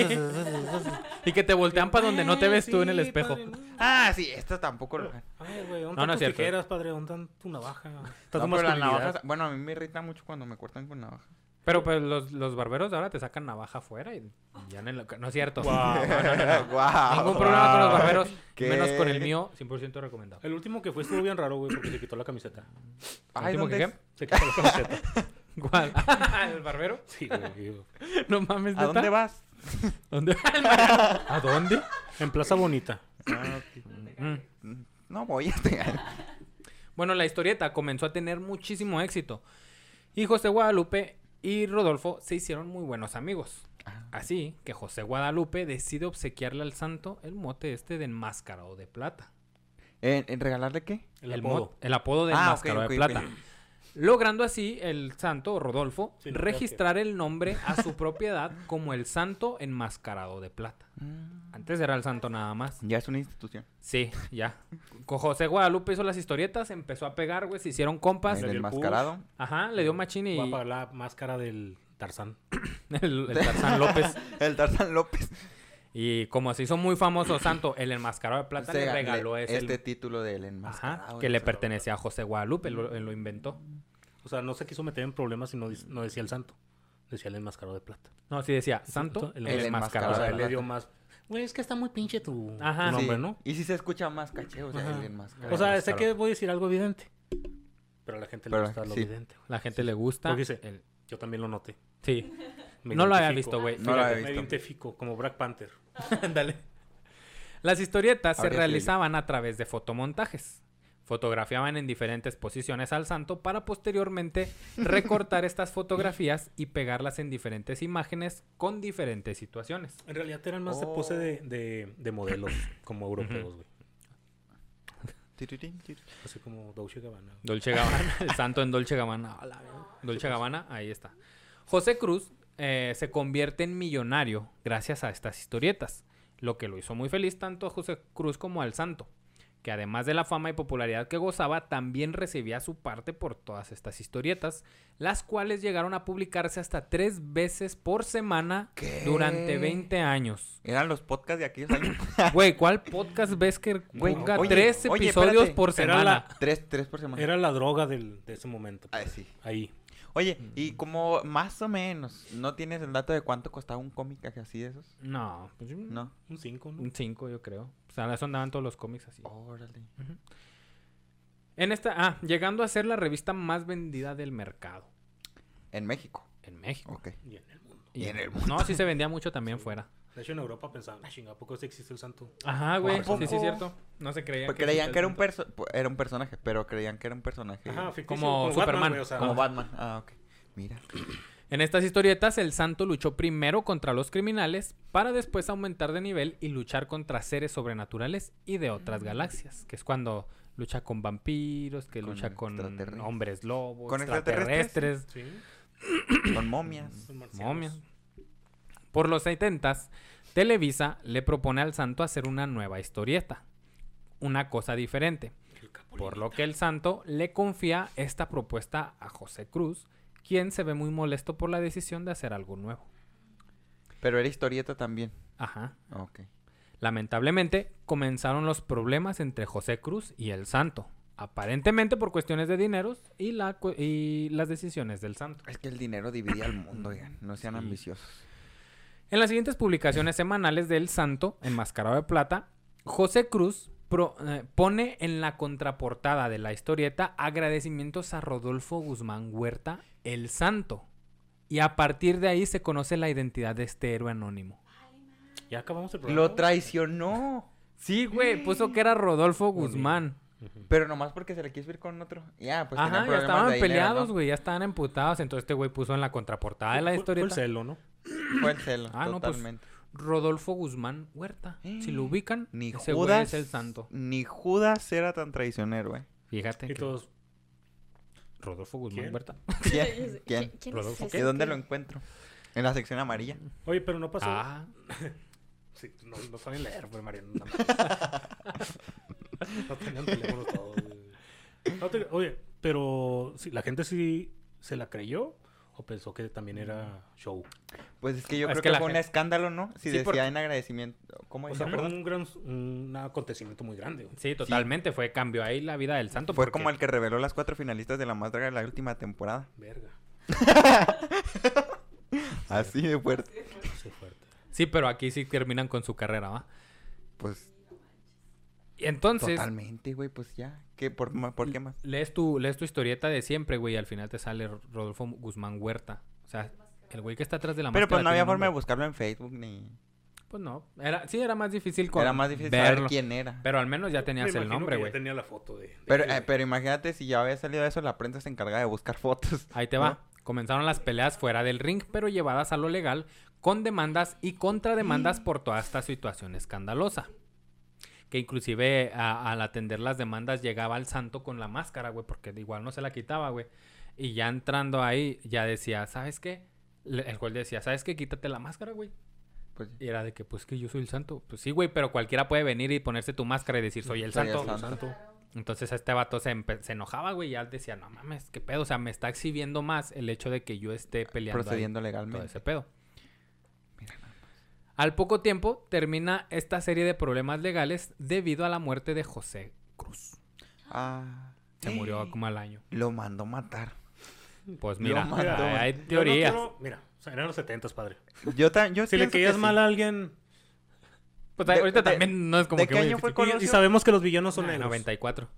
[SPEAKER 1] Y que te voltean para donde no te ves tú en el espejo.
[SPEAKER 3] Ah, sí, estas tampoco lo hagan.
[SPEAKER 2] Ay, güey,
[SPEAKER 1] No,
[SPEAKER 2] ¿dónde
[SPEAKER 1] no
[SPEAKER 2] no,
[SPEAKER 1] es
[SPEAKER 2] tus
[SPEAKER 1] cierto.
[SPEAKER 2] tijeras, padre? ¿Dónde están tu navaja? Estás
[SPEAKER 3] No,
[SPEAKER 2] más
[SPEAKER 3] pero las navajas- Bueno, a mí me irrita mucho cuando me cortan con navaja.
[SPEAKER 1] Pero pues los, los barberos de ahora te sacan navaja afuera y ya no, no es cierto. No,
[SPEAKER 2] Guau.
[SPEAKER 1] no, Ah, no.
[SPEAKER 3] Guau.
[SPEAKER 1] Ningún problema con los
[SPEAKER 3] Guau.
[SPEAKER 1] barberos,
[SPEAKER 3] ¿Qué?
[SPEAKER 1] menos con el mío, 100% recomendado.
[SPEAKER 2] El último que fue estuvo bien raro, güey, porque se quitó la camiseta.
[SPEAKER 3] Ay,
[SPEAKER 1] ¿Último
[SPEAKER 3] ¿dónde
[SPEAKER 1] que
[SPEAKER 3] es?
[SPEAKER 1] qué?
[SPEAKER 2] Se quitó la camiseta.
[SPEAKER 1] ¿Cuál? ¿El barbero?
[SPEAKER 2] Sí, güey. güey.
[SPEAKER 1] No mames,
[SPEAKER 3] ¿A dónde vas?
[SPEAKER 1] ¿Dónde va? ¿A dónde?
[SPEAKER 2] En Plaza Bonita.
[SPEAKER 3] Ah, ok.
[SPEAKER 1] Mm.
[SPEAKER 3] Mm, No voy a tener.
[SPEAKER 1] Bueno, la historieta comenzó a tener muchísimo éxito. Y José Guadalupe y Rodolfo se hicieron muy buenos amigos. Así que José Guadalupe decide obsequiarle al santo el mote este de enmascarado de plata.
[SPEAKER 3] ¿En, en regalarle qué?
[SPEAKER 2] El,
[SPEAKER 1] El
[SPEAKER 2] apodo.
[SPEAKER 1] mo- el apodo de
[SPEAKER 3] Ah,
[SPEAKER 1] enmascarado
[SPEAKER 3] ok,
[SPEAKER 1] de
[SPEAKER 3] ok, ok.
[SPEAKER 1] plata. Logrando así el santo Rodolfo
[SPEAKER 2] Sí, no,
[SPEAKER 1] registrar el nombre a su propiedad como el santo enmascarado de plata.
[SPEAKER 3] Mm,
[SPEAKER 1] Antes era el santo nada más.
[SPEAKER 3] Ya es una institución.
[SPEAKER 1] Sí, ya. Con José Guadalupe hizo las historietas, empezó a pegar, güey, se hicieron compas.
[SPEAKER 3] El
[SPEAKER 2] del
[SPEAKER 3] enmascarado.
[SPEAKER 1] Ajá, le dio machín y
[SPEAKER 2] Va a pagar la máscara del Tarzán.
[SPEAKER 1] el, el Tarzán López.
[SPEAKER 3] El Tarzán López.
[SPEAKER 1] Y como se hizo muy famoso Santo, el enmascarado de plata le
[SPEAKER 3] Se-
[SPEAKER 1] regaló
[SPEAKER 3] le-
[SPEAKER 1] ese
[SPEAKER 3] este título del enmascarado.
[SPEAKER 1] ajá,
[SPEAKER 3] del
[SPEAKER 1] que le
[SPEAKER 3] Tarzán
[SPEAKER 1] pertenecía a José Guadalupe, lo, él lo inventó.
[SPEAKER 2] O sea, no se quiso meter en problemas y no, dis- no decía el santo. Decía el enmascarado de plata.
[SPEAKER 1] No, sí decía Santo, el,
[SPEAKER 2] el
[SPEAKER 1] enmascarado.
[SPEAKER 2] o sea,
[SPEAKER 3] de
[SPEAKER 2] él le
[SPEAKER 3] plata.
[SPEAKER 2] dio más. Güey, es que está muy pinche tu,
[SPEAKER 1] Ajá.
[SPEAKER 2] tu
[SPEAKER 1] Sí.
[SPEAKER 2] nombre,
[SPEAKER 3] Sí,
[SPEAKER 2] ¿no?
[SPEAKER 3] Y si se escucha más caché, o sea,
[SPEAKER 2] Ajá.
[SPEAKER 3] el enmascarado.
[SPEAKER 2] O sea, sé
[SPEAKER 1] Enmascarado.
[SPEAKER 2] que voy a decir algo evidente. Pero a la gente le
[SPEAKER 3] Pero,
[SPEAKER 2] gusta lo
[SPEAKER 3] sí.
[SPEAKER 2] evidente, güey.
[SPEAKER 1] La gente le gusta.
[SPEAKER 2] Porque dice-
[SPEAKER 1] el-
[SPEAKER 2] Yo también lo noté.
[SPEAKER 1] sí,
[SPEAKER 2] Me
[SPEAKER 1] Ah. no lo había visto,
[SPEAKER 2] identifico.
[SPEAKER 1] güey.
[SPEAKER 3] No lo
[SPEAKER 1] fíjate.
[SPEAKER 3] había
[SPEAKER 2] Me
[SPEAKER 3] visto.
[SPEAKER 2] identifico como Black Panther.
[SPEAKER 1] Ándale. Las historietas se
[SPEAKER 3] Habría que
[SPEAKER 1] realizaban a través de fotomontajes. Fotografiaban en diferentes posiciones al santo para posteriormente recortar estas fotografías y pegarlas en diferentes imágenes con diferentes situaciones.
[SPEAKER 2] En realidad eran más de
[SPEAKER 3] Oh.
[SPEAKER 2] pose de, de- de modelos como europeos, güey.
[SPEAKER 3] Tititín, titit.
[SPEAKER 2] Así como Dolce Gabbana. güey.
[SPEAKER 1] Dolce Gabbana, el santo en Dolce Gabbana. A la verga. Dolce Gabbana, ahí está. José Cruz eh, se convierte en millonario gracias a estas historietas, lo que lo hizo muy feliz tanto a José Cruz como al santo, que además de la fama y popularidad que gozaba, también recibía su parte por todas estas historietas, las cuales llegaron a publicarse hasta tres veces por semana
[SPEAKER 3] ¿Qué?
[SPEAKER 1] durante 20 años.
[SPEAKER 3] Eran los podcasts de aquellos años.
[SPEAKER 1] Güey, ¿cuál podcast ves que
[SPEAKER 3] Güey,
[SPEAKER 1] ponga
[SPEAKER 3] oye,
[SPEAKER 1] tres
[SPEAKER 3] oye,
[SPEAKER 1] episodios
[SPEAKER 3] espérate.
[SPEAKER 1] por
[SPEAKER 2] Era la-
[SPEAKER 1] semana?
[SPEAKER 3] tres, tres por semana.
[SPEAKER 2] Era la droga del- de ese momento.
[SPEAKER 3] Ah,
[SPEAKER 2] pues.
[SPEAKER 3] sí.
[SPEAKER 2] Ahí.
[SPEAKER 3] Oye, y como más o menos, ¿no tienes el dato de cuánto costaba un cómic así de esos?
[SPEAKER 1] No, pues,
[SPEAKER 3] No.
[SPEAKER 2] Un 5, ¿no?
[SPEAKER 1] Un 5, yo creo. O sea, eso andaban todos los cómics así.
[SPEAKER 3] Órale.
[SPEAKER 1] En esta, ah, llegando a ser la revista más vendida del mercado
[SPEAKER 3] En México.
[SPEAKER 1] en México.
[SPEAKER 3] Ok.
[SPEAKER 2] Y en el mundo.
[SPEAKER 3] Y en el
[SPEAKER 1] No, sí se vendía mucho también
[SPEAKER 2] Sí.
[SPEAKER 1] fuera.
[SPEAKER 2] De hecho, en Europa pensaban, ah, chinga, ¿a poco sí existe el santo?
[SPEAKER 1] Ajá, güey.
[SPEAKER 3] ¿A poco?
[SPEAKER 1] Sí, sí, es cierto. No se creían.
[SPEAKER 3] Porque Pues creían que era un
[SPEAKER 1] existía
[SPEAKER 3] perso pu- era un personaje, pero creían que era un personaje
[SPEAKER 2] Ajá, ficticio,
[SPEAKER 1] Como
[SPEAKER 2] Batman,
[SPEAKER 1] Superman,
[SPEAKER 2] güey, o sea,
[SPEAKER 3] como Batman. Ah, ok. Mira.
[SPEAKER 1] el santo. En estas historietas, el santo luchó primero contra los criminales para después aumentar de nivel y luchar contra seres sobrenaturales y de
[SPEAKER 3] Mm.
[SPEAKER 1] otras galaxias. Que es cuando lucha con vampiros, que
[SPEAKER 3] Con
[SPEAKER 1] lucha con
[SPEAKER 3] extraterrestres.
[SPEAKER 1] hombres lobos,
[SPEAKER 3] ¿Con
[SPEAKER 1] extraterrestres.
[SPEAKER 3] extraterrestres?
[SPEAKER 2] Sí,
[SPEAKER 3] Con momias.
[SPEAKER 2] son marcianos.
[SPEAKER 1] Momia. Por los 70 Televisa le propone al santo hacer una nueva historieta, una cosa diferente,
[SPEAKER 2] El Capulín.
[SPEAKER 1] por lo que el santo le confía esta propuesta a José Cruz, quien se ve muy molesto por la decisión de hacer algo nuevo.
[SPEAKER 3] Pero era historieta también.
[SPEAKER 1] Ajá.
[SPEAKER 3] Ok.
[SPEAKER 1] Lamentablemente, comenzaron los problemas entre José Cruz y el santo, aparentemente por cuestiones de dineros y, la cu- y las decisiones del santo.
[SPEAKER 3] Es que el dinero dividía al mundo, ya. No sean
[SPEAKER 1] Sí.
[SPEAKER 3] ambiciosos.
[SPEAKER 1] En las siguientes publicaciones semanales del Santo, enmascarado de plata, José Cruz pro- eh, pone en la contraportada de la historieta agradecimientos a Rodolfo Guzmán Huerta, el Santo. Y a partir de ahí se conoce la identidad de este héroe anónimo.
[SPEAKER 2] Ya acabamos el programa.
[SPEAKER 3] Lo traicionó.
[SPEAKER 1] Sí, güey, puso que era Rodolfo Guzmán.
[SPEAKER 3] Pero nomás porque se le quiso ir con otro. Ya, pues tenían
[SPEAKER 1] Ajá, ya
[SPEAKER 3] problemas
[SPEAKER 1] estaban
[SPEAKER 3] de dinero,
[SPEAKER 1] peleados,
[SPEAKER 3] ¿no?
[SPEAKER 1] güey, ya estaban emputados. Entonces este güey puso en la contraportada de Ah, la
[SPEAKER 2] Fue-
[SPEAKER 1] historieta.
[SPEAKER 2] Fue el celo, ¿no?
[SPEAKER 3] Fue el celo,
[SPEAKER 1] Ah, no, pues,
[SPEAKER 3] totalmente.
[SPEAKER 1] Rodolfo Guzmán Huerta. Si lo
[SPEAKER 3] Eh,
[SPEAKER 1] ubican,
[SPEAKER 3] Ni
[SPEAKER 1] ese güey
[SPEAKER 3] Judas.
[SPEAKER 1] es el santo.
[SPEAKER 3] Ni Judas era tan traicionero, güey.
[SPEAKER 1] Fíjate.
[SPEAKER 2] Y
[SPEAKER 1] que-
[SPEAKER 2] todos,
[SPEAKER 1] Rodolfo Guzmán
[SPEAKER 2] ¿Quién?
[SPEAKER 1] Huerta.
[SPEAKER 3] ¿Quién? ¿Quién?
[SPEAKER 4] ¿Quién
[SPEAKER 1] Rodolfo,
[SPEAKER 4] es
[SPEAKER 3] ¿Y
[SPEAKER 4] ese?
[SPEAKER 3] dónde lo encuentro? En la sección amarilla.
[SPEAKER 1] Mm.
[SPEAKER 2] oye, pero no pasó.
[SPEAKER 1] Ah,
[SPEAKER 2] Sí, no, no saben leer, pues, Mariano. No, mames. No tenían teléfono todos. güey. No te- oye, pero sí, la gente sí se la creyó o pensó que también era show.
[SPEAKER 3] Pues es que yo
[SPEAKER 1] Es
[SPEAKER 3] creo
[SPEAKER 1] que
[SPEAKER 3] que,
[SPEAKER 1] la
[SPEAKER 3] fue un
[SPEAKER 1] gente-
[SPEAKER 3] escándalo, ¿no? Si
[SPEAKER 1] Sí,
[SPEAKER 3] decía
[SPEAKER 1] porque-
[SPEAKER 3] en agradecimiento. ¿Cómo
[SPEAKER 2] O sea,
[SPEAKER 3] decía?
[SPEAKER 2] fue
[SPEAKER 3] Perdón.
[SPEAKER 2] un, gran, un acontecimiento muy grande. güey.
[SPEAKER 1] sí, totalmente. Fue cambió ahí la vida del santo.
[SPEAKER 3] Fue
[SPEAKER 1] porque-
[SPEAKER 3] como el que reveló las cuatro finalistas de la más draga de la última temporada.
[SPEAKER 2] Verga.
[SPEAKER 3] Así de fuerte.
[SPEAKER 2] Sí, fuerte.
[SPEAKER 1] Sí, pero aquí sí terminan con su carrera, ¿va?
[SPEAKER 3] Pues
[SPEAKER 1] Y entonces,
[SPEAKER 3] totalmente, güey, pues ya. ¿Qué, por, ma- ¿Por qué más?
[SPEAKER 1] lees tu, lees tu historieta de siempre, güey, y al final te sale Rodolfo Guzmán Huerta. O sea, el güey que está atrás de la
[SPEAKER 3] Pero
[SPEAKER 1] máscara
[SPEAKER 3] pues
[SPEAKER 1] tiene
[SPEAKER 3] no había
[SPEAKER 1] un
[SPEAKER 3] forma de
[SPEAKER 1] nombre.
[SPEAKER 3] buscarlo en Facebook ni...
[SPEAKER 1] Pues no. Era, sí, era más difícil con
[SPEAKER 3] Era más difícil
[SPEAKER 1] verlo.
[SPEAKER 3] saber quién era.
[SPEAKER 1] Pero al menos ya
[SPEAKER 2] Me
[SPEAKER 1] tenías el
[SPEAKER 2] imagino
[SPEAKER 1] nombre,
[SPEAKER 2] que ya
[SPEAKER 1] güey.
[SPEAKER 2] tenía la foto de. de
[SPEAKER 3] Pero,
[SPEAKER 2] ella,
[SPEAKER 3] eh, pero imagínate si ya había salido eso, la prensa se encargaba de buscar fotos.
[SPEAKER 1] Ahí te va. Comenzaron las peleas fuera del ring, pero llevadas a lo legal, con demandas y
[SPEAKER 3] Mm.
[SPEAKER 1] contrademandas por toda esta situación escandalosa. Que inclusive a- al atender las demandas llegaba al santo con la máscara, güey, porque igual no se la quitaba, güey. Y ya entrando ahí, ya decía, ¿sabes qué? Le- El juez decía, ¿sabes qué? Quítate la máscara, güey.
[SPEAKER 3] Pues,
[SPEAKER 1] Y era de que, pues que yo soy el santo. Pues sí, güey, pero cualquiera puede venir y ponerse tu máscara y decir, soy el
[SPEAKER 3] Mm, Soy el
[SPEAKER 1] santo.
[SPEAKER 3] santo.
[SPEAKER 1] Entonces este vato se, empe- se enojaba, güey, y él decía, no mames, qué pedo, o sea, me está exhibiendo más el hecho de que yo esté peleando ahí,
[SPEAKER 3] procediendo
[SPEAKER 1] todo
[SPEAKER 3] legalmente.
[SPEAKER 1] ese pedo. Al poco tiempo termina esta serie de problemas legales debido a la muerte de José Cruz.
[SPEAKER 3] Ah,
[SPEAKER 1] Se murió como al año.
[SPEAKER 3] lo mandó matar.
[SPEAKER 1] Pues
[SPEAKER 3] Lo
[SPEAKER 1] mira,
[SPEAKER 3] mató.
[SPEAKER 1] hay
[SPEAKER 2] Yo no
[SPEAKER 1] teorías.
[SPEAKER 2] quiero- mira, o sea, eran los 70, padre.
[SPEAKER 3] Yo, tan, yo
[SPEAKER 2] Si le
[SPEAKER 3] pienso que
[SPEAKER 2] caías
[SPEAKER 3] sí.
[SPEAKER 2] mal a alguien.
[SPEAKER 1] Pues ahí-
[SPEAKER 3] ¿De-
[SPEAKER 1] ahorita
[SPEAKER 3] de-
[SPEAKER 1] también no es como
[SPEAKER 3] de
[SPEAKER 1] que...
[SPEAKER 3] qué
[SPEAKER 1] muy
[SPEAKER 3] año fue
[SPEAKER 1] difícil.
[SPEAKER 2] Y, y
[SPEAKER 3] Colosio?
[SPEAKER 2] sabemos que los villanos son
[SPEAKER 1] Ah,
[SPEAKER 2] negros.
[SPEAKER 1] 94.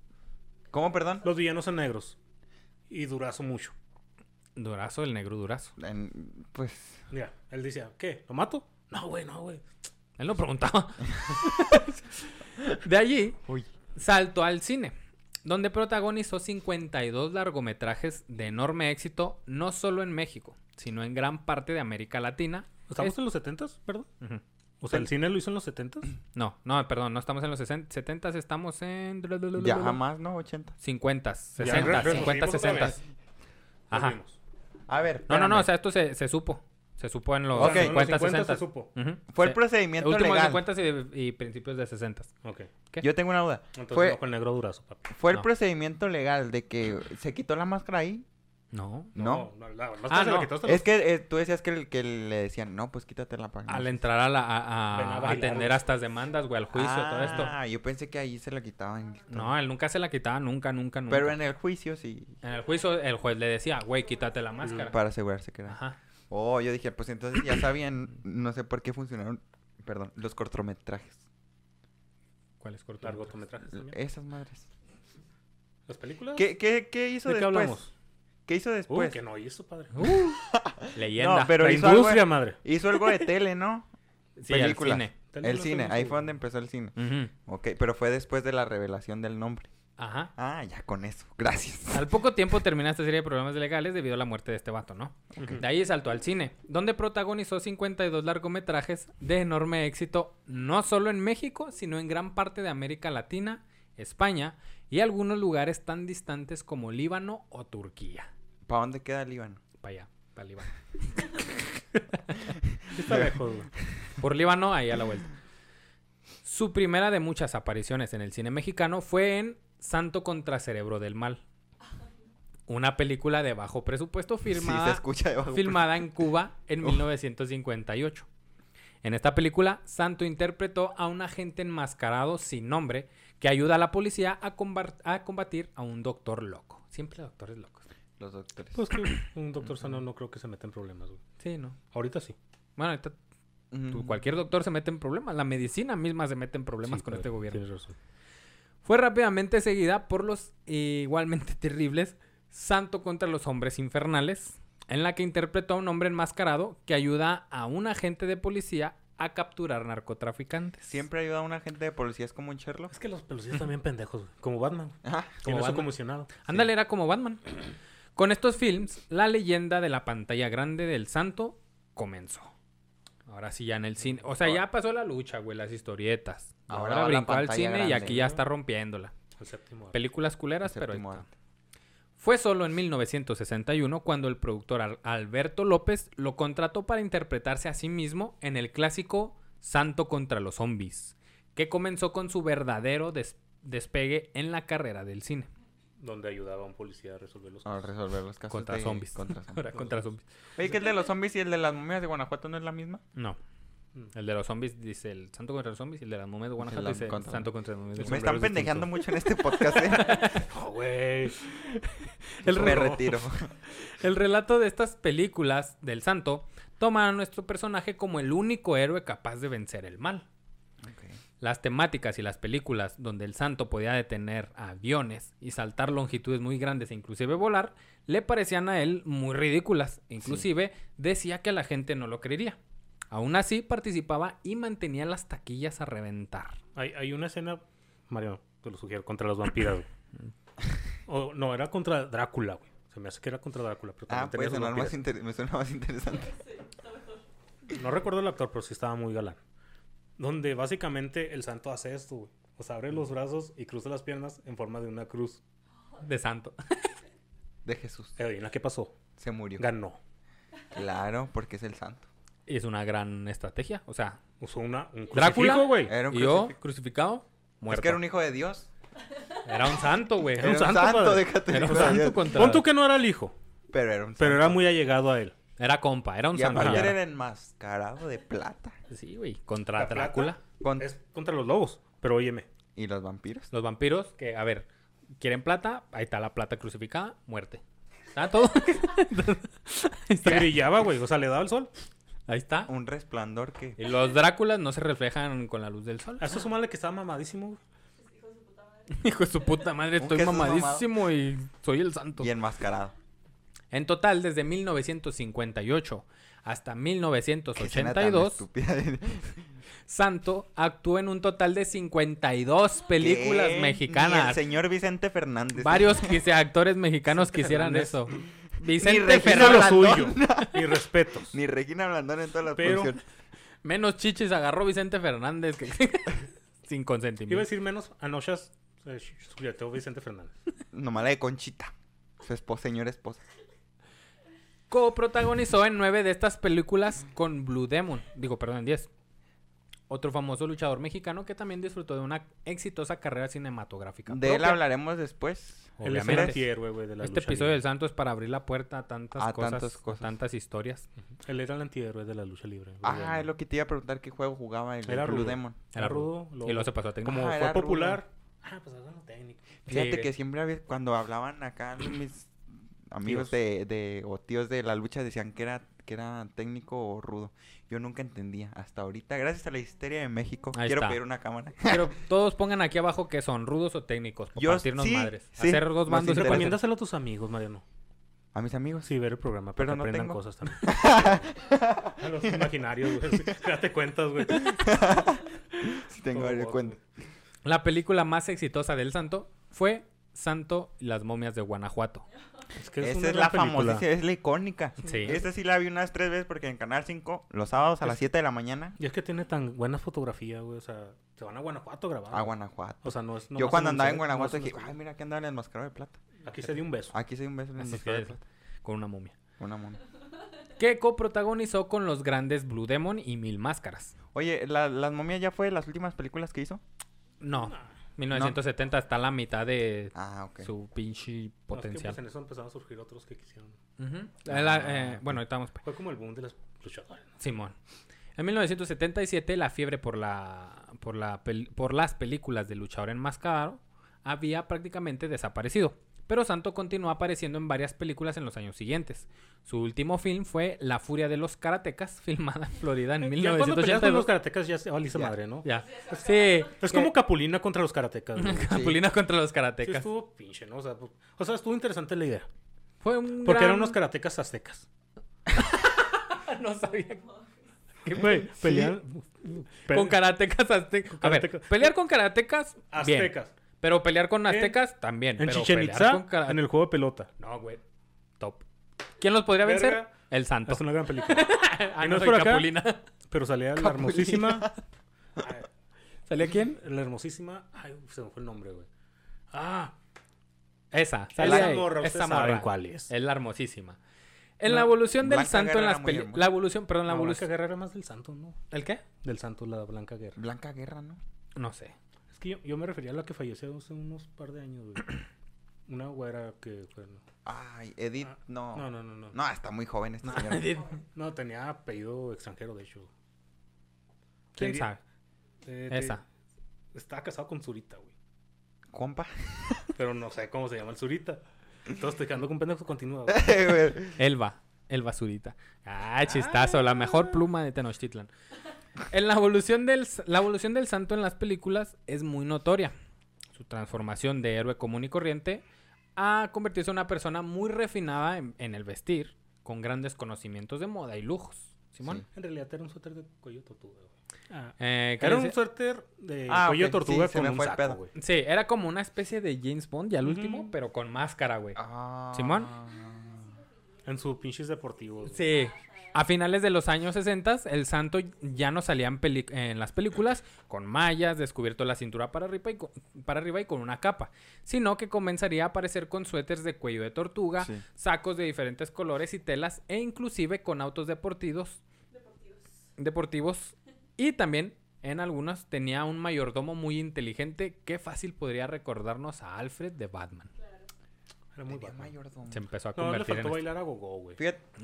[SPEAKER 3] ¿Cómo, perdón?
[SPEAKER 2] Los villanos son negros. Y durazo mucho.
[SPEAKER 1] Durazo, el negro durazo.
[SPEAKER 3] En- pues,
[SPEAKER 2] Mira, él decía, ¿qué? ¿Lo mato? No, güey, no, güey.
[SPEAKER 1] Él lo preguntaba. de allí
[SPEAKER 3] uy.
[SPEAKER 1] saltó al cine. donde protagonizó 52 largometrajes de enorme éxito, no solo en México, sino en gran parte de América Latina.
[SPEAKER 2] ¿Estamos
[SPEAKER 1] Es-
[SPEAKER 2] en los 70s, perdón?
[SPEAKER 1] Ujú.
[SPEAKER 2] O sea, ¿el cine lo hizo en los 70s?
[SPEAKER 1] No, no, perdón, no estamos en los 60, 70, estamos en...
[SPEAKER 3] Ya jamás, ¿no? 80.
[SPEAKER 1] 50,
[SPEAKER 2] re-
[SPEAKER 1] 60, 50,
[SPEAKER 2] re- nos fuimos otra
[SPEAKER 1] 60.
[SPEAKER 2] vez.
[SPEAKER 1] Ajá.
[SPEAKER 2] Volvimos.
[SPEAKER 3] A ver.
[SPEAKER 1] No, no, no,
[SPEAKER 3] espérame.
[SPEAKER 1] o sea, esto se, se supo. Se supo en los
[SPEAKER 3] Ok.
[SPEAKER 2] O sea, en los
[SPEAKER 1] 50, 60.
[SPEAKER 2] se supo.
[SPEAKER 1] Ujú.
[SPEAKER 3] Fue el
[SPEAKER 1] Sí.
[SPEAKER 3] procedimiento
[SPEAKER 1] Últimos
[SPEAKER 3] legal.
[SPEAKER 1] 50 y, y principios de 60.
[SPEAKER 2] Ok.
[SPEAKER 1] ¿qué?
[SPEAKER 3] Yo tengo una duda.
[SPEAKER 2] Entonces,
[SPEAKER 3] Fue-
[SPEAKER 2] bajo el negro durazo, papi.
[SPEAKER 3] ¿Fue
[SPEAKER 1] pues,
[SPEAKER 3] el
[SPEAKER 1] No.
[SPEAKER 3] procedimiento legal de que se quitó la máscara ahí?
[SPEAKER 1] No.
[SPEAKER 3] No.
[SPEAKER 2] no, la
[SPEAKER 1] Ah,
[SPEAKER 2] máscara se la
[SPEAKER 1] no.
[SPEAKER 2] quitó hasta
[SPEAKER 3] Es que eh, tú decías que, el- que le decían, no, pues quítatela para que no
[SPEAKER 1] Al
[SPEAKER 3] se-
[SPEAKER 1] entrar a, la, a- a
[SPEAKER 2] Ven a bailar.
[SPEAKER 1] atender a estas demandas, güey, al juicio, todo esto.
[SPEAKER 3] Ah, yo pensé que ahí se la quitaban.
[SPEAKER 1] No, él nunca se la quitaba, nunca, nunca, nunca.
[SPEAKER 3] Pero en el juicio sí,
[SPEAKER 1] En el juicio, el juez le decía, güey, quítate la máscara.
[SPEAKER 3] Mm, para asegurarse que era.
[SPEAKER 1] Ajá.
[SPEAKER 3] Oh, yo dije, pues entonces ya sabían, no sé por qué funcionaron, perdón, los cortometrajes.
[SPEAKER 1] ¿Cuál es corto?
[SPEAKER 2] largometrajes también.
[SPEAKER 3] Esas madres.
[SPEAKER 2] ¿Las películas?
[SPEAKER 3] ¿Qué, qué, qué hizo
[SPEAKER 2] ¿De qué
[SPEAKER 3] después?
[SPEAKER 2] hablamos?
[SPEAKER 3] ¿Qué hizo
[SPEAKER 2] Uy,
[SPEAKER 3] después?
[SPEAKER 2] que no hizo, padre.
[SPEAKER 1] Uh, Leyenda.
[SPEAKER 3] No, pero
[SPEAKER 2] la
[SPEAKER 3] hizo algo-
[SPEAKER 2] industria, madre.
[SPEAKER 3] Hizo algo de tele, ¿no?
[SPEAKER 1] Sí, al
[SPEAKER 3] películas.
[SPEAKER 1] cine.
[SPEAKER 3] El cine, ahí fue donde
[SPEAKER 2] empezó.
[SPEAKER 3] empezó el cine.
[SPEAKER 1] Ujú.
[SPEAKER 3] Ok, pero fue después de la revelación del nombre.
[SPEAKER 1] Ajá.
[SPEAKER 3] Ah, ya con eso, gracias.
[SPEAKER 1] Al poco tiempo termina esta serie de problemas legales debido a la muerte de este vato, ¿no? De ahí saltó al cine, donde protagonizó 52 largometrajes de enorme éxito, no solo en México, sino en gran parte de América Latina, España y algunos lugares tan distantes como Líbano o Turquía.
[SPEAKER 3] ¿Para dónde queda el Líbano?
[SPEAKER 1] Para allá, para Líbano.
[SPEAKER 2] Está lejos, güey.
[SPEAKER 1] Por Líbano, ahí a la vuelta. Su primera de muchas apariciones en el cine mexicano fue en Santo contra Cerebro del Mal. Una película de bajo presupuesto
[SPEAKER 3] Sí, se
[SPEAKER 1] firmada,
[SPEAKER 3] escucha Oh. debajo.
[SPEAKER 1] filmada en Cuba en 1958. En esta película, Santo interpretó a un agente enmascarado sin nombre que ayuda a la policía a, combar- a combatir a un doctor loco. Siempre doctores locos.
[SPEAKER 3] Los doctores.
[SPEAKER 2] Pues que un doctor sano no creo que se meta en problemas, güey.
[SPEAKER 1] Sí, ¿no?
[SPEAKER 2] Ahorita sí.
[SPEAKER 1] Bueno, ahorita
[SPEAKER 3] Ujú.
[SPEAKER 1] tú- cualquier doctor se mete en problemas. La medicina misma se mete en problemas
[SPEAKER 2] Sí,
[SPEAKER 1] con
[SPEAKER 2] padre,
[SPEAKER 1] este gobierno.
[SPEAKER 2] Tienes razón.
[SPEAKER 1] Fue rápidamente seguida por los eh, igualmente terribles Santo contra los hombres infernales, en la que interpretó a un hombre enmascarado que ayuda a un agente de policía a capturar narcotraficantes.
[SPEAKER 3] Siempre ayuda a un agente de policía, es como un Sherlock.
[SPEAKER 2] Es que los policías también pendejos, güey. Como Batman. güey.
[SPEAKER 3] Ah,
[SPEAKER 1] Como
[SPEAKER 2] Tiene su
[SPEAKER 1] Batman.
[SPEAKER 2] comisionado.
[SPEAKER 1] Ándale, era como Batman. Con estos films, la leyenda de la pantalla grande del santo comenzó. Ahora sí ya en el cine. O sea, ya pasó la lucha, güey, las historietas.
[SPEAKER 3] Ahora
[SPEAKER 1] Ahora,
[SPEAKER 3] va la
[SPEAKER 1] brincó al
[SPEAKER 3] pantalla
[SPEAKER 1] cine y
[SPEAKER 3] grande,
[SPEAKER 1] aquí ya
[SPEAKER 2] ¿no?
[SPEAKER 1] está rompiéndola.
[SPEAKER 2] El séptimo. arte.
[SPEAKER 1] Películas culeras, pero ahí
[SPEAKER 3] séptimo
[SPEAKER 1] está.
[SPEAKER 3] arte.
[SPEAKER 1] Fue solo en 1961 cuando el productor Al- Alberto López lo contrató para interpretarse a sí mismo en el clásico Santo contra los zombies, que comenzó con su verdadero des- despegue en la carrera del cine.
[SPEAKER 2] Donde ayudaba a un policía a resolver los
[SPEAKER 3] A resolver los casos
[SPEAKER 1] Contra
[SPEAKER 3] de-
[SPEAKER 1] zombies.
[SPEAKER 3] Contra zombies.
[SPEAKER 1] Ahora contra zombies.
[SPEAKER 3] Oye, que el de los zombies y el de las momias de Guanajuato no es la misma.
[SPEAKER 1] No. El de los zombies dice el Santo contra los zombies y Mm. el de las momias de Guanajuato
[SPEAKER 3] la-
[SPEAKER 1] dice el
[SPEAKER 3] contra-
[SPEAKER 1] Santo contra los momias de
[SPEAKER 3] Me están
[SPEAKER 1] Guanajuato.
[SPEAKER 3] pendejando mucho en este podcast, ¿eh?
[SPEAKER 2] No, Oh, güey.
[SPEAKER 1] El
[SPEAKER 3] Me
[SPEAKER 1] reloj.
[SPEAKER 3] retiro.
[SPEAKER 1] El relato de estas películas del Santo toma a nuestro personaje como el único héroe capaz de vencer el mal. Las temáticas y las películas donde el santo podía detener aviones y saltar longitudes muy grandes e inclusive volar, le parecían a él muy ridículas. Inclusive decía que la gente no lo creería. Aún así participaba y mantenía las taquillas a reventar.
[SPEAKER 2] Hay, hay una escena, Mario, te lo sugiero, contra los vampiros, güey. O, no, era contra Drácula, güey. Se me hace que era contra Drácula, pero
[SPEAKER 3] Ah,
[SPEAKER 2] también tenía
[SPEAKER 3] pues
[SPEAKER 2] sus
[SPEAKER 3] sonar más
[SPEAKER 2] vampiras.
[SPEAKER 3] inter- me suena más interesante.
[SPEAKER 2] No recuerdo el actor, pero sí estaba muy galán. Donde básicamente el santo hace esto, güey. O sea, abre
[SPEAKER 3] Mm.
[SPEAKER 2] los brazos y cruza las piernas en forma de una cruz.
[SPEAKER 1] De santo.
[SPEAKER 3] De Jesús.
[SPEAKER 2] Eh, Adivina qué pasó.
[SPEAKER 3] Se murió.
[SPEAKER 2] Ganó.
[SPEAKER 3] Claro, porque es el santo.
[SPEAKER 1] Y es una gran estrategia. O sea,
[SPEAKER 2] Usó una, un
[SPEAKER 1] Drácula,
[SPEAKER 2] crucifijo, güey.
[SPEAKER 3] Era un
[SPEAKER 1] yo
[SPEAKER 3] crucifijo.
[SPEAKER 1] crucificado,
[SPEAKER 3] Es
[SPEAKER 1] muerto.
[SPEAKER 3] que era un hijo de Dios.
[SPEAKER 1] Era un santo, güey.
[SPEAKER 2] Era un santo, padre.
[SPEAKER 3] déjate.
[SPEAKER 1] Era un
[SPEAKER 3] hijo de
[SPEAKER 1] santo
[SPEAKER 3] Dios.
[SPEAKER 1] contra...
[SPEAKER 2] Pon tú que no era el hijo,
[SPEAKER 3] Pero era un
[SPEAKER 2] pero era
[SPEAKER 3] santo.
[SPEAKER 2] muy allegado a él.
[SPEAKER 1] Era compa, era un
[SPEAKER 3] Y
[SPEAKER 1] santo.
[SPEAKER 3] aparte
[SPEAKER 1] ya.
[SPEAKER 3] era enmascarado de plata.
[SPEAKER 1] Sí, güey. Contra
[SPEAKER 2] La plata.
[SPEAKER 1] Drácula.
[SPEAKER 3] Con-
[SPEAKER 2] Es contra los lobos, pero óyeme.
[SPEAKER 3] ¿Y los vampiros?
[SPEAKER 1] Los vampiros, que, a ver, quieren plata, ahí está la plata crucificada, muerte. ¿Está todo?
[SPEAKER 2] Se brillaba, güey. O sea, le daba el sol.
[SPEAKER 1] ahí está.
[SPEAKER 3] Un resplandor que...
[SPEAKER 1] Y los Dráculas no se reflejan con la luz del sol.
[SPEAKER 2] A eso sumarle que estaba mamadísimo, güey.
[SPEAKER 1] Hijo de su puta madre,
[SPEAKER 3] Un
[SPEAKER 1] estoy
[SPEAKER 3] Jesús
[SPEAKER 1] mamadísimo y soy el santo.
[SPEAKER 3] Y enmascarado.
[SPEAKER 1] En total, desde 1958 hasta
[SPEAKER 3] Qué escena tan
[SPEAKER 1] 1982,
[SPEAKER 3] estúpida.
[SPEAKER 1] Santo actuó en un total de 52 películas
[SPEAKER 3] ¿Qué? Ni el
[SPEAKER 1] mexicanas.
[SPEAKER 3] señor Vicente Fernández.
[SPEAKER 1] Varios quise- actores mexicanos quisieran
[SPEAKER 2] Fernández.
[SPEAKER 1] eso.
[SPEAKER 3] Ni
[SPEAKER 1] Vicente
[SPEAKER 3] Regina
[SPEAKER 2] Hizo lo
[SPEAKER 1] Fernández.
[SPEAKER 2] suyo. Y respetos.
[SPEAKER 3] Ni Regina Blandón en todas las
[SPEAKER 2] Pero-
[SPEAKER 3] producciones.
[SPEAKER 1] Menos chichis agarró Vicente Fernández que- sin
[SPEAKER 2] Iba a
[SPEAKER 1] consentimiento.
[SPEAKER 2] decir menos Anoshas eh, Suyateó Vicente Fernández.
[SPEAKER 3] Nomás la de Conchita. Su esposa, señora esposa.
[SPEAKER 1] Co-protagonizó en nueve de estas películas con Blue Demon. Digo, perdón, en diez. Otro famoso luchador mexicano que también disfrutó de una exitosa carrera cinematográfica.
[SPEAKER 3] De él
[SPEAKER 1] propia.
[SPEAKER 3] hablaremos después.
[SPEAKER 2] Él es el
[SPEAKER 1] Obviamente.
[SPEAKER 2] antihéroe, güey, de la
[SPEAKER 1] Este
[SPEAKER 2] lucha
[SPEAKER 1] episodio del
[SPEAKER 2] libre.
[SPEAKER 1] Santo es para abrir la puerta a tantas
[SPEAKER 3] A
[SPEAKER 1] cosas,
[SPEAKER 3] tantas
[SPEAKER 1] a
[SPEAKER 3] cosas.
[SPEAKER 1] tantas historias.
[SPEAKER 2] Él era el antihéroe de la lucha libre. güey,
[SPEAKER 3] Ah,
[SPEAKER 2] de-
[SPEAKER 3] es lo que te iba a preguntar qué juego jugaba el
[SPEAKER 2] Era
[SPEAKER 3] Blue
[SPEAKER 2] rudo.
[SPEAKER 3] Demon.
[SPEAKER 1] Era
[SPEAKER 2] Era
[SPEAKER 1] rudo.
[SPEAKER 2] rudo.
[SPEAKER 1] Y luego se pasó a técnico.
[SPEAKER 2] Como
[SPEAKER 3] Ah,
[SPEAKER 2] fue
[SPEAKER 3] era rudo.
[SPEAKER 2] popular. Ah, pues háganlo técnico.
[SPEAKER 3] Fíjate
[SPEAKER 1] Sí.
[SPEAKER 3] que siempre había- cuando hablaban acá mis
[SPEAKER 2] Tíos.
[SPEAKER 3] amigos de, de- o tíos de la lucha decían que era que era técnico o rudo. Yo nunca entendía hasta ahorita. Gracias a la histeria de México.
[SPEAKER 1] Ahí
[SPEAKER 3] quiero
[SPEAKER 1] está.
[SPEAKER 3] pedir una cámara.
[SPEAKER 1] Pero todos pongan aquí abajo que son rudos o técnicos. Para
[SPEAKER 3] Yo-
[SPEAKER 1] partirnos
[SPEAKER 3] sí,
[SPEAKER 1] madres.
[SPEAKER 3] sí,
[SPEAKER 1] Hacer dos bandos. y
[SPEAKER 3] nos interesa.
[SPEAKER 1] poner-
[SPEAKER 2] Recomiéndaselo a tus amigos, Mariano.
[SPEAKER 3] A mis amigos.
[SPEAKER 2] Sí, ver el programa,
[SPEAKER 3] Pero
[SPEAKER 2] pero
[SPEAKER 3] no
[SPEAKER 2] aprendan
[SPEAKER 3] tengo.
[SPEAKER 2] cosas también. a los imaginarios, güey. sí, Date cuentas, güey.
[SPEAKER 3] Sí, tengo
[SPEAKER 2] Por
[SPEAKER 3] varios
[SPEAKER 2] favor,
[SPEAKER 3] cuentos.
[SPEAKER 1] La película más exitosa del Santo fue Santo y las momias de Guanajuato.
[SPEAKER 2] Es que
[SPEAKER 3] Esa
[SPEAKER 2] una
[SPEAKER 3] es
[SPEAKER 2] gran
[SPEAKER 3] la
[SPEAKER 2] película.
[SPEAKER 3] famosísima, es la icónica.
[SPEAKER 1] Sí.
[SPEAKER 3] Esta sí la vi unas tres veces porque en Canal 5, los sábados a las 7 de la mañana,
[SPEAKER 2] Y es que tiene tan buena fotografía, güey. O sea, se van a Guanajuato a grabar.
[SPEAKER 3] a Guanajuato.
[SPEAKER 2] O sea, no es. no
[SPEAKER 3] Yo
[SPEAKER 2] más
[SPEAKER 3] cuando
[SPEAKER 2] un
[SPEAKER 3] andaba en
[SPEAKER 2] set,
[SPEAKER 3] Guanajuato
[SPEAKER 2] no es un
[SPEAKER 3] dije, "Ah,
[SPEAKER 2] estudio.
[SPEAKER 3] ay, mira, aquí andaba en el mascarado de plata.
[SPEAKER 2] Aquí se dio un beso.
[SPEAKER 3] Aquí soy un beso en el
[SPEAKER 1] Así
[SPEAKER 3] mascarado de
[SPEAKER 1] que
[SPEAKER 3] plata.
[SPEAKER 1] con una momia.
[SPEAKER 3] Una mona.
[SPEAKER 1] Que coprotagonizó con los grandes Blue Demon y Mil Máscaras.
[SPEAKER 3] Oye, ¿la- ¿Las momias ya fue de las últimas películas que hizo?
[SPEAKER 1] No.
[SPEAKER 2] Ah.
[SPEAKER 1] 1970 está la mitad de
[SPEAKER 3] Ah, ok.
[SPEAKER 1] su pinche
[SPEAKER 2] No, es que,
[SPEAKER 1] potencial.
[SPEAKER 2] pues, en Ah, eso empezaron a surgir otros que quisieron.
[SPEAKER 1] Ujú. La- eh, bueno, ahorita vamos.
[SPEAKER 2] Fue como el boom de las luchadoras.
[SPEAKER 1] Simón. En 1977 la fiebre por la por la pel- por las películas de luchador enmascarado había prácticamente desaparecido, pero Santo continuó apareciendo en varias películas en los años siguientes. Su último film fue La furia de los karatecas, filmada en Florida en
[SPEAKER 2] Ya cuando peleas con los
[SPEAKER 1] 1982.
[SPEAKER 2] karatecas ya se valisa
[SPEAKER 3] Ya.
[SPEAKER 2] madre, ¿no?
[SPEAKER 1] Ya. Sí.
[SPEAKER 2] Es como Capulina contra los karatecas. güey.
[SPEAKER 1] Capulina contra los
[SPEAKER 2] Sí,
[SPEAKER 1] karatecas.
[SPEAKER 2] estuvo pinche, ¿no? O sea, pues- o sea, estuvo interesante la idea.
[SPEAKER 1] Fue un
[SPEAKER 2] Porque
[SPEAKER 1] gran-
[SPEAKER 2] eran unos karatecas aztecas.
[SPEAKER 1] no sabía.
[SPEAKER 2] Güey, peleaban. pe-
[SPEAKER 1] Con karatecas aztecas. A ver,
[SPEAKER 2] karatecas.
[SPEAKER 1] pelear con karatecas bien,
[SPEAKER 2] aztecas.
[SPEAKER 1] pero pelear con aztecas también,
[SPEAKER 2] En
[SPEAKER 1] pero
[SPEAKER 2] Chichen
[SPEAKER 1] pelear
[SPEAKER 2] Itza,
[SPEAKER 1] con kara-
[SPEAKER 2] en el juego de pelota.
[SPEAKER 1] No, güey. Top. ¿Quién los podría
[SPEAKER 2] Verga.
[SPEAKER 1] vencer? El santo.
[SPEAKER 2] Es una gran película.
[SPEAKER 1] Ah,
[SPEAKER 2] ¿Y
[SPEAKER 1] no,
[SPEAKER 2] no es
[SPEAKER 1] soy
[SPEAKER 2] por acá?
[SPEAKER 1] Capulina.
[SPEAKER 2] Pero salía la hermosísima.
[SPEAKER 1] ¿Salía quién?
[SPEAKER 2] La hermosísima. Ay, se me fue el nombre, güey. Ah,
[SPEAKER 1] Esa.
[SPEAKER 2] esa
[SPEAKER 1] ahí.
[SPEAKER 2] morra.
[SPEAKER 1] Esa
[SPEAKER 2] Esa
[SPEAKER 1] morra.
[SPEAKER 2] cuál es.
[SPEAKER 1] Es la hermosísima. En
[SPEAKER 2] No,
[SPEAKER 1] la evolución del
[SPEAKER 3] Blanca
[SPEAKER 1] santo en
[SPEAKER 3] Guerra
[SPEAKER 1] las
[SPEAKER 3] era muy
[SPEAKER 1] películas.
[SPEAKER 3] hermosa.
[SPEAKER 1] La evolución, perdón, la
[SPEAKER 2] La Blanca
[SPEAKER 1] evolución.
[SPEAKER 2] Guerra era más del santo, ¿no?
[SPEAKER 1] ¿El qué?
[SPEAKER 2] Del santo, la Blanca Guerra.
[SPEAKER 3] Blanca Guerra, ¿no?
[SPEAKER 1] No sé.
[SPEAKER 2] Es que yo, yo me refería a la que falleció hace unos par de años, güey. Una güera que... fue-
[SPEAKER 3] Ay, Edith,
[SPEAKER 2] Ah,
[SPEAKER 3] no.
[SPEAKER 2] No, no, no, no.
[SPEAKER 3] No, está muy joven esta señora.
[SPEAKER 2] No, tenía apellido extranjero, de hecho.
[SPEAKER 1] ¿Quién
[SPEAKER 2] Te-
[SPEAKER 1] sabe?
[SPEAKER 2] eh, te-
[SPEAKER 1] Esa.
[SPEAKER 2] Estaba casado con Zurita, güey.
[SPEAKER 3] Compa.
[SPEAKER 2] Pero no sé cómo se llama el Zurita. Entonces estoy quedando con pendejo continúa, güey.
[SPEAKER 3] Güey.
[SPEAKER 1] Elba. Elba Zurita. Ah, chistazo. La mejor pluma de Tenochtitlan. En la evolución, del, la evolución del santo en las películas es muy notoria. Su transformación de héroe común y corriente a convertirse en una persona muy refinada en, en el vestir, con grandes conocimientos de moda y lujos. Simón.
[SPEAKER 2] En realidad era un suéter de cuello de tortuga, güey.
[SPEAKER 1] Eh, ¿qué
[SPEAKER 2] Era un
[SPEAKER 1] dice?
[SPEAKER 2] suéter de
[SPEAKER 3] Ah,
[SPEAKER 2] cuello
[SPEAKER 3] ok,
[SPEAKER 2] de tortuga
[SPEAKER 3] sí, se
[SPEAKER 2] con
[SPEAKER 3] me
[SPEAKER 2] un
[SPEAKER 3] fue el
[SPEAKER 2] saco,
[SPEAKER 3] pedo.
[SPEAKER 2] güey.
[SPEAKER 1] Sí, era como una especie de James Bond, ya al último,
[SPEAKER 2] Ujú.
[SPEAKER 1] pero con máscara, güey.
[SPEAKER 3] Ah.
[SPEAKER 1] Simón.
[SPEAKER 2] En sus pinches deportivos, güey.
[SPEAKER 1] Sí. A finales de los años 60, el santo ya no salía en, peli- en las películas con mallas, descubierto la cintura para arriba, y con, para arriba y con una capa, sino que comenzaría a aparecer con suéteres de cuello de tortuga,
[SPEAKER 3] Sí.
[SPEAKER 1] sacos de diferentes colores y telas, e inclusive con autos deportivos. Deportivos. Y también, en algunos, tenía un mayordomo muy inteligente que fácil podría recordarnos a Alfred de Batman.
[SPEAKER 2] Era muy
[SPEAKER 3] Tenía
[SPEAKER 2] bueno.
[SPEAKER 3] mayordomo.
[SPEAKER 1] Se empezó a
[SPEAKER 2] No, le
[SPEAKER 1] convertir
[SPEAKER 2] faltó
[SPEAKER 1] en...
[SPEAKER 2] bailar a Gogo, güey.
[SPEAKER 3] Fíjate.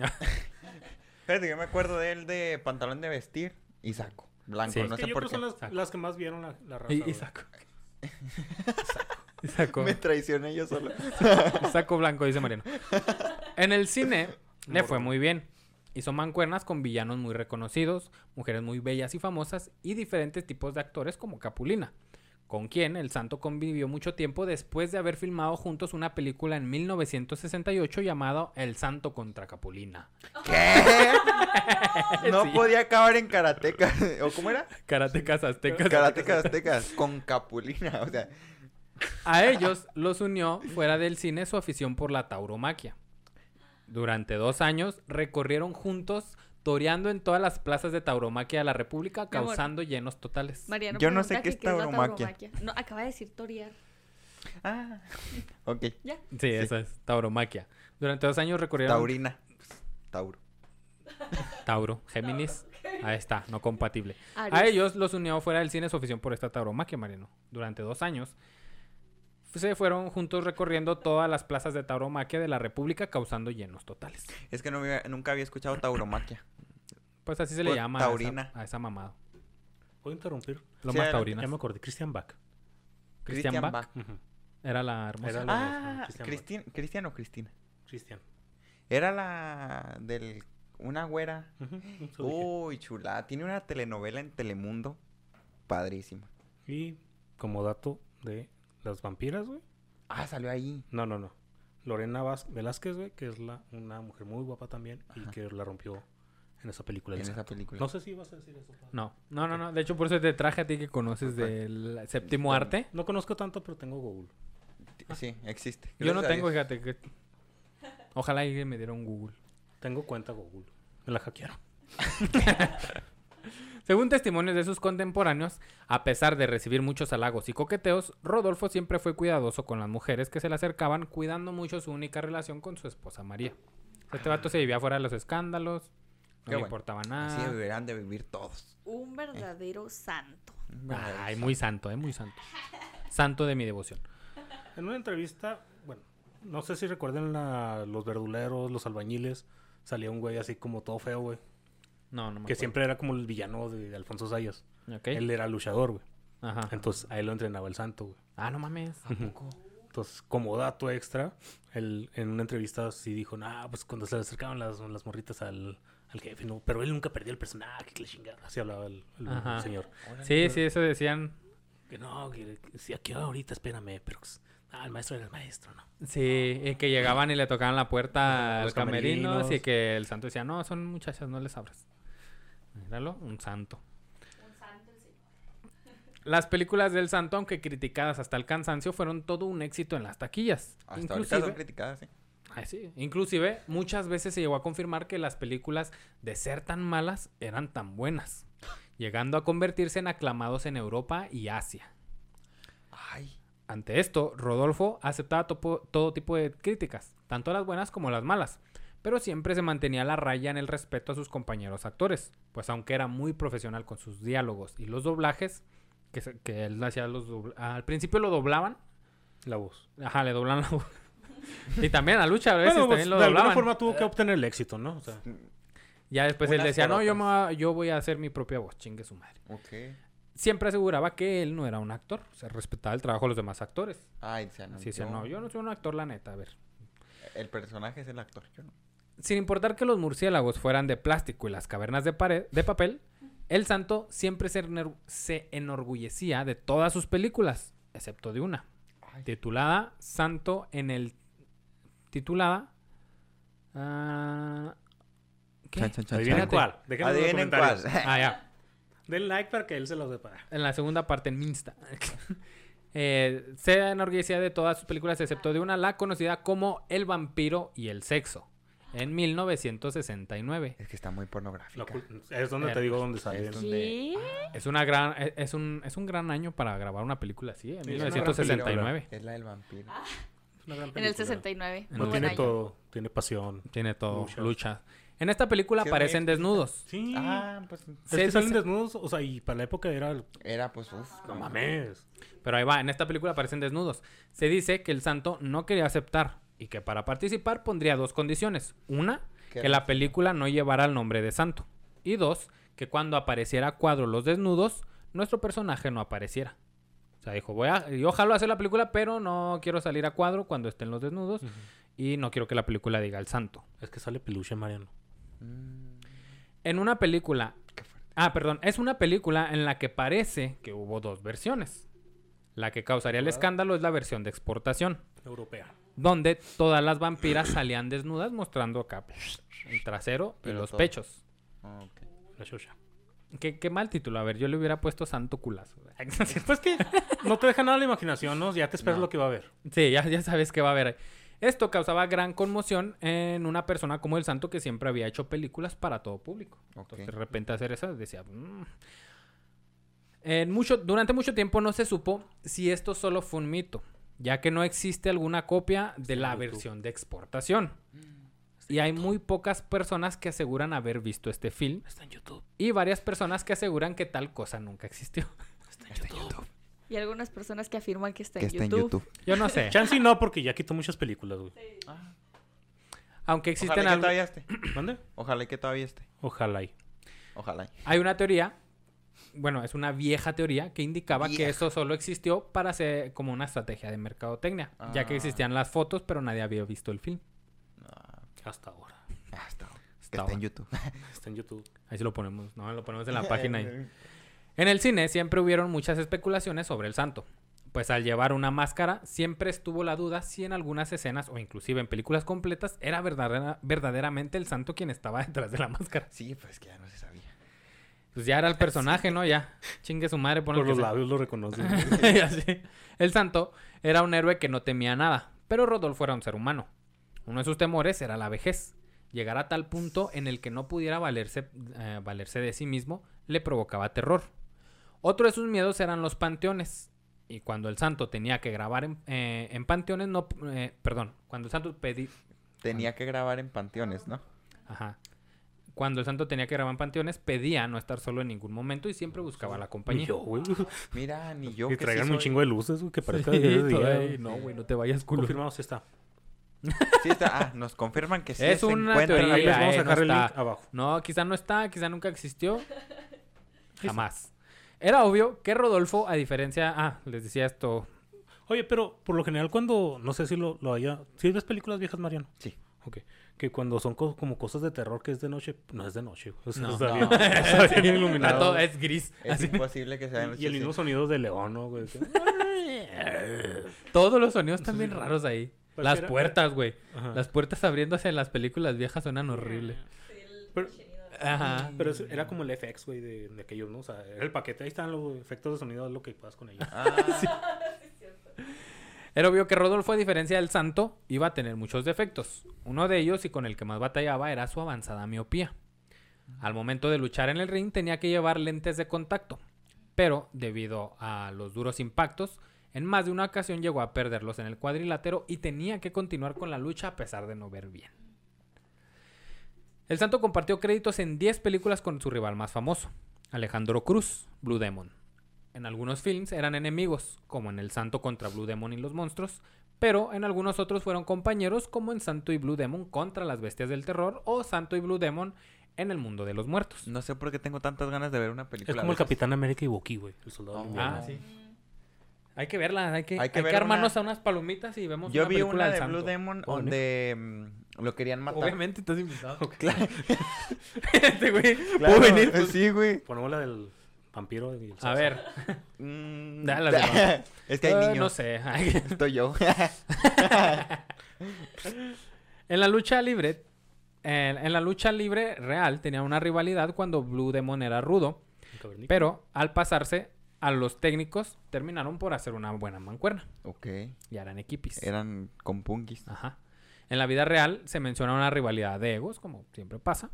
[SPEAKER 3] Fíjate que yo me acuerdo de él de pantalón de vestir y saco. Blanco,
[SPEAKER 1] Sí.
[SPEAKER 3] no
[SPEAKER 2] Es
[SPEAKER 3] sé
[SPEAKER 2] que yo
[SPEAKER 3] por
[SPEAKER 2] creo
[SPEAKER 3] qué.
[SPEAKER 2] son las,
[SPEAKER 1] Saco.
[SPEAKER 2] las que más vieron la, la raza,
[SPEAKER 1] Y, y
[SPEAKER 2] güey.
[SPEAKER 1] sacó. Y sacó.
[SPEAKER 3] Me traicioné yo solo.
[SPEAKER 1] Saco blanco, dice Mariano. En el cine le fue
[SPEAKER 2] Morro.
[SPEAKER 1] muy bien. Hizo mancuernas con villanos muy reconocidos, mujeres muy bellas y famosas y diferentes tipos de actores como Capulina, con quien el santo convivió mucho tiempo después de haber filmado juntos una película en 1968 llamada El santo contra Capulina.
[SPEAKER 3] ¿Qué? No
[SPEAKER 1] Sí.
[SPEAKER 3] podía acabar en karatecas. ¿O cómo era?
[SPEAKER 1] Karatecas aztecas.
[SPEAKER 3] Karatecas aztecas. Con capulina. O sea,
[SPEAKER 1] A ellos los unió fuera del cine su afición por la tauromaquia. Durante dos años recorrieron juntos toreando en todas las plazas de tauromaquia de la República,
[SPEAKER 4] Mi amor.
[SPEAKER 1] causando llenos totales.
[SPEAKER 4] Mariano
[SPEAKER 3] Yo no sé
[SPEAKER 4] pregunta
[SPEAKER 3] qué
[SPEAKER 4] que
[SPEAKER 3] es
[SPEAKER 4] la
[SPEAKER 3] tauromaquia.
[SPEAKER 4] tauromaquia. No, acaba de decir torear.
[SPEAKER 3] ah. Ok.
[SPEAKER 4] Ya.
[SPEAKER 1] Sí, esa es tauromaquia. Durante dos años recorrieron
[SPEAKER 3] Taurina. Tauro.
[SPEAKER 1] Tauro, Géminis. Ahí está, no compatible. A
[SPEAKER 4] Aries.
[SPEAKER 1] ellos los unió fuera del cine su afición por esta tauromaquia, Mariano. Durante dos años se fueron juntos recorriendo todas las plazas de tauromaquia de la República, causando llenos totales.
[SPEAKER 3] Es que no había- nunca había escuchado tauromaquia.
[SPEAKER 1] Pues así se le
[SPEAKER 3] Pues,
[SPEAKER 1] llama a esa-
[SPEAKER 3] taurina.
[SPEAKER 1] a esa mamada.
[SPEAKER 2] ¿Puedo interrumpir?
[SPEAKER 1] Lo
[SPEAKER 3] Sí,
[SPEAKER 1] más
[SPEAKER 3] adelante.
[SPEAKER 1] taurina.
[SPEAKER 2] Ya me acordé. Christian Bach.
[SPEAKER 1] Christian
[SPEAKER 3] Christian
[SPEAKER 1] Bach.
[SPEAKER 3] Bach.
[SPEAKER 2] Ujú.
[SPEAKER 1] Era la hermosa.
[SPEAKER 2] Era la-
[SPEAKER 3] Ah,
[SPEAKER 2] Christian Bach.
[SPEAKER 3] Cristian, Cristian o Cristina.
[SPEAKER 2] Christian.
[SPEAKER 3] Era la del... Una güera.
[SPEAKER 2] Ujú, Oh. eso dije.
[SPEAKER 3] Uy, chulada. Tiene una telenovela en Telemundo. Padrísima.
[SPEAKER 2] Y como dato de las vampiras, güey.
[SPEAKER 3] Ah, salió ahí.
[SPEAKER 2] No, no, no. Lorena Vaz- Velázquez, güey, que es la, una mujer muy guapa también y
[SPEAKER 3] Ajá.
[SPEAKER 2] que la rompió en esa película.
[SPEAKER 3] En
[SPEAKER 2] del
[SPEAKER 3] esa
[SPEAKER 2] santo.
[SPEAKER 3] película.
[SPEAKER 2] No sé si vas a decir eso. padre.
[SPEAKER 1] Ah, No, no, no, no. De hecho, por eso te traje a ti que conoces del séptimo arte.
[SPEAKER 2] No conozco tanto, pero tengo Google.
[SPEAKER 3] Sí, existe.
[SPEAKER 1] Yo no
[SPEAKER 3] Gracias a
[SPEAKER 1] tengo,
[SPEAKER 3] Dios.
[SPEAKER 1] fíjate que. Ojalá y me dieron Google.
[SPEAKER 2] Tengo cuenta Google. Me la hackearon.
[SPEAKER 1] Según testimonios de sus contemporáneos, a pesar de recibir muchos halagos y coqueteos, Rodolfo siempre fue cuidadoso con las mujeres que se le acercaban, cuidando mucho su única relación con su esposa María. O sea, Este vato se vivía fuera de los escándalos,
[SPEAKER 3] Ah. Qué
[SPEAKER 1] no le
[SPEAKER 3] bueno.
[SPEAKER 1] importaba
[SPEAKER 3] Así
[SPEAKER 1] nada.
[SPEAKER 3] deberán de vivir todos.
[SPEAKER 4] Un
[SPEAKER 3] Eh.
[SPEAKER 4] verdadero santo.
[SPEAKER 1] Ay, muy santo, eh, muy santo. Santo de mi devoción.
[SPEAKER 2] En una entrevista, bueno, no sé si recuerden la- los verduleros, los albañiles. Salía un güey así como todo feo, güey.
[SPEAKER 1] No, no me
[SPEAKER 2] Que
[SPEAKER 1] acuerdo.
[SPEAKER 2] siempre era como el villano de Alfonso Sayas.
[SPEAKER 1] Ok.
[SPEAKER 2] Él era luchador, güey.
[SPEAKER 1] Ajá.
[SPEAKER 2] Entonces a él lo entrenaba el santo, güey.
[SPEAKER 1] Ah, no mames. ¿a poco?
[SPEAKER 2] Entonces, como dato extra, él en una entrevista sí dijo, nah, pues cuando se le acercaban las, las morritas al, al jefe, no, pero él nunca perdió el personaje, que le chingada. Así hablaba el, el
[SPEAKER 1] Ajá.
[SPEAKER 2] señor.
[SPEAKER 1] Sí, sí, eso decían.
[SPEAKER 2] Que no, que, que sí, aquí ahorita espérame, pero pues, ah, el maestro era el maestro, ¿no?
[SPEAKER 1] Sí, y que llegaban y le tocaban la puerta
[SPEAKER 2] Ajá,
[SPEAKER 1] al
[SPEAKER 2] los
[SPEAKER 1] camerino
[SPEAKER 2] camerinos.
[SPEAKER 1] y que el santo decía, no, son muchachas, no les abras. Míralo, un santo. Las películas del santo, aunque criticadas hasta el cansancio, fueron todo un éxito en las taquillas.
[SPEAKER 3] Hasta ahorita son
[SPEAKER 1] inclusive,
[SPEAKER 3] criticadas, ¿eh?
[SPEAKER 1] Ay, sí, inclusive, muchas veces se llegó a confirmar que las películas de ser tan malas eran tan buenas, llegando a convertirse en aclamados en Europa y Asia.
[SPEAKER 3] Ay.
[SPEAKER 1] Ante esto, Rodolfo aceptaba topo- todo tipo de críticas, tanto las buenas como las malas, pero siempre se mantenía a la raya en el respeto a sus compañeros actores, pues aunque era muy profesional con sus diálogos y los doblajes, que, se- que él hacía los dobl- al principio lo doblaban,
[SPEAKER 2] La voz.
[SPEAKER 1] ajá, le doblan la voz. y también a Lucha a veces
[SPEAKER 2] Bueno, pues,
[SPEAKER 1] también lo Eh.
[SPEAKER 2] de alguna
[SPEAKER 1] doblaban.
[SPEAKER 2] forma tuvo que obtener el éxito, ¿no? O sea,
[SPEAKER 1] Ya después él
[SPEAKER 3] Unas
[SPEAKER 1] decía,
[SPEAKER 3] por
[SPEAKER 1] no, yo, me
[SPEAKER 3] otras".
[SPEAKER 1] va- yo voy a hacer mi propia voz, chingue su madre.
[SPEAKER 3] Ok.
[SPEAKER 1] Siempre aseguraba que él no era un actor, se respetaba el trabajo de los demás actores.
[SPEAKER 3] Ay,
[SPEAKER 2] Ah,
[SPEAKER 3] se
[SPEAKER 1] Así decía, no, yo no soy un actor, la neta, a ver.
[SPEAKER 3] El personaje es el actor, yo no.
[SPEAKER 1] Sin importar que los murciélagos fueran de plástico y las cavernas de, pared, de papel, el santo siempre se, ener- se enorgullecía de todas sus películas, excepto de una, titulada Santo en el... titulada... ah, ¿qué?
[SPEAKER 3] Chan, chan, chan,
[SPEAKER 2] adivinen
[SPEAKER 3] chan.
[SPEAKER 2] cuál. Déjenos en los
[SPEAKER 3] Adivinen
[SPEAKER 2] comentarios.
[SPEAKER 3] cuál.
[SPEAKER 1] Ah, ya.
[SPEAKER 2] Den like para que él se los depara.
[SPEAKER 1] En la segunda parte, en Insta. Eh, se enorgullecía de todas sus películas, excepto de una, la conocida como El vampiro y el sexo, en 1969.
[SPEAKER 3] Es que está muy
[SPEAKER 2] Lo
[SPEAKER 3] pornográfica.
[SPEAKER 2] ocu- Es
[SPEAKER 1] Eh,
[SPEAKER 2] donde te
[SPEAKER 1] pues,
[SPEAKER 2] digo dónde sale.
[SPEAKER 3] Esto.
[SPEAKER 4] ¿Qué?
[SPEAKER 3] Ah,
[SPEAKER 1] Es una gran e- es un es un gran año para grabar una película así, en
[SPEAKER 2] Sí, es una gran
[SPEAKER 1] 1969.
[SPEAKER 3] Es la del vampiro.
[SPEAKER 2] Es una gran
[SPEAKER 4] En el
[SPEAKER 2] película.
[SPEAKER 4] 69.
[SPEAKER 1] No
[SPEAKER 4] muy
[SPEAKER 2] No
[SPEAKER 1] un
[SPEAKER 4] buen
[SPEAKER 2] tiene
[SPEAKER 4] año.
[SPEAKER 2] todo. Tiene pasión.
[SPEAKER 1] Tiene todo,
[SPEAKER 2] Luchas.
[SPEAKER 1] lucha. En esta película
[SPEAKER 3] Sí, es muy
[SPEAKER 1] aparecen
[SPEAKER 3] explícita.
[SPEAKER 1] desnudos.
[SPEAKER 2] Sí.
[SPEAKER 3] Ah, pues
[SPEAKER 2] Es
[SPEAKER 1] Sí,
[SPEAKER 2] que
[SPEAKER 1] sí,
[SPEAKER 2] salen
[SPEAKER 1] sí.
[SPEAKER 2] desnudos, o sea, y para la época era... el-
[SPEAKER 3] era pues uf,
[SPEAKER 2] No mames.
[SPEAKER 1] Pero ahí va, en esta película aparecen desnudos. Se dice que el santo no quería aceptar y que para participar pondría dos condiciones. Una,
[SPEAKER 3] ¿Qué
[SPEAKER 1] que la película no llevara el nombre de santo. Y dos, que cuando apareciera a cuadro los desnudos, nuestro personaje no apareciera. O sea, dijo, voy a, yo jalo a hacer la película, pero no quiero salir a cuadro cuando estén los desnudos y no quiero que la película diga el santo.
[SPEAKER 2] Es que sale peluche, Mariano.
[SPEAKER 3] Mm,
[SPEAKER 1] En una película.
[SPEAKER 3] qué fuerte.
[SPEAKER 1] Ah, perdón. Es una película en la que parece que hubo dos versiones. La que causaría el escándalo es la versión de exportación,
[SPEAKER 2] Europea.
[SPEAKER 1] donde todas las vampiras salían desnudas mostrando acá psh, el trasero y
[SPEAKER 3] Pero
[SPEAKER 1] los
[SPEAKER 3] todo.
[SPEAKER 1] pechos.
[SPEAKER 3] Ok.
[SPEAKER 2] La Shosha.
[SPEAKER 1] Qué, qué mal título. A ver, yo le hubiera puesto santo culazo.
[SPEAKER 2] Pues que no te deja nada la imaginación, ¿no? Ya te esperas lo que va a haber.
[SPEAKER 1] Sí, ya, ya sabes que va a haber. ahí. Esto causaba gran conmoción en una persona como el santo que siempre había hecho películas para todo público. Entonces, de
[SPEAKER 3] Ok.
[SPEAKER 1] repente hacer eso decía... "Mm". En mucho, durante mucho tiempo no se supo si esto solo fue un mito, ya que no existe alguna copia de
[SPEAKER 2] en
[SPEAKER 1] la
[SPEAKER 2] YouTube.
[SPEAKER 1] versión de exportación. Y hay muy pocas personas que aseguran haber visto este film
[SPEAKER 2] Está en YouTube.
[SPEAKER 1] y varias personas que aseguran que tal cosa nunca existió.
[SPEAKER 3] Está en YouTube.
[SPEAKER 4] Y algunas personas que afirman que está,
[SPEAKER 3] Que
[SPEAKER 4] en,
[SPEAKER 3] está en
[SPEAKER 4] YouTube.
[SPEAKER 3] YouTube.
[SPEAKER 1] Yo no sé,
[SPEAKER 2] Chansey no, porque ya quitó muchas películas, güey.
[SPEAKER 1] aunque existen
[SPEAKER 3] Ojalá y que
[SPEAKER 1] algo-
[SPEAKER 3] todavía esté.
[SPEAKER 2] ¿Dónde?
[SPEAKER 3] Ojalá y que todavía esté.
[SPEAKER 2] Ojalá. y-
[SPEAKER 3] Ojalá. y.
[SPEAKER 1] Hay una teoría, bueno, es una vieja teoría que indicaba que
[SPEAKER 3] Vieja.
[SPEAKER 1] eso solo existió para hacer como una estrategia de mercadotecnia, ya que
[SPEAKER 3] Ah.
[SPEAKER 1] existían las fotos, pero nadie había visto el film.
[SPEAKER 2] Hasta ahora.
[SPEAKER 3] Ah, está. Que
[SPEAKER 1] Está
[SPEAKER 3] esté en
[SPEAKER 1] bueno.
[SPEAKER 3] YouTube.
[SPEAKER 2] Está en YouTube.
[SPEAKER 1] Ahí sí lo ponemos, ¿no? Lo ponemos en la página ahí. En el cine siempre hubieron muchas especulaciones sobre el santo. Pues al llevar una máscara, siempre estuvo la duda si en algunas escenas o inclusive en películas completas era verdadera- verdaderamente el santo quien estaba detrás de la máscara.
[SPEAKER 3] Sí, pues que ya no se sabía.
[SPEAKER 1] Pues ya era el personaje, ¿no? Ya. Chingue su madre, pon el
[SPEAKER 2] Por
[SPEAKER 1] que
[SPEAKER 2] los
[SPEAKER 1] sea.
[SPEAKER 2] labios lo reconoce.
[SPEAKER 1] Ya sé. El santo era un héroe que no temía nada, pero Rodolfo era un ser humano. Uno de sus temores era la vejez. Llegar a tal punto en el que no pudiera valerse, eh, valerse de sí mismo le provocaba terror. Otro de sus miedos eran los panteones. Y cuando el santo tenía que grabar en, eh, en panteones, no... eh, perdón, cuando el santo pedí...
[SPEAKER 3] Tenía que grabar en panteones, ¿no?
[SPEAKER 1] Ajá. Cuando el santo tenía que grabar en panteones, pedía no estar solo en ningún momento y siempre buscaba la compañía.
[SPEAKER 2] Ni yo, güey.
[SPEAKER 3] Mira, ni yo.
[SPEAKER 2] Que
[SPEAKER 3] que sí
[SPEAKER 2] traigan un
[SPEAKER 3] soy-
[SPEAKER 2] chingo de luces, güey, que
[SPEAKER 1] Sí,
[SPEAKER 2] parezca de
[SPEAKER 1] todavía,
[SPEAKER 2] día.
[SPEAKER 1] no, güey, no te vayas culo.
[SPEAKER 2] Confirmado sí está.
[SPEAKER 3] Sí está. Ah, nos confirman que sí
[SPEAKER 1] Es
[SPEAKER 3] se
[SPEAKER 1] una
[SPEAKER 3] encuentra en la
[SPEAKER 2] Ahí les
[SPEAKER 1] teoría.
[SPEAKER 2] vamos a
[SPEAKER 1] eh,
[SPEAKER 2] dejar
[SPEAKER 1] no
[SPEAKER 2] el
[SPEAKER 1] está.
[SPEAKER 2] link abajo.
[SPEAKER 1] No, quizá no está, quizá nunca existió. Jamás. Era obvio que Rodolfo, a diferencia. Ah, les decía esto.
[SPEAKER 2] Oye, pero por lo general cuando, no sé si lo, lo haya... ¿Sí ves películas viejas, Mariano?
[SPEAKER 3] Sí.
[SPEAKER 2] Ok. Que cuando son co- como cosas de terror que es de noche, no es de noche. güey. O sea,
[SPEAKER 1] No.
[SPEAKER 2] está
[SPEAKER 3] No.
[SPEAKER 2] bien- está bien iluminado.
[SPEAKER 1] Está todo- es gris.
[SPEAKER 3] Es
[SPEAKER 1] Así,
[SPEAKER 3] imposible que sea en
[SPEAKER 2] Y el mismo sonido de león, ¿no? Güey? Que-
[SPEAKER 1] todos los sonidos están bien raros ahí.
[SPEAKER 2] Pues
[SPEAKER 1] Las
[SPEAKER 2] era- Ah.
[SPEAKER 1] puertas, güey.
[SPEAKER 2] Ajá.
[SPEAKER 1] Las puertas abriéndose en las películas viejas suenan horrible.
[SPEAKER 2] Pero,
[SPEAKER 1] Ajá.
[SPEAKER 2] Ah. pero eso era como el FX, güey, de, de aquellos, ¿no? O sea, era el paquete. Ahí están los efectos de sonido, haz lo que puedas con
[SPEAKER 3] Ah,
[SPEAKER 2] ellos.
[SPEAKER 1] Era obvio que Rodolfo, a diferencia del santo, iba a tener muchos defectos. Uno de ellos, y con el que más batallaba, era su avanzada miopía. Al momento de luchar en el ring tenía que llevar lentes de contacto, pero debido a los duros impactos, en más de una ocasión llegó a perderlos en el cuadrilátero y tenía que continuar con la lucha a pesar de no ver bien. El santo compartió créditos en 10 películas con su rival más famoso, Alejandro Cruz, Blue Demon. En algunos films eran enemigos, como en El Santo contra Blue Demon y los monstruos, pero en algunos otros fueron compañeros, como en Santo y Blue Demon contra las bestias del terror o Santo y Blue Demon en el mundo de los muertos.
[SPEAKER 3] No sé por qué tengo tantas ganas de ver una película.
[SPEAKER 2] es como el
[SPEAKER 3] de esas.
[SPEAKER 2] Capitán América y Bucky, güey. El soldado
[SPEAKER 3] Ah,
[SPEAKER 2] del invierno.
[SPEAKER 1] Ah, sí. Hay que verla, hay que, hay
[SPEAKER 3] Hay que
[SPEAKER 1] que,
[SPEAKER 3] ver
[SPEAKER 1] armarnos
[SPEAKER 3] una-
[SPEAKER 1] a unas palomitas y vemos
[SPEAKER 3] Yo
[SPEAKER 1] una
[SPEAKER 3] vi
[SPEAKER 1] película
[SPEAKER 3] una
[SPEAKER 1] del
[SPEAKER 3] de
[SPEAKER 1] santo.
[SPEAKER 3] Blue Demon
[SPEAKER 2] Oh,
[SPEAKER 3] donde mm, lo querían matar.
[SPEAKER 1] Obviamente estás invitado.
[SPEAKER 3] Claro,
[SPEAKER 1] Este güey.
[SPEAKER 3] claro, eh,
[SPEAKER 1] pudo venir.
[SPEAKER 3] Sí, güey.
[SPEAKER 2] Ponemos la del vampiro y el
[SPEAKER 1] A
[SPEAKER 2] salsa.
[SPEAKER 1] ver,
[SPEAKER 3] Mm,
[SPEAKER 1] Da las demás.
[SPEAKER 3] es que hay
[SPEAKER 1] eh,
[SPEAKER 3] niños.
[SPEAKER 1] no sé.
[SPEAKER 3] Estoy yo.
[SPEAKER 1] En la lucha libre, en, en la lucha libre real tenía una rivalidad cuando Blue Demon era rudo,
[SPEAKER 2] el cavernícola.
[SPEAKER 1] pero al pasarse a los técnicos terminaron por hacer una buena mancuerna
[SPEAKER 3] ok.
[SPEAKER 1] y eran equipis.
[SPEAKER 3] Eran con punkis.
[SPEAKER 1] Ajá. En la vida real se menciona una rivalidad de egos, como siempre pasa,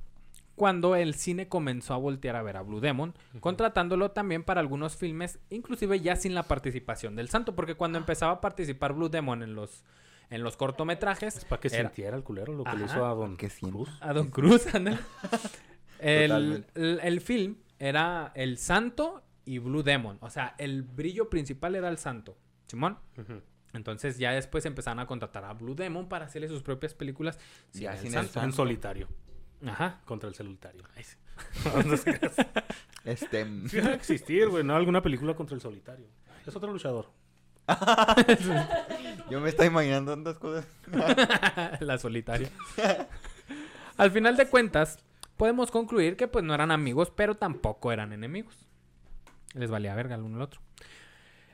[SPEAKER 1] cuando el cine comenzó a voltear a ver a Blue Demon, contratándolo también para algunos filmes, inclusive ya sin la participación del santo, porque
[SPEAKER 2] Ah.
[SPEAKER 1] cuando empezaba a participar Blue Demon en los, en los cortometrajes,
[SPEAKER 2] Es para que
[SPEAKER 1] Era-
[SPEAKER 2] sintiera el culero lo que le
[SPEAKER 1] Ajá.
[SPEAKER 2] hizo a Don
[SPEAKER 3] Que sienta.
[SPEAKER 2] Cruz.
[SPEAKER 1] a Don Cruz, ándale. el,
[SPEAKER 3] Totalmente.
[SPEAKER 1] el, el film era El Santo y Blue Demon, o sea, el brillo principal era el santo, Simón.
[SPEAKER 2] Ujú.
[SPEAKER 1] Entonces ya después empezaron a contratar a Blue Demon para hacerle sus propias películas. sin
[SPEAKER 3] Ya
[SPEAKER 1] el
[SPEAKER 3] sin el
[SPEAKER 1] santo.
[SPEAKER 2] En
[SPEAKER 3] santo.
[SPEAKER 2] solitario.
[SPEAKER 1] Ajá.
[SPEAKER 2] Contra el solitario. Ay, sí.
[SPEAKER 3] Este. mm,
[SPEAKER 2] Sí debe existir, güey, ¿no? Alguna película contra el solitario. Es otro luchador.
[SPEAKER 3] Yo me estoy imaginando tantas cosas.
[SPEAKER 1] la solitaria. Al final de cuentas, podemos concluir que pues no eran amigos, pero tampoco eran enemigos. Les valía verga el uno al otro.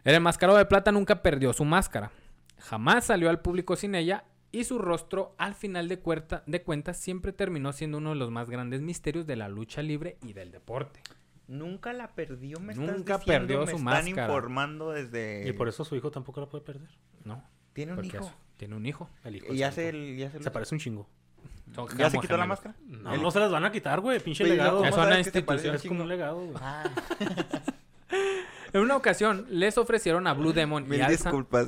[SPEAKER 1] El enmascarado de plata nunca perdió su máscara. Jamás salió al público sin ella y su rostro, al final de, cuerta- de cuentas, siempre terminó siendo uno de los más grandes misterios de la lucha libre y del deporte.
[SPEAKER 3] Nunca la perdió, me
[SPEAKER 1] Nunca
[SPEAKER 3] estás diciendo,
[SPEAKER 1] perdió
[SPEAKER 3] me
[SPEAKER 1] su
[SPEAKER 3] están
[SPEAKER 1] máscara.
[SPEAKER 3] informando desde...
[SPEAKER 2] Y por eso su hijo tampoco la puede perder.
[SPEAKER 1] ¿No?
[SPEAKER 3] Tiene un
[SPEAKER 1] Porque
[SPEAKER 3] hijo.
[SPEAKER 1] eso, tiene un hijo.
[SPEAKER 2] El hijo
[SPEAKER 3] Y
[SPEAKER 2] de
[SPEAKER 3] ya
[SPEAKER 2] su
[SPEAKER 3] se...
[SPEAKER 2] hijo.
[SPEAKER 3] Ya se,
[SPEAKER 2] Se parece un chingo.
[SPEAKER 1] Son
[SPEAKER 3] Mm. ¿Ya se quitó la
[SPEAKER 1] gemelos.
[SPEAKER 3] máscara?
[SPEAKER 2] No,
[SPEAKER 3] El-
[SPEAKER 2] no se las van a quitar, güey. Pinche
[SPEAKER 3] Pero, ¿y
[SPEAKER 2] legado.
[SPEAKER 3] luego
[SPEAKER 1] Es
[SPEAKER 3] cómo
[SPEAKER 1] una
[SPEAKER 3] sabes que se parece
[SPEAKER 2] Es,
[SPEAKER 3] un
[SPEAKER 1] institución,
[SPEAKER 2] como un legado,
[SPEAKER 3] chingo?
[SPEAKER 2] güey.
[SPEAKER 3] Ah,
[SPEAKER 1] En una ocasión les ofrecieron a Blue Demon y
[SPEAKER 3] mil
[SPEAKER 1] al San-
[SPEAKER 3] disculpas.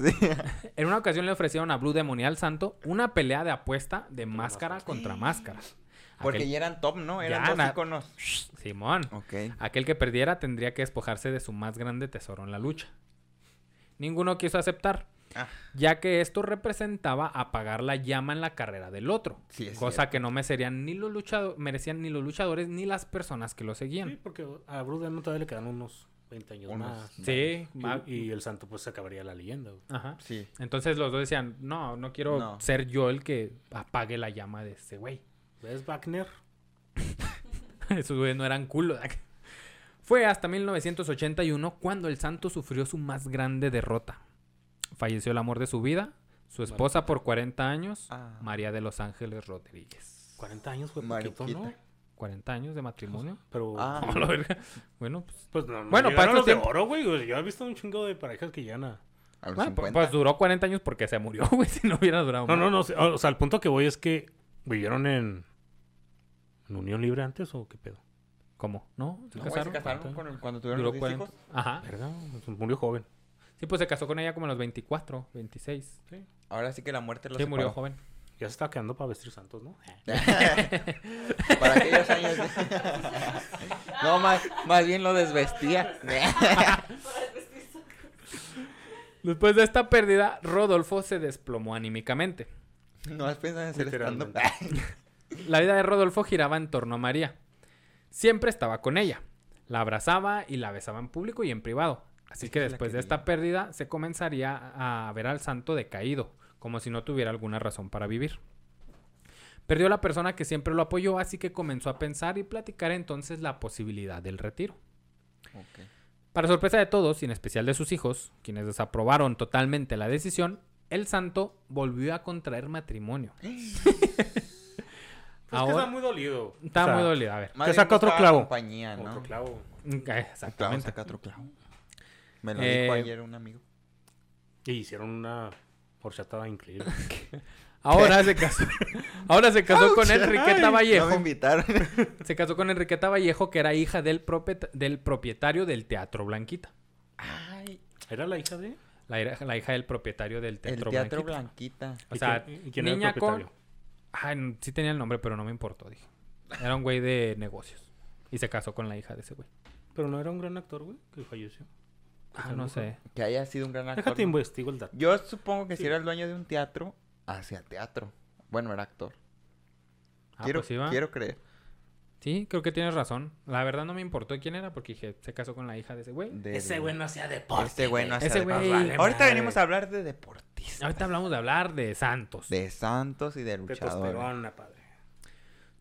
[SPEAKER 1] en una ocasión le ofrecieron a Blue Demon y al Santo una pelea de apuesta de máscara contra máscara.
[SPEAKER 3] Porque
[SPEAKER 1] Aquel-
[SPEAKER 3] ya eran top, ¿no? Eran
[SPEAKER 1] Ya,
[SPEAKER 3] dos
[SPEAKER 1] na-
[SPEAKER 3] iconos.
[SPEAKER 1] Simón.
[SPEAKER 3] Ok.
[SPEAKER 1] Aquel que perdiera tendría que despojarse de su más grande tesoro en la lucha. Ninguno quiso aceptar,
[SPEAKER 3] Ah.
[SPEAKER 1] ya que esto representaba apagar la llama en la carrera del otro,
[SPEAKER 3] Sí, es
[SPEAKER 1] cosa que no merecerían ni los luchado- merecían ni los luchadores ni las personas que lo
[SPEAKER 2] Sí,
[SPEAKER 1] seguían.
[SPEAKER 2] porque a Bruce Demon todavía le quedan unos 20 años
[SPEAKER 3] Unos-
[SPEAKER 2] más.
[SPEAKER 1] Sí,
[SPEAKER 2] Y-
[SPEAKER 1] ma-
[SPEAKER 2] Y, el santo pues se acabaría la leyenda, güey.
[SPEAKER 1] ajá.
[SPEAKER 3] Sí.
[SPEAKER 1] Entonces los dos decían, no, no quiero
[SPEAKER 3] No.
[SPEAKER 1] ser yo el que apague la llama de ese güey.
[SPEAKER 2] ¿Ves, Wagner?
[SPEAKER 1] Esos güeyes no eran culo. ¿verdad? Fue hasta 1981 cuando el santo sufrió su más grande derrota. Falleció el amor de su vida, su esposa por 40 años,
[SPEAKER 3] Ah.
[SPEAKER 1] María de los Ángeles Rodríguez.
[SPEAKER 2] 40 años fue poquito, ¿no?
[SPEAKER 3] Mariquita.
[SPEAKER 1] 40 años de matrimonio.
[SPEAKER 2] Pero...
[SPEAKER 3] Ah.
[SPEAKER 1] A la verga. bueno, pues,
[SPEAKER 2] Pues no, no
[SPEAKER 1] Bueno,
[SPEAKER 2] llegaron
[SPEAKER 1] para estos
[SPEAKER 2] los de
[SPEAKER 1] tiempos-
[SPEAKER 2] oro, güey. O sea, Yo he visto un chingo de parejas que llegan a...
[SPEAKER 3] A los
[SPEAKER 1] bueno, pues,
[SPEAKER 3] 50.
[SPEAKER 1] pues duró 40 años porque se murió, güey, si no hubiera durado
[SPEAKER 2] No,
[SPEAKER 1] más.
[SPEAKER 2] no, no. O sea, el punto que voy es que vivieron en... ¿En unión libre antes o qué pedo?
[SPEAKER 1] ¿Cómo? ¿No? ¿Se
[SPEAKER 3] No, güey,
[SPEAKER 1] casaron?
[SPEAKER 3] se casaron con el- cuando tuvieron
[SPEAKER 1] Duró
[SPEAKER 3] los 10
[SPEAKER 1] 40.
[SPEAKER 3] hijos.
[SPEAKER 1] Ajá.
[SPEAKER 2] Verga, se murió joven.
[SPEAKER 1] Sí, pues se casó con ella como a los 24, 26.
[SPEAKER 3] Ahora sí que la muerte los
[SPEAKER 1] Sí, murió
[SPEAKER 3] separó.
[SPEAKER 1] joven.
[SPEAKER 2] Ya se estaba quedando para vestir santos, ¿no?
[SPEAKER 3] Para aquellos años. no, más, más bien lo desvestía.
[SPEAKER 1] Después de esta pérdida, Rodolfo se desplomó anímicamente.
[SPEAKER 3] no has pensado en hacer stand-up.
[SPEAKER 1] La vida de Rodolfo giraba en torno a María. Siempre estaba con ella. La abrazaba y la besaba en público y en privado. Así
[SPEAKER 3] Es
[SPEAKER 1] que
[SPEAKER 3] que la
[SPEAKER 1] después de
[SPEAKER 3] quería.
[SPEAKER 1] esta pérdida se comenzaría a ver al santo decaído, como si no tuviera alguna razón para vivir. Perdió la persona que siempre lo apoyó, así que comenzó a pensar y platicar entonces la posibilidad del retiro.
[SPEAKER 3] Ok.
[SPEAKER 1] Para sorpresa de todos, y en especial de sus hijos, quienes desaprobaron totalmente la decisión, el santo volvió a contraer matrimonio.
[SPEAKER 2] pues Es que
[SPEAKER 1] Ahora-
[SPEAKER 2] está muy dolido.
[SPEAKER 1] Está
[SPEAKER 2] O sea,
[SPEAKER 1] muy dolido, a ver.
[SPEAKER 3] Más
[SPEAKER 2] Que
[SPEAKER 3] bien
[SPEAKER 2] saca otro
[SPEAKER 3] buscaba
[SPEAKER 2] clavo.
[SPEAKER 3] compañía, ¿no?
[SPEAKER 2] Otro clavo.
[SPEAKER 3] Otro clavo,
[SPEAKER 1] Exactamente.
[SPEAKER 3] saca otro clavo. Me lo
[SPEAKER 1] Eh,
[SPEAKER 3] dijo ayer un amigo.
[SPEAKER 2] Y hicieron una horchata increíble.
[SPEAKER 1] Ahora se casó. Ahora se casó con
[SPEAKER 3] Ouch,
[SPEAKER 1] Enriqueta
[SPEAKER 3] ay,
[SPEAKER 1] Vallejo.
[SPEAKER 3] No me invitaron.
[SPEAKER 1] Se casó con Enriqueta Vallejo, que era hija del, propet- del propietario del Teatro Blanquita.
[SPEAKER 3] Ay,
[SPEAKER 2] ¿Era la hija de...?
[SPEAKER 1] La, ira- la hija del propietario del
[SPEAKER 3] el
[SPEAKER 1] Teatro,
[SPEAKER 3] teatro
[SPEAKER 1] Blanquita.
[SPEAKER 3] Blanquita.
[SPEAKER 1] O
[SPEAKER 2] ¿Y
[SPEAKER 1] sea,
[SPEAKER 2] quién- y quién era el
[SPEAKER 1] niña con...
[SPEAKER 2] propietario?
[SPEAKER 1] Ay, n- sí tenía el nombre, pero no me importó, dije. Era un güey de negocios. Y se casó con la hija de ese güey.
[SPEAKER 2] Pero no era un gran actor, güey, que falleció.
[SPEAKER 1] Ah, no sé.
[SPEAKER 3] Que haya sido un gran actor.
[SPEAKER 2] Déjate investigo el dato.
[SPEAKER 3] Yo supongo que si era el dueño de un teatro, hacia teatro. Bueno, era actor.
[SPEAKER 1] Ah,
[SPEAKER 3] quiero,
[SPEAKER 1] pues iba.
[SPEAKER 3] quiero creer.
[SPEAKER 1] Sí, creo que tienes razón. La verdad no me importó quién era porque dije, se casó con la hija de ese güey.
[SPEAKER 3] de- de-
[SPEAKER 2] no hacía deporte.
[SPEAKER 3] Ese güey no hace
[SPEAKER 1] Ese
[SPEAKER 3] deporte.
[SPEAKER 1] güey-
[SPEAKER 3] Vale, Ahorita venimos a hablar de deportistas.
[SPEAKER 1] Ahorita hablamos de hablar de Santos.
[SPEAKER 3] De santos y de luchadores.
[SPEAKER 2] Testosterona, padre.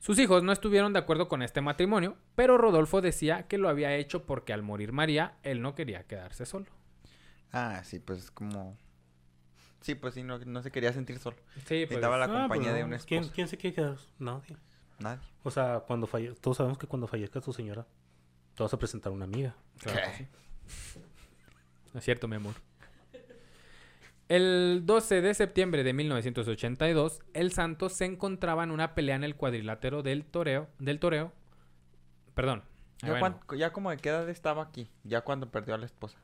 [SPEAKER 1] Sus hijos no estuvieron de acuerdo con este matrimonio, pero Rodolfo decía que lo había hecho porque al morir María, él no quería quedarse solo.
[SPEAKER 3] Ah, sí, pues es como... Sí, pues sí, no, no se quería sentir solo.
[SPEAKER 1] Sí, pues.
[SPEAKER 3] Necesitaba la
[SPEAKER 2] Ah,
[SPEAKER 3] compañía
[SPEAKER 2] pues
[SPEAKER 3] de
[SPEAKER 2] no,
[SPEAKER 3] un
[SPEAKER 2] ¿Quién,
[SPEAKER 3] esposo.
[SPEAKER 2] ¿Quién se quiere quedar? Nadie.
[SPEAKER 3] Nadie.
[SPEAKER 2] O sea, cuando falle... todos sabemos que cuando fallezca tu señora, te vas a presentar a una amiga.
[SPEAKER 1] claro que
[SPEAKER 3] ¿Qué?
[SPEAKER 1] sí. No es cierto, mi amor. El 12 de septiembre de 1982, el Santos se encontraba en una pelea en el cuadrilátero del toreo. Del toreo. Perdón.
[SPEAKER 3] Ya,
[SPEAKER 1] ah, bueno,
[SPEAKER 3] cuan- ya como de qué edad estaba aquí, ya cuando perdió a la esposa.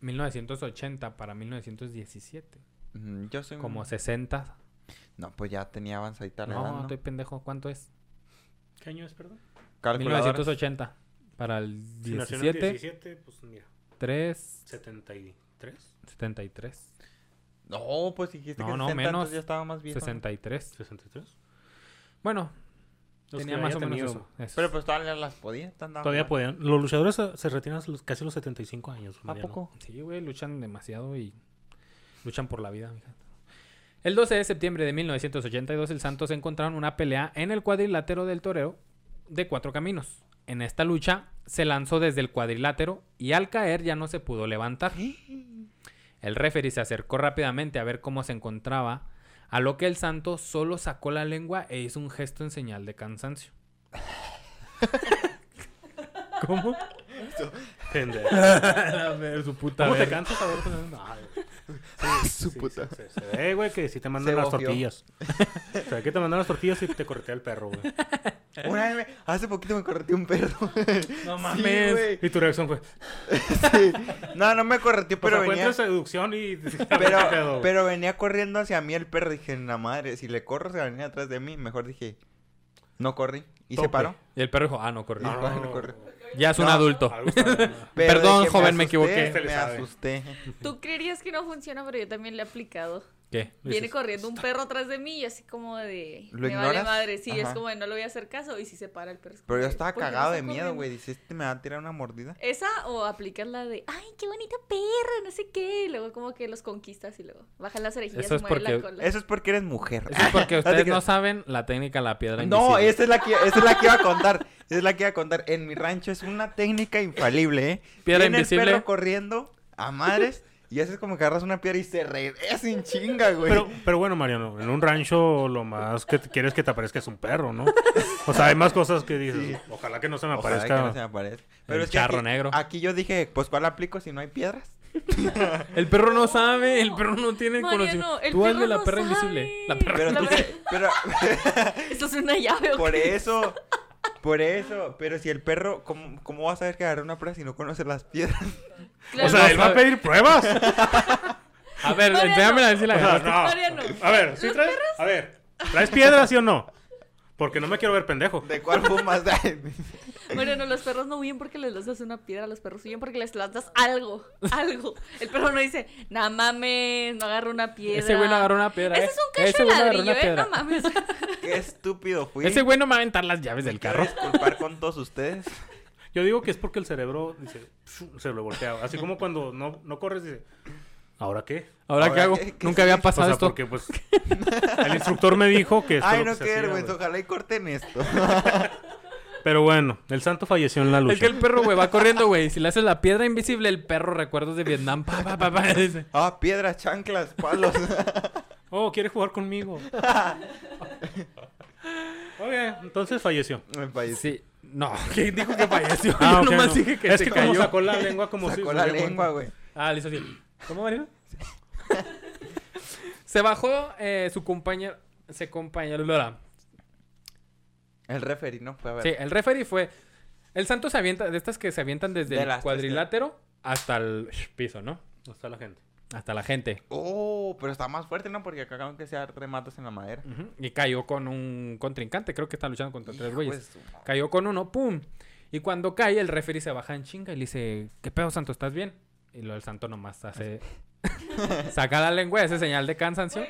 [SPEAKER 1] 1980 para 1917.
[SPEAKER 3] Mm, Yo soy un-
[SPEAKER 1] Como 60.
[SPEAKER 3] No, pues ya tenía avanzadita la edad,
[SPEAKER 1] No,
[SPEAKER 3] ¿no?
[SPEAKER 1] estoy pendejo. ¿Cuánto es?
[SPEAKER 2] ¿Qué año es, perdón?
[SPEAKER 3] Calculadora.
[SPEAKER 1] 1980 para el
[SPEAKER 2] Si nació en el
[SPEAKER 1] 17,
[SPEAKER 2] 17, pues mira,
[SPEAKER 1] 3,
[SPEAKER 2] 73,
[SPEAKER 1] 73,
[SPEAKER 3] No, pues dijiste
[SPEAKER 1] No,
[SPEAKER 3] que
[SPEAKER 1] no,
[SPEAKER 3] 60,
[SPEAKER 1] menos.
[SPEAKER 3] entonces ya estaba más viejo. ¿no?
[SPEAKER 1] 63.
[SPEAKER 2] 63.
[SPEAKER 1] Bueno,
[SPEAKER 2] Los
[SPEAKER 1] tenía
[SPEAKER 2] que
[SPEAKER 1] más
[SPEAKER 2] haya
[SPEAKER 1] o menos
[SPEAKER 2] tenido.
[SPEAKER 1] eso. eso.
[SPEAKER 3] Pero pues todavía las podía. tanto
[SPEAKER 2] Todavía
[SPEAKER 3] andaba.
[SPEAKER 2] podían. Los luchadores eh, se retiran a los- casi a los 75 años.
[SPEAKER 3] ¿A
[SPEAKER 2] Mariano.
[SPEAKER 3] poco?
[SPEAKER 1] Sí, güey, luchan demasiado y luchan por la vida, mija. El 12 de septiembre de 1982, el Santos encontraron una pelea en el cuadrilátero del toreo de cuatro caminos. En esta lucha, se lanzó desde el cuadrilátero y al caer ya no se pudo levantar. El referee se acercó rápidamente a ver cómo se encontraba, a lo que el santo solo sacó la lengua e hizo un gesto en señal de cansancio.
[SPEAKER 2] ¿Cómo? Pendejo. A ver, su puta ¿Cómo te
[SPEAKER 1] verga.
[SPEAKER 2] cansas ahora?
[SPEAKER 3] Su puta.
[SPEAKER 2] Ah, Se, se ve, güey, que si te mandan
[SPEAKER 3] Se
[SPEAKER 2] las
[SPEAKER 3] bofió.
[SPEAKER 2] tortillas. O sea, que te mandan las tortillas y te corretea el perro, güey.
[SPEAKER 3] Una vez me- hace poquito me correteó un perro.
[SPEAKER 1] No
[SPEAKER 3] mames. güey.
[SPEAKER 2] Y tu reacción fue.
[SPEAKER 3] Sí. No, no me correteó,
[SPEAKER 2] Pero
[SPEAKER 3] pero
[SPEAKER 2] sea,
[SPEAKER 3] venía.
[SPEAKER 2] encuentras seducción y.
[SPEAKER 3] Pero, pero venía corriendo hacia mí el perro. Dije, la madre, si le corro se va a venir atrás de mí. Mejor dije, no corrí. Y
[SPEAKER 2] Tope.
[SPEAKER 3] se paró.
[SPEAKER 1] Y el perro dijo, ah, no, corrió.
[SPEAKER 3] No, no, no corrió.
[SPEAKER 1] Ya es un
[SPEAKER 3] No.
[SPEAKER 1] adulto.
[SPEAKER 2] Algo está mal.
[SPEAKER 3] Pero de
[SPEAKER 1] Perdón,
[SPEAKER 3] que
[SPEAKER 1] joven, me
[SPEAKER 3] asusté,
[SPEAKER 1] equivoqué.
[SPEAKER 2] Se Este le
[SPEAKER 3] Me
[SPEAKER 2] sabe.
[SPEAKER 3] asusté.
[SPEAKER 4] Tú creerías que no funciona, pero yo también le he aplicado.
[SPEAKER 1] ¿Qué?
[SPEAKER 4] Viene
[SPEAKER 2] dices,
[SPEAKER 4] corriendo un perro atrás de mí y así como de...
[SPEAKER 3] ¿Lo
[SPEAKER 4] me vale
[SPEAKER 3] ignoras?
[SPEAKER 4] madre, sí, es
[SPEAKER 3] Ajá.
[SPEAKER 4] como de no le voy a hacer caso y si se para el perro. es como
[SPEAKER 3] Pero yo
[SPEAKER 4] de,
[SPEAKER 3] estaba
[SPEAKER 4] "¿Por qué no
[SPEAKER 3] cagado de
[SPEAKER 4] está
[SPEAKER 3] miedo,
[SPEAKER 4] corriendo?".
[SPEAKER 3] güey. Dice, este me va a tirar una mordida.
[SPEAKER 4] Esa o aplicas la de, ay, qué bonita perra, no sé qué. Y luego como que los conquistas y luego bajan las orejillas
[SPEAKER 1] Eso
[SPEAKER 4] y
[SPEAKER 1] es
[SPEAKER 4] mueven la
[SPEAKER 1] porque-
[SPEAKER 4] cola.
[SPEAKER 3] Eso es porque eres mujer.
[SPEAKER 1] Eso es porque
[SPEAKER 3] te
[SPEAKER 1] ustedes no
[SPEAKER 3] creas.
[SPEAKER 1] saben la técnica de la piedra
[SPEAKER 3] No,
[SPEAKER 1] invisible.
[SPEAKER 3] esa es la que esa es la que iba a contar. Esa es la que iba a contar. En mi rancho es una técnica infalible, ¿eh?
[SPEAKER 1] Piedra
[SPEAKER 3] Viene
[SPEAKER 1] invisible.
[SPEAKER 3] el perro corriendo a madres y haces como que agarras una piedra y se regresa sin chinga, güey.
[SPEAKER 2] Pero, pero bueno, Mariano, en un rancho lo más que te- quieres que te aparezca es un perro, ¿no? O sea, hay más cosas que dices. Ojalá que no se me
[SPEAKER 3] Ojalá
[SPEAKER 2] aparezca.
[SPEAKER 3] que no se me aparezca. Pero
[SPEAKER 1] el
[SPEAKER 3] es que
[SPEAKER 1] charro
[SPEAKER 3] aquí,
[SPEAKER 1] negro.
[SPEAKER 3] Aquí yo dije, pues ¿cuál aplico si no hay piedras?
[SPEAKER 1] El perro no sabe, el perro no tiene
[SPEAKER 4] Mariano,
[SPEAKER 1] conocimiento.
[SPEAKER 4] el
[SPEAKER 1] Tú hazle
[SPEAKER 4] perro
[SPEAKER 1] la
[SPEAKER 4] no
[SPEAKER 1] perra
[SPEAKER 4] sabe.
[SPEAKER 1] invisible. La perra
[SPEAKER 3] Pero
[SPEAKER 4] La
[SPEAKER 3] entonces, pero
[SPEAKER 4] Esto es una llave. ¿o
[SPEAKER 3] por
[SPEAKER 4] qué?
[SPEAKER 3] eso, por eso, pero si el perro, ¿cómo, cómo vas a saber que agarró una piedra si no conoce las piedras?
[SPEAKER 2] O
[SPEAKER 4] Claro.
[SPEAKER 2] sea, él va a pedir pruebas.
[SPEAKER 1] A ver,
[SPEAKER 4] Mariano.
[SPEAKER 1] enséñame a ver si la
[SPEAKER 2] O sea,
[SPEAKER 1] agarraste.
[SPEAKER 2] no.
[SPEAKER 4] Mariano,
[SPEAKER 2] A ver, ¿sí traes? A ver, ¿traes piedras sí o no? Porque no me quiero ver pendejo.
[SPEAKER 3] ¿De cuál fumas?
[SPEAKER 4] Bueno, no, los perros no huyen porque les lanzas una piedra, los perros huyen porque les lanzas algo, algo. El perro no dice, no mames, no agarro una piedra.
[SPEAKER 1] Ese güey no agarró una piedra.
[SPEAKER 4] Ese
[SPEAKER 1] eh.
[SPEAKER 4] es un cacho
[SPEAKER 1] Ese
[SPEAKER 4] de
[SPEAKER 1] güey no agarró
[SPEAKER 4] ladrillo,
[SPEAKER 1] una
[SPEAKER 4] ¿eh?
[SPEAKER 1] piedra.
[SPEAKER 4] No mames.
[SPEAKER 3] Qué estúpido fui.
[SPEAKER 1] Ese güey no me va a aventar las llaves del
[SPEAKER 3] Quiero
[SPEAKER 1] carro.
[SPEAKER 3] disculpar con todos ustedes.
[SPEAKER 2] Yo digo que es porque el cerebro dice, "Pshu", se lo voltea. Así como cuando no, no corres, dice, ¿ahora qué?
[SPEAKER 1] Ahora,
[SPEAKER 3] Ahora,
[SPEAKER 1] qué hago?
[SPEAKER 3] ¿qué- qué
[SPEAKER 1] Nunca había
[SPEAKER 3] sigue?
[SPEAKER 2] O
[SPEAKER 1] pasado
[SPEAKER 2] sea,
[SPEAKER 1] esto.
[SPEAKER 2] porque pues el instructor me dijo que esto es
[SPEAKER 3] Ay,
[SPEAKER 2] lo
[SPEAKER 1] pues
[SPEAKER 3] no,
[SPEAKER 2] que se
[SPEAKER 3] qué
[SPEAKER 2] hacía,
[SPEAKER 3] vergüenza.
[SPEAKER 2] güey.
[SPEAKER 3] Ojalá y corten esto.
[SPEAKER 2] Pero bueno, el santo falleció en la lucha.
[SPEAKER 1] Es que el perro, güey, va corriendo, güey. Si le haces la piedra invisible, el perro recuerdos de Vietnam. Pa, pa, pa, pa, dice.
[SPEAKER 3] Ah, piedras, chanclas, palos.
[SPEAKER 2] Oh, quiere jugar conmigo. ok, entonces falleció. Ah,
[SPEAKER 3] Me falleció.
[SPEAKER 1] Sí. No, ¿quién dijo que falleció? Yo
[SPEAKER 2] ok,
[SPEAKER 1] nomás
[SPEAKER 2] no.
[SPEAKER 1] dije que
[SPEAKER 2] es
[SPEAKER 1] se
[SPEAKER 2] que
[SPEAKER 1] cayó.
[SPEAKER 2] como sacó la lengua como si...
[SPEAKER 3] Sacó la lengua, güey.
[SPEAKER 1] Ah, listo, sí. ¿Cómo, Marina? se bajó eh, su compañero... Se compañero...
[SPEAKER 3] El referee, ¿no? Fue a ver.
[SPEAKER 1] Sí, el referee fue. El santo se avienta, de estas que se avientan desde
[SPEAKER 3] De
[SPEAKER 1] el
[SPEAKER 3] las-
[SPEAKER 1] cuadrilátero hasta el piso, ¿no?
[SPEAKER 2] No está la gente.
[SPEAKER 1] Hasta la gente.
[SPEAKER 3] Oh, pero está más fuerte, ¿no? Porque acá acaban que sea rematos en la madera.
[SPEAKER 1] Ujú. Y cayó con un contrincante, creo que está luchando contra tres
[SPEAKER 3] Hijo
[SPEAKER 1] güeyes.
[SPEAKER 3] de su madre.
[SPEAKER 1] Cayó con uno, ¡pum! Y cuando cae, el referee se baja en chinga y le dice, ¿qué pedo, santo? ¿Estás bien? Y lo del santo nomás hace... Saca la lengua, ese señal de cansancio.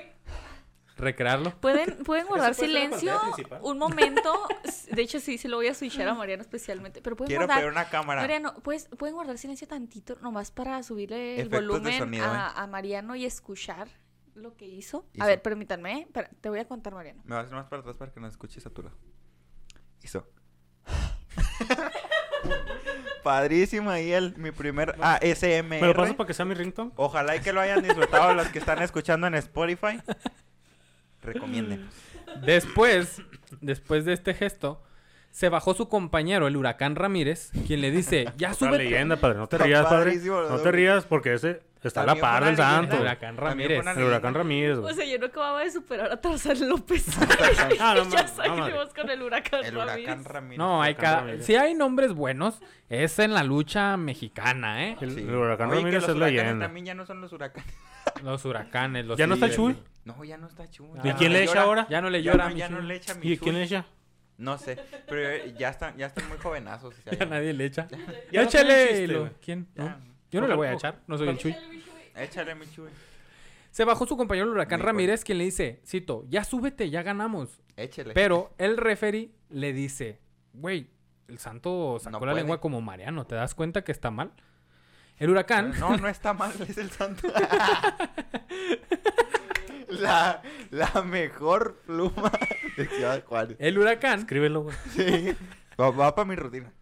[SPEAKER 1] Recrearlo.
[SPEAKER 4] ¿Pueden, pueden guardar
[SPEAKER 2] puede ser la
[SPEAKER 4] silencio
[SPEAKER 2] pantalla principal.
[SPEAKER 4] un momento. De hecho, sí, se lo voy a switchar a Mariano especialmente. Pero pueden
[SPEAKER 3] Quiero
[SPEAKER 4] guardar.
[SPEAKER 3] pedir una cámara.
[SPEAKER 4] Mariano, ¿puedes, pueden guardar silencio tantito nomás para subirle el
[SPEAKER 3] Efectos de
[SPEAKER 4] volumen
[SPEAKER 3] sonido, ¿eh?
[SPEAKER 4] a, a Mariano y escuchar lo que hizo.
[SPEAKER 3] Hizo.
[SPEAKER 4] A ver, permítanme, ¿eh? Espera, te voy a contar, Mariano.
[SPEAKER 3] Me vas a hacer más para atrás para que no escuches a tu lado. Hizo. Padrísima y él, mi primer
[SPEAKER 2] ¿Me lo pasas
[SPEAKER 3] ASMR.
[SPEAKER 2] para que sea mi ringtone?
[SPEAKER 3] Ojalá y que lo hayan disfrutado los que están escuchando en Spotify. Recomiéndenos.
[SPEAKER 1] Después, después de este gesto, se bajó su compañero, el huracán Ramírez, quien le dice, ya
[SPEAKER 2] Una
[SPEAKER 1] sube
[SPEAKER 2] leyenda, padre. No te
[SPEAKER 3] Está
[SPEAKER 2] rías, padre.
[SPEAKER 3] padrísimo,
[SPEAKER 2] No
[SPEAKER 3] ¿no?
[SPEAKER 2] te rías porque ese está a la
[SPEAKER 3] También fue
[SPEAKER 2] par del
[SPEAKER 3] una leyenda.
[SPEAKER 2] santo.
[SPEAKER 1] El huracán
[SPEAKER 3] También fue
[SPEAKER 1] Ramírez.
[SPEAKER 3] una
[SPEAKER 2] El huracán Ramírez,
[SPEAKER 4] O
[SPEAKER 2] güey.
[SPEAKER 4] sea, yo no acababa de superar a Tarzán López.
[SPEAKER 2] Ah, no,
[SPEAKER 4] ya
[SPEAKER 2] no,
[SPEAKER 4] salimos con el huracán.
[SPEAKER 3] El
[SPEAKER 4] Ramírez.
[SPEAKER 3] huracán Ramírez.
[SPEAKER 1] No, hay
[SPEAKER 2] Huracán
[SPEAKER 1] cada...
[SPEAKER 2] Ramírez.
[SPEAKER 1] Si hay nombres buenos, es en la lucha mexicana, ¿eh?
[SPEAKER 2] El,
[SPEAKER 3] Sí.
[SPEAKER 2] el huracán
[SPEAKER 3] Oye, que
[SPEAKER 2] Ramírez
[SPEAKER 3] los
[SPEAKER 2] es
[SPEAKER 3] huracanes
[SPEAKER 2] leyenda.
[SPEAKER 3] También ya no son los huracanes.
[SPEAKER 1] Los huracanes, los
[SPEAKER 2] ¿Ya no está
[SPEAKER 1] tigres.
[SPEAKER 2] Chuy?
[SPEAKER 3] No, ya no está chulo.
[SPEAKER 1] ¿Y quién le
[SPEAKER 2] echa ahora?
[SPEAKER 1] Ya no le
[SPEAKER 3] Ya
[SPEAKER 1] llora.
[SPEAKER 3] no-
[SPEAKER 1] mi
[SPEAKER 3] ya no
[SPEAKER 1] Chuy.
[SPEAKER 3] le echa mi
[SPEAKER 2] ¿Y quién
[SPEAKER 3] Chuy.
[SPEAKER 2] es ella?
[SPEAKER 3] No sé, pero ya están, ya están muy jovenazos. o sea,
[SPEAKER 1] Ya
[SPEAKER 3] ya-
[SPEAKER 1] nadie le echa.
[SPEAKER 2] Ya no
[SPEAKER 1] Échale.
[SPEAKER 2] tiene chiste,
[SPEAKER 1] lo-
[SPEAKER 2] güey.
[SPEAKER 1] ¿Quién?
[SPEAKER 3] Ya.
[SPEAKER 1] ¿No? Yo no le voy a echar, no soy el Chuy.
[SPEAKER 3] Échale, mi Chuy.
[SPEAKER 1] Se bajó su compañero el huracán
[SPEAKER 3] Muy
[SPEAKER 1] Ramírez, quien le dice, cito, ya súbete, ya ganamos.
[SPEAKER 3] Échale.
[SPEAKER 1] Pero el referee le dice, güey, el santo sacó
[SPEAKER 3] No
[SPEAKER 1] la
[SPEAKER 3] puede.
[SPEAKER 1] lengua como Mariano, ¿te das cuenta que está mal? El huracán,
[SPEAKER 3] No, no está mal, es el santo. la, la mejor pluma de Ciudad Juárez.
[SPEAKER 1] el huracán
[SPEAKER 2] Escríbelo, güey.
[SPEAKER 3] Sí. Va, va para mi rutina.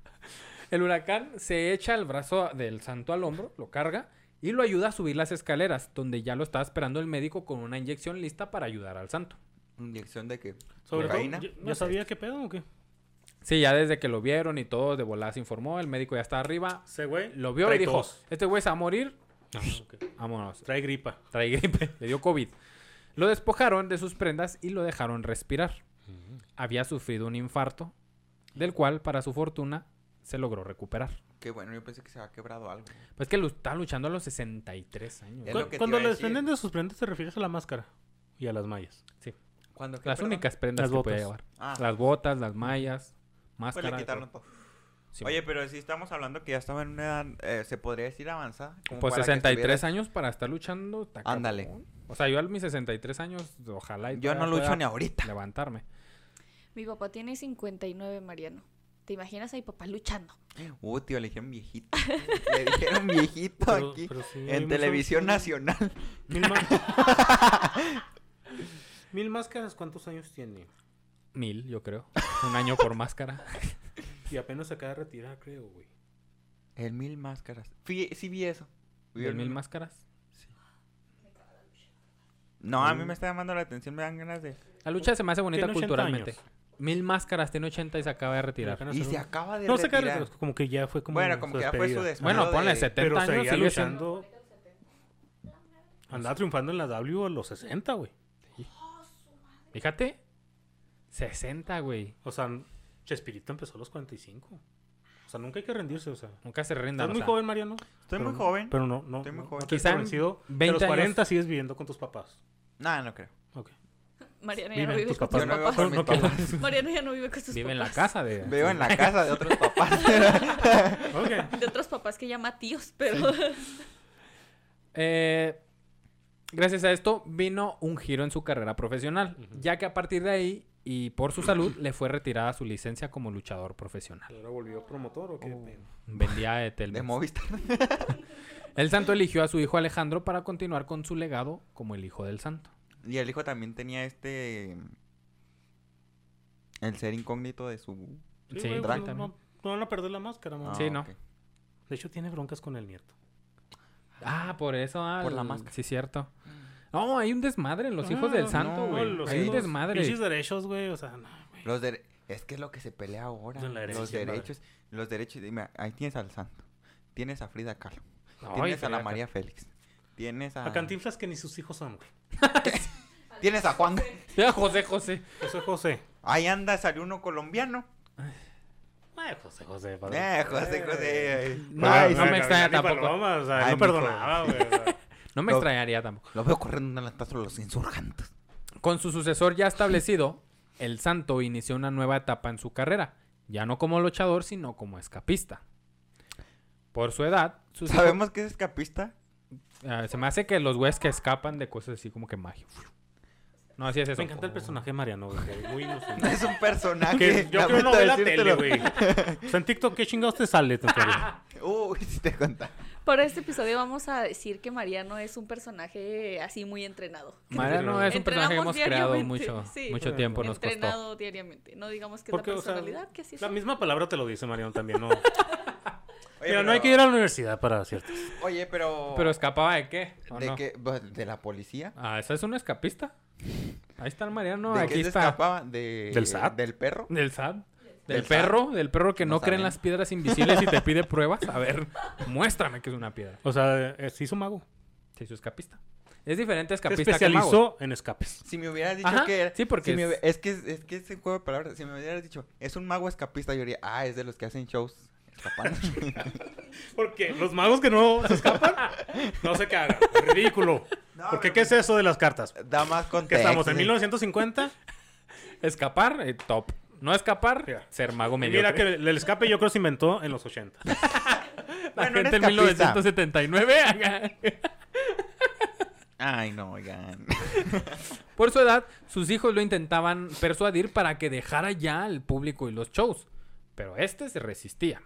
[SPEAKER 1] El huracán se echa el brazo del santo al hombro, lo carga y lo ayuda a subir las escaleras, donde ya lo estaba esperando el médico con una inyección lista para ayudar al santo.
[SPEAKER 3] Inyección de que.
[SPEAKER 2] Sobre todo,
[SPEAKER 3] cocaína.
[SPEAKER 2] ¿ya, ya sabía qué pedo o qué?
[SPEAKER 1] Sí, ya desde que lo vieron y todo, de volada se informó, el médico ya está arriba,
[SPEAKER 2] Ese güey
[SPEAKER 1] lo vio y
[SPEAKER 2] trae
[SPEAKER 1] dijo,
[SPEAKER 2] tos.
[SPEAKER 1] este güey se va a morir,
[SPEAKER 2] Ah, ok.
[SPEAKER 1] vámonos.
[SPEAKER 2] Trae gripa.
[SPEAKER 1] Trae gripe, le dio COVID. Lo despojaron de sus prendas y lo dejaron respirar.
[SPEAKER 2] Mm.
[SPEAKER 1] Había sufrido un infarto, del cual, para su fortuna, se logró recuperar.
[SPEAKER 3] Qué bueno, yo pensé que se había quebrado algo.
[SPEAKER 1] Pues que lo está luchando a los 63 años.
[SPEAKER 3] Es
[SPEAKER 2] Cu-
[SPEAKER 3] lo que te
[SPEAKER 2] Cuando
[SPEAKER 3] iba a
[SPEAKER 2] le
[SPEAKER 3] decir.
[SPEAKER 2] desprenden de sus prendas, te refieres a la máscara y a las mallas.
[SPEAKER 3] Cuando
[SPEAKER 1] Las únicas prendas
[SPEAKER 2] Las
[SPEAKER 1] que puede
[SPEAKER 2] botas.
[SPEAKER 1] llevar.
[SPEAKER 3] Ah,
[SPEAKER 1] Las botas, las mallas,
[SPEAKER 3] pues
[SPEAKER 1] máscara.
[SPEAKER 3] le quitaron
[SPEAKER 1] todo.
[SPEAKER 3] todo.
[SPEAKER 1] Sí,
[SPEAKER 3] Oye, pero si estamos hablando que ya estaba en una edad, eh, se podría decir avanzada. como
[SPEAKER 1] pues
[SPEAKER 3] para que
[SPEAKER 1] 63
[SPEAKER 3] estuviera-
[SPEAKER 1] años para estar luchando. está cabrón.
[SPEAKER 3] Ándale.
[SPEAKER 1] O sea, yo a mis 63 años, ojalá. y
[SPEAKER 3] Yo no
[SPEAKER 1] todavía
[SPEAKER 3] lucho
[SPEAKER 1] pueda
[SPEAKER 3] ni ahorita.
[SPEAKER 1] Levantarme.
[SPEAKER 4] Mi papá tiene 59, Mariano. ¿Te imaginas a mi papá luchando?
[SPEAKER 3] Uh, tío, le dijeron viejito. le dijeron viejito
[SPEAKER 2] Pero-
[SPEAKER 3] aquí.
[SPEAKER 2] pero sí, hay
[SPEAKER 3] en
[SPEAKER 2] muchos-
[SPEAKER 3] televisión nacional.
[SPEAKER 2] Mil, más- Mil máscaras, ¿cuántos años tiene?
[SPEAKER 1] Mil, yo creo. Un año por máscara.
[SPEAKER 2] Y apenas se acaba de retirar, creo, güey.
[SPEAKER 3] El mil máscaras. Fui- sí vi eso. Vi
[SPEAKER 1] ¿De
[SPEAKER 3] el-
[SPEAKER 1] mil máscaras?
[SPEAKER 3] No, a mí me está llamando la atención, me dan ganas de...
[SPEAKER 1] La lucha se me hace bonita
[SPEAKER 2] Tiene 80
[SPEAKER 1] culturalmente.
[SPEAKER 2] años.
[SPEAKER 1] Mil máscaras, tiene 80 y se acaba de retirar.
[SPEAKER 2] Apenas
[SPEAKER 3] Y
[SPEAKER 2] se-
[SPEAKER 3] se acaba de
[SPEAKER 2] No se acaba
[SPEAKER 3] retirar.
[SPEAKER 2] de retirar, como que ya fue como.
[SPEAKER 3] Bueno, como
[SPEAKER 2] su
[SPEAKER 3] que ya fue su
[SPEAKER 2] despedida.
[SPEAKER 3] desmadre.
[SPEAKER 1] Bueno, ponle
[SPEAKER 3] de-
[SPEAKER 1] 70
[SPEAKER 2] Pero
[SPEAKER 1] años.
[SPEAKER 2] seguía
[SPEAKER 1] Sigue siendo-
[SPEAKER 2] luchando. Andaba triunfando en la W a los 60, güey.
[SPEAKER 1] Fíjate. 60, güey.
[SPEAKER 2] O sea, Chespirito empezó a los 45. O sea, nunca hay que rendirse, o sea.
[SPEAKER 1] Nunca se rinda.
[SPEAKER 2] Estás muy joven, Mariano.
[SPEAKER 3] Estoy
[SPEAKER 2] Pero no-
[SPEAKER 3] muy joven.
[SPEAKER 2] Pero no, no.
[SPEAKER 3] Estoy muy
[SPEAKER 2] no-
[SPEAKER 3] joven.
[SPEAKER 2] no te has
[SPEAKER 1] Quizá en
[SPEAKER 2] convencido. De
[SPEAKER 1] 20
[SPEAKER 2] los
[SPEAKER 1] años-
[SPEAKER 2] 40 sigues viviendo con tus papás.
[SPEAKER 3] Nada, no creo.
[SPEAKER 2] Ok.
[SPEAKER 4] Mariano ya
[SPEAKER 2] Viven
[SPEAKER 4] no vive
[SPEAKER 2] tus
[SPEAKER 4] con
[SPEAKER 2] papás.
[SPEAKER 4] sus
[SPEAKER 3] Yo no vivo
[SPEAKER 4] papás.
[SPEAKER 3] con mis
[SPEAKER 2] No, no,
[SPEAKER 3] papás.
[SPEAKER 4] Mariano ya no vive con sus
[SPEAKER 1] Vive en la
[SPEAKER 4] papás.
[SPEAKER 1] casa de.
[SPEAKER 3] Vivo en la casa de otros papás.
[SPEAKER 2] Ok.
[SPEAKER 4] De otros papás que llama tíos, pero...
[SPEAKER 1] Eh, gracias a esto vino un giro en su carrera profesional, ya que a partir de ahí y por su salud le fue retirada su licencia como luchador profesional.
[SPEAKER 2] ¿Ahora volvió promotor o qué?
[SPEAKER 1] Vendía de
[SPEAKER 3] de
[SPEAKER 1] Telmex.
[SPEAKER 3] Movistar.
[SPEAKER 1] El santo eligió a su hijo Alejandro para continuar con su legado como el hijo del santo.
[SPEAKER 3] Y el hijo también tenía este... El ser incógnito de su...
[SPEAKER 1] Sí,
[SPEAKER 2] güey,
[SPEAKER 1] sí,
[SPEAKER 2] pues, no,
[SPEAKER 1] también.
[SPEAKER 2] no- no van a perder la máscara, mamá.
[SPEAKER 3] Ah,
[SPEAKER 1] Sí, no.
[SPEAKER 3] ok.
[SPEAKER 2] De hecho, tiene broncas con el nieto.
[SPEAKER 1] Ah, por eso. ah,
[SPEAKER 3] Por la
[SPEAKER 1] el-
[SPEAKER 3] máscara. Mm.
[SPEAKER 1] Sí, cierto. No, hay un desmadre en los hijos
[SPEAKER 2] Ah,
[SPEAKER 1] del santo,
[SPEAKER 3] no,
[SPEAKER 1] güey.
[SPEAKER 2] los
[SPEAKER 1] hay un
[SPEAKER 2] hijos-
[SPEAKER 1] desmadre.
[SPEAKER 2] Pinches derechos, güey. O sea, no, güey.
[SPEAKER 3] Los dere- Es que es lo que se pelea ahora.
[SPEAKER 2] De la
[SPEAKER 3] los
[SPEAKER 2] herencia, madre.
[SPEAKER 3] derechos. Los derechos. Dime, ahí tienes al santo. Tienes a Frida Kahlo.
[SPEAKER 1] Ay,
[SPEAKER 3] tienes a
[SPEAKER 1] Frida
[SPEAKER 3] la
[SPEAKER 1] Kahlo.
[SPEAKER 3] María Félix. Tienes a...
[SPEAKER 2] A cantinflas que ni sus hijos son, güey.
[SPEAKER 3] Tienes a Juan.
[SPEAKER 1] Ya, Ah, José, José.
[SPEAKER 2] José José.
[SPEAKER 3] Ahí anda, salió uno colombiano.
[SPEAKER 2] Ay, José José.
[SPEAKER 3] Eh, José, José. ay.
[SPEAKER 1] No,
[SPEAKER 3] Ay,
[SPEAKER 1] no
[SPEAKER 3] sí.
[SPEAKER 1] me extraña tampoco.
[SPEAKER 2] o sea,
[SPEAKER 3] Ay,
[SPEAKER 2] no
[SPEAKER 3] mijo.
[SPEAKER 2] perdonaba, güey. o sea.
[SPEAKER 1] No me
[SPEAKER 3] Lo-
[SPEAKER 1] extrañaría tampoco.
[SPEAKER 3] Lo veo corriendo en el latazo de los insurgentes.
[SPEAKER 1] Con su sucesor ya establecido, el santo inició una nueva etapa en su carrera, ya no como luchador, sino como escapista. Por su edad, sus hijos-
[SPEAKER 3] ¿Sabemos que es escapista?
[SPEAKER 1] Ah, se me hace que los güeyes que escapan de cosas así como que magia. No, así es eso.
[SPEAKER 2] Me encanta el personaje de Mariano, güey. que es Muy inocente.
[SPEAKER 3] Es un personaje.
[SPEAKER 2] Que yo creo
[SPEAKER 3] lamento
[SPEAKER 2] no ve la
[SPEAKER 3] decírtelo.
[SPEAKER 2] tele, güey. O sea, en TikTok, ¿qué chingados te sale, tontería?
[SPEAKER 3] Uy, si te cuenta.
[SPEAKER 4] Para este episodio vamos a decir que Mariano es un personaje así muy entrenado.
[SPEAKER 1] Mariano es un personaje que
[SPEAKER 4] Entrenamos
[SPEAKER 1] hemos creado
[SPEAKER 4] diariamente,
[SPEAKER 1] mucho,
[SPEAKER 4] sí.
[SPEAKER 1] mucho tiempo, nos costó.
[SPEAKER 4] entrenado diariamente. No digamos que
[SPEAKER 2] Porque,
[SPEAKER 4] es
[SPEAKER 2] o
[SPEAKER 4] la
[SPEAKER 2] sea,
[SPEAKER 4] personalidad que así es.
[SPEAKER 2] la misma palabra te lo dice Mariano también, ¿no?
[SPEAKER 3] Oye,
[SPEAKER 2] Mira, no hay que ir a la universidad para ciertas.
[SPEAKER 3] Oye, pero.
[SPEAKER 1] Pero escapaba de qué? ¿O
[SPEAKER 3] ¿De
[SPEAKER 1] no?
[SPEAKER 3] qué? Pues, ¿De la policía?
[SPEAKER 1] Ah, ¿esa es un escapista? Ahí está el Mariano,
[SPEAKER 3] ¿De
[SPEAKER 1] aquí
[SPEAKER 3] qué se
[SPEAKER 1] está.
[SPEAKER 3] escapaba? ¿De-
[SPEAKER 2] ¿Del SAT?
[SPEAKER 3] ¿Del perro?
[SPEAKER 1] Del SAT. Del,
[SPEAKER 3] Del
[SPEAKER 1] perro, del perro que
[SPEAKER 3] No
[SPEAKER 1] no, cree en
[SPEAKER 3] sabemos.
[SPEAKER 1] las piedras invisibles y te pide pruebas. A ver, muéstrame que es una piedra.
[SPEAKER 2] O sea, eh, se hizo mago.
[SPEAKER 1] Se hizo escapista. Es diferente
[SPEAKER 2] Se
[SPEAKER 1] escapista que mago.
[SPEAKER 2] especializó en escapes.
[SPEAKER 3] Si me hubieras dicho
[SPEAKER 1] Ajá,
[SPEAKER 3] que era.
[SPEAKER 1] sí, porque
[SPEAKER 3] si me
[SPEAKER 1] es-
[SPEAKER 3] hubi- es... que es, es que es un juego de palabras. Si me hubieras dicho, es un mago escapista, yo diría, ah, es de los que hacen shows escapando.
[SPEAKER 2] Porque los magos que no se escapan, no se cagan. Ridículo.
[SPEAKER 3] No,
[SPEAKER 2] Porque,
[SPEAKER 3] güey.
[SPEAKER 2] ¿qué es eso de las cartas?
[SPEAKER 3] da más
[SPEAKER 2] Que
[SPEAKER 3] contexto.
[SPEAKER 2] estamos en
[SPEAKER 3] sí.
[SPEAKER 2] 1950.
[SPEAKER 1] Escapar, eh, top. No escapar,
[SPEAKER 2] Mira.
[SPEAKER 1] ser mago mediocre.
[SPEAKER 2] Mira que el el escape yo creo se inventó en los 80.
[SPEAKER 1] la
[SPEAKER 3] Bueno,
[SPEAKER 1] gente en
[SPEAKER 3] eres capista.
[SPEAKER 1] 1979 haga-
[SPEAKER 3] Ay, no, oigan.
[SPEAKER 1] Por su edad, sus hijos lo intentaban persuadir para que dejara ya al público y los shows, pero este se resistía.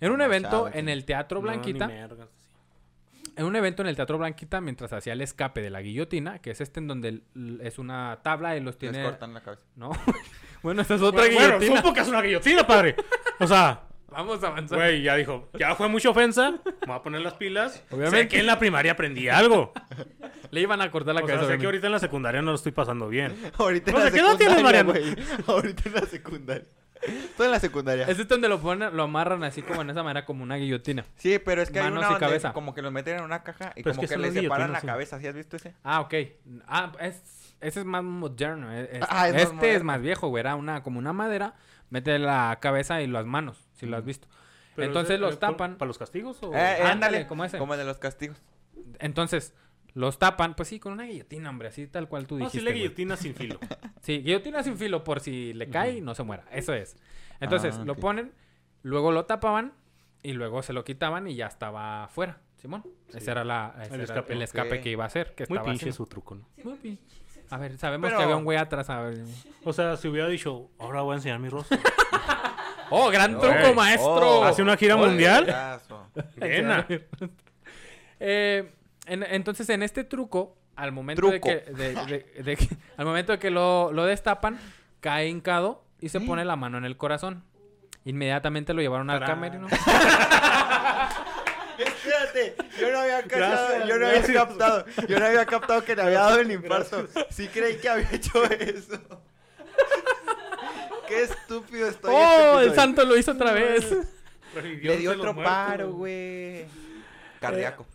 [SPEAKER 1] En un
[SPEAKER 3] Demasiado,
[SPEAKER 1] evento
[SPEAKER 3] gente.
[SPEAKER 1] en el Teatro Blanquita,
[SPEAKER 2] No, ni mergas, sí.
[SPEAKER 1] en un evento en el Teatro Blanquita, mientras hacía el escape de la guillotina, que es este en donde el- l- es una tabla y los
[SPEAKER 3] Les
[SPEAKER 1] tiene,
[SPEAKER 3] cortan la cabeza.
[SPEAKER 1] no, bueno, esta es otra
[SPEAKER 2] bueno,
[SPEAKER 1] guillotina.
[SPEAKER 2] supo que es una guillotina, padre. O sea,
[SPEAKER 1] Vamos a avanzar.
[SPEAKER 2] Güey, ya dijo, ya fue mucha ofensa, me voy a poner las pilas.
[SPEAKER 1] Obviamente.
[SPEAKER 2] Sé que en la primaria aprendí algo.
[SPEAKER 1] Le iban a cortar la
[SPEAKER 2] o sea,
[SPEAKER 1] cabeza.
[SPEAKER 2] sé que
[SPEAKER 1] obviamente.
[SPEAKER 2] ahorita en la secundaria no lo estoy pasando bien.
[SPEAKER 3] Ahorita
[SPEAKER 2] O sea,
[SPEAKER 3] en la
[SPEAKER 2] ¿qué edad tienes,
[SPEAKER 3] secundaria,
[SPEAKER 2] Mariano?
[SPEAKER 3] güey. Ahorita en la secundaria. Todo en la secundaria.
[SPEAKER 1] Ese es este donde lo ponen, lo amarran así como en esa manera, como una guillotina.
[SPEAKER 3] Sí, pero es que hay
[SPEAKER 1] Manos
[SPEAKER 3] una
[SPEAKER 1] y
[SPEAKER 3] donde
[SPEAKER 1] cabeza.
[SPEAKER 3] como que los meten en una caja y
[SPEAKER 2] Pero es
[SPEAKER 3] como
[SPEAKER 2] que
[SPEAKER 3] que,
[SPEAKER 2] son
[SPEAKER 3] le
[SPEAKER 2] los
[SPEAKER 3] separan
[SPEAKER 2] guillotinas,
[SPEAKER 3] la
[SPEAKER 2] sí.
[SPEAKER 3] cabeza. ¿Sí has visto ese?
[SPEAKER 1] Ah, ok. Ah, es, ese es más moderno. e- es-
[SPEAKER 3] Ah, es
[SPEAKER 1] este
[SPEAKER 3] más
[SPEAKER 1] es
[SPEAKER 3] moderno.
[SPEAKER 1] más viejo, güey. Era una, como una madera, mete la cabeza y las manos, si lo has visto.
[SPEAKER 2] Pero
[SPEAKER 1] Entonces
[SPEAKER 2] ese-
[SPEAKER 1] los
[SPEAKER 2] eh,
[SPEAKER 1] tapan.
[SPEAKER 2] ¿Para los castigos? O...
[SPEAKER 3] Eh, eh,
[SPEAKER 1] ándale,
[SPEAKER 3] ándale,
[SPEAKER 1] como ese.
[SPEAKER 3] Como el de los castigos.
[SPEAKER 1] Entonces, los tapan, pues sí, con una guillotina, hombre, así tal cual tú
[SPEAKER 2] no,
[SPEAKER 1] dijiste.
[SPEAKER 2] sí, la
[SPEAKER 1] güey.
[SPEAKER 2] guillotina sin filo.
[SPEAKER 1] Sí, guillotina sin filo por si le cae y no se muera. Eso es. Entonces,
[SPEAKER 3] Ah,
[SPEAKER 1] lo
[SPEAKER 3] ok.
[SPEAKER 1] ponen, luego lo tapaban y luego se lo quitaban y ya estaba fuera, Simón. Ese era la, ese era el escape,
[SPEAKER 2] escape.
[SPEAKER 3] Ok.
[SPEAKER 1] que iba a hacer. Que
[SPEAKER 2] Muy
[SPEAKER 1] estaba
[SPEAKER 2] pinche
[SPEAKER 1] haciendo.
[SPEAKER 2] su truco, ¿no?
[SPEAKER 1] Muy pin- A ver, sabemos
[SPEAKER 3] Pero-
[SPEAKER 1] que había un güey atrás. A ver.
[SPEAKER 2] O sea, si hubiera dicho, ahora voy a enseñar mi rostro.
[SPEAKER 1] ¡Oh, gran
[SPEAKER 3] Güey.
[SPEAKER 1] truco, maestro!
[SPEAKER 3] Oh.
[SPEAKER 2] Hace una gira
[SPEAKER 3] Oye,
[SPEAKER 2] mundial.
[SPEAKER 3] brazo.
[SPEAKER 2] Nena.
[SPEAKER 1] Eh, en- entonces, en este truco, al momento de
[SPEAKER 3] Truco.
[SPEAKER 1] que, de- de- de que- al momento de que lo, lo destapan, cae hincado y se pone la mano en el corazón. Inmediatamente lo llevaron al
[SPEAKER 2] Tarán.
[SPEAKER 1] camerino.
[SPEAKER 3] Espérate, yo no había
[SPEAKER 2] Gracias,
[SPEAKER 3] cachado, yo no había
[SPEAKER 2] gracias.
[SPEAKER 3] captado, yo no había captado que le había dado el infarto. Sí creí que había hecho eso. Qué estúpido estoy.
[SPEAKER 1] ¡Oh,
[SPEAKER 3] este
[SPEAKER 1] el
[SPEAKER 3] episodio.
[SPEAKER 1] santo lo hizo otra vez!
[SPEAKER 3] Le dio otro paro, güey. Cardíaco.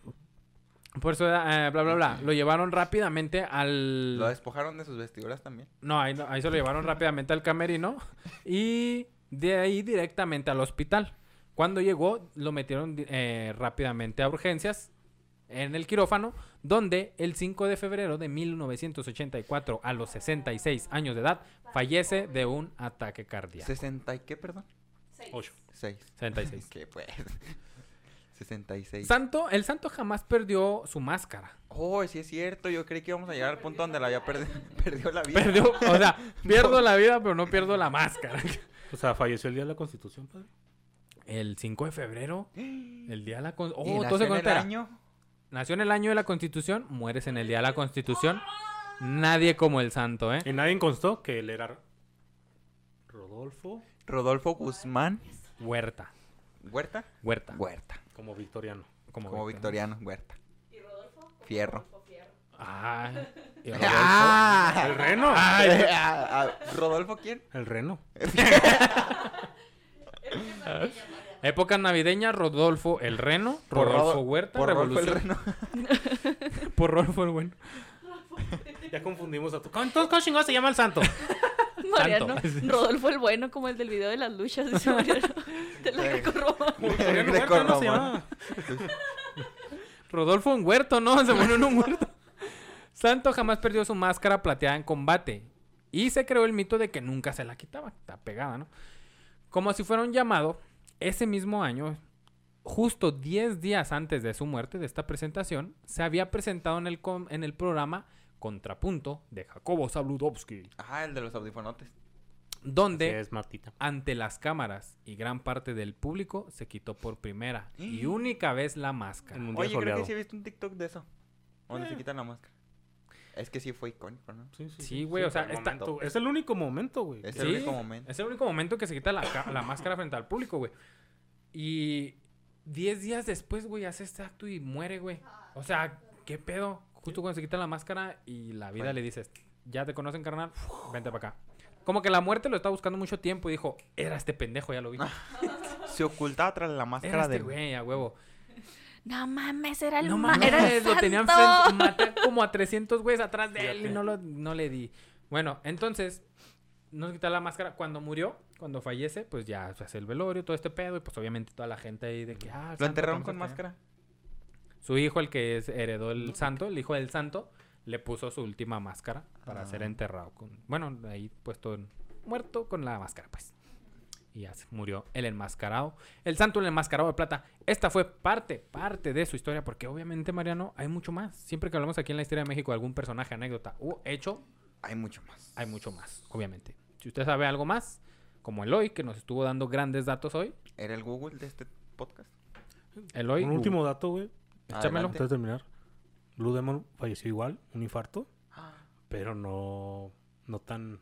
[SPEAKER 1] Por eso, eh, bla, bla, bla. Lo llevaron rápidamente al...
[SPEAKER 3] Lo despojaron de sus vestiduras también.
[SPEAKER 1] No, ahí, no- ahí se lo llevaron rápidamente al camerino y de ahí directamente al hospital. Cuando llegó, lo metieron di- eh, rápidamente a urgencias en el quirófano, donde el 5 de febrero de 1984, a los 66 años de edad, fallece de un ataque cardíaco.
[SPEAKER 3] ¿60 y qué, perdón?
[SPEAKER 2] Ocho.
[SPEAKER 3] 6.
[SPEAKER 1] 66.
[SPEAKER 3] ¿Qué pues? 66.
[SPEAKER 1] Santo, el santo jamás perdió su máscara.
[SPEAKER 3] Oh, sí es cierto. Yo creí que íbamos a llegar al punto donde la había perdido, perdió la vida.
[SPEAKER 1] Perdió, o sea, pierdo la vida, pero no pierdo la máscara.
[SPEAKER 2] O sea, falleció el día de la constitución, padre.
[SPEAKER 1] El 5 de febrero, el día de la... con-
[SPEAKER 3] ¿Y
[SPEAKER 1] Oh,
[SPEAKER 3] nació
[SPEAKER 1] entonces,
[SPEAKER 3] en el
[SPEAKER 1] ¿cuánto era?
[SPEAKER 3] año?
[SPEAKER 1] Nació en el año de la Constitución, mueres en el día de la Constitución. Nadie como el santo, ¿eh?
[SPEAKER 2] Y nadie constó que él era Rodolfo
[SPEAKER 3] Rodolfo Guzmán.
[SPEAKER 1] Huerta.
[SPEAKER 3] Huerta.
[SPEAKER 1] Huerta.
[SPEAKER 3] Huerta.
[SPEAKER 2] como victoriano.
[SPEAKER 1] Como,
[SPEAKER 3] Como
[SPEAKER 1] Víctor.
[SPEAKER 3] victoriano, Huerta. Fierro.
[SPEAKER 1] Ah, y Rodolfo.
[SPEAKER 3] ¡Ah!
[SPEAKER 2] El reno.
[SPEAKER 3] Ah, ah, ¿Rodolfo quién?
[SPEAKER 2] El reno.
[SPEAKER 1] Época navideña, Rodolfo el Reno,
[SPEAKER 3] Por
[SPEAKER 1] Rodolfo
[SPEAKER 3] Rodo-
[SPEAKER 1] Huerta,
[SPEAKER 3] por Rodolfo el
[SPEAKER 1] Revolución.
[SPEAKER 3] Reno.
[SPEAKER 1] Por Rodolfo el Bueno.
[SPEAKER 2] Ya confundimos a tu. ¿Cómo, entonces, ¿cómo chingados se llama el santo?
[SPEAKER 4] Mariano,
[SPEAKER 1] Santo.
[SPEAKER 4] Rodolfo el bueno, como el del video de las luchas, dice Mariano. De la
[SPEAKER 3] Sí.
[SPEAKER 4] Grecorromana.
[SPEAKER 2] Victoriano Huerta,
[SPEAKER 3] Grecorromano.
[SPEAKER 1] ¿eh?
[SPEAKER 2] ¿no se llama?
[SPEAKER 1] Rodolfo un huerto, ¿no? Se murió en un huerto. Santo jamás perdió su máscara plateada en combate. Y se creó el mito de que nunca se la quitaba. Está pegada, ¿no? Como si fuera un llamado, ese mismo año, justo 10 días antes de su muerte, de esta presentación, se había presentado en el, com- en el programa Contrapunto de Jacobo Zabludovsky,
[SPEAKER 3] Ah, el de los audifonotes.
[SPEAKER 1] donde
[SPEAKER 2] Sí, es Martita.
[SPEAKER 1] ante las cámaras y gran parte del público se quitó por primera y única vez la máscara.
[SPEAKER 2] En un día
[SPEAKER 3] Oye, creo
[SPEAKER 2] soleado.
[SPEAKER 3] que sí he visto un TikTok de eso. Donde
[SPEAKER 4] Eh.
[SPEAKER 3] se quitan la máscara. Es que sí fue icónico, ¿no?
[SPEAKER 1] Sí, güey, o sea,
[SPEAKER 2] el
[SPEAKER 1] está-
[SPEAKER 2] momento. es el único momento, güey.
[SPEAKER 3] Es
[SPEAKER 1] Sí,
[SPEAKER 3] el único momento.
[SPEAKER 1] Es el único momento que se quita la, ca- la máscara frente al público, güey. Y 10 días después, güey, hace este acto y muere, güey. O sea, ¿qué pedo? Justo cuando se quita la máscara y la vida le dices, ya te conocen, carnal, vente para acá. Como que la muerte lo está buscando mucho tiempo y dijo, era este pendejo, ya lo vi.
[SPEAKER 3] Se ocultaba tras la
[SPEAKER 1] Era
[SPEAKER 3] máscara
[SPEAKER 1] este
[SPEAKER 3] de
[SPEAKER 1] güey, a huevo.
[SPEAKER 4] No mames, era el
[SPEAKER 1] No
[SPEAKER 4] ma- era
[SPEAKER 1] mames,
[SPEAKER 4] el
[SPEAKER 1] lo tenían
[SPEAKER 4] santo.
[SPEAKER 1] frente, maté como a 300 güeyes atrás de él y
[SPEAKER 2] Fíjate.
[SPEAKER 1] no, lo, no le di. Bueno, entonces, nos quita la máscara. Cuando murió, cuando fallece, pues ya se hace el velorio, todo este pedo, y pues obviamente toda la gente ahí de que, ah, santo,
[SPEAKER 3] ¿Lo enterraron
[SPEAKER 1] vamos a
[SPEAKER 3] con
[SPEAKER 1] caer.
[SPEAKER 3] máscara?
[SPEAKER 1] Su hijo, el que es- heredó el santo, el hijo del santo, le puso su última máscara para ser enterrado. Con, bueno, ahí puesto en- muerto con la máscara, pues. Y ya se murió el enmascarado. El santo, el enmascarado de plata. Esta fue parte, parte de su historia, porque obviamente, Mariano, hay mucho más. Siempre que hablamos aquí en la historia de México de algún personaje, anécdota o hecho,
[SPEAKER 3] Hay mucho más.
[SPEAKER 1] hay mucho más, obviamente. Si usted sabe algo más, como Eloy, que nos estuvo dando grandes datos hoy.
[SPEAKER 3] ¿Era el Google de este podcast?
[SPEAKER 1] Eloy, uh,
[SPEAKER 2] Un último dato, güey.
[SPEAKER 1] Échamelo.
[SPEAKER 3] Adelante.
[SPEAKER 2] Antes de terminar. Blue Demon falleció igual, un infarto. Pero no, no tan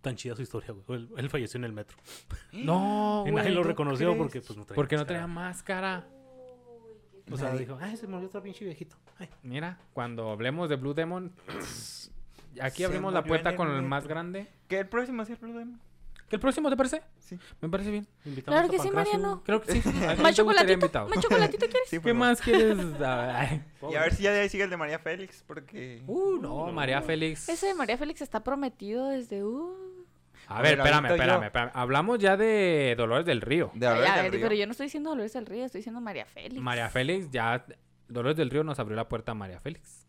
[SPEAKER 2] tan chida su historia, güey. Él, él falleció en el metro.
[SPEAKER 1] No,
[SPEAKER 2] y nadie
[SPEAKER 1] güey,
[SPEAKER 2] lo
[SPEAKER 1] ¿tú
[SPEAKER 2] reconoció
[SPEAKER 1] crees?
[SPEAKER 2] porque pues no traía.
[SPEAKER 1] Porque no traía
[SPEAKER 2] máscara.
[SPEAKER 1] máscara.
[SPEAKER 2] O sea,
[SPEAKER 3] Nadie.
[SPEAKER 2] dijo, "Ah, ay, se murió otro pinche viejito. Ay.
[SPEAKER 1] Mira, cuando hablemos de Blue Demon, aquí
[SPEAKER 3] Se
[SPEAKER 1] abrimos la
[SPEAKER 3] murió en
[SPEAKER 1] puerta
[SPEAKER 3] el
[SPEAKER 1] con el
[SPEAKER 3] metro.
[SPEAKER 1] más grande.
[SPEAKER 3] Que el próximo sí el problema.
[SPEAKER 1] ¿El próximo te parece?
[SPEAKER 3] Sí.
[SPEAKER 1] Me parece bien.
[SPEAKER 2] Invitamos
[SPEAKER 4] Claro
[SPEAKER 2] a
[SPEAKER 4] que sí,
[SPEAKER 2] Pancracio.
[SPEAKER 4] Mariano.
[SPEAKER 1] Creo que sí. ¿A quién
[SPEAKER 4] ¿Más
[SPEAKER 1] te gustaría
[SPEAKER 4] chocolatito?
[SPEAKER 1] invitado?
[SPEAKER 4] ¿Más chocolatito quieres?
[SPEAKER 3] Sí, por
[SPEAKER 1] ¿Qué
[SPEAKER 3] favor.
[SPEAKER 1] más quieres? Ay.
[SPEAKER 3] Y a ver si ya de ahí sigue el de María Félix, porque...
[SPEAKER 1] Uh, no, María Félix.
[SPEAKER 4] Ese de María Félix está prometido desde... Uh...
[SPEAKER 1] A ver,
[SPEAKER 3] Bueno,
[SPEAKER 1] espérame,
[SPEAKER 3] ahorita yo.
[SPEAKER 1] espérame, espérame. Hablamos ya de Dolores del Río.
[SPEAKER 3] De
[SPEAKER 4] Ay,
[SPEAKER 3] Dolores
[SPEAKER 4] a
[SPEAKER 3] del
[SPEAKER 4] ver,
[SPEAKER 3] Río.
[SPEAKER 4] pero yo no estoy diciendo Dolores del Río, estoy diciendo María Félix.
[SPEAKER 1] María Félix, ya. Dolores del Río nos abrió la puerta a María Félix.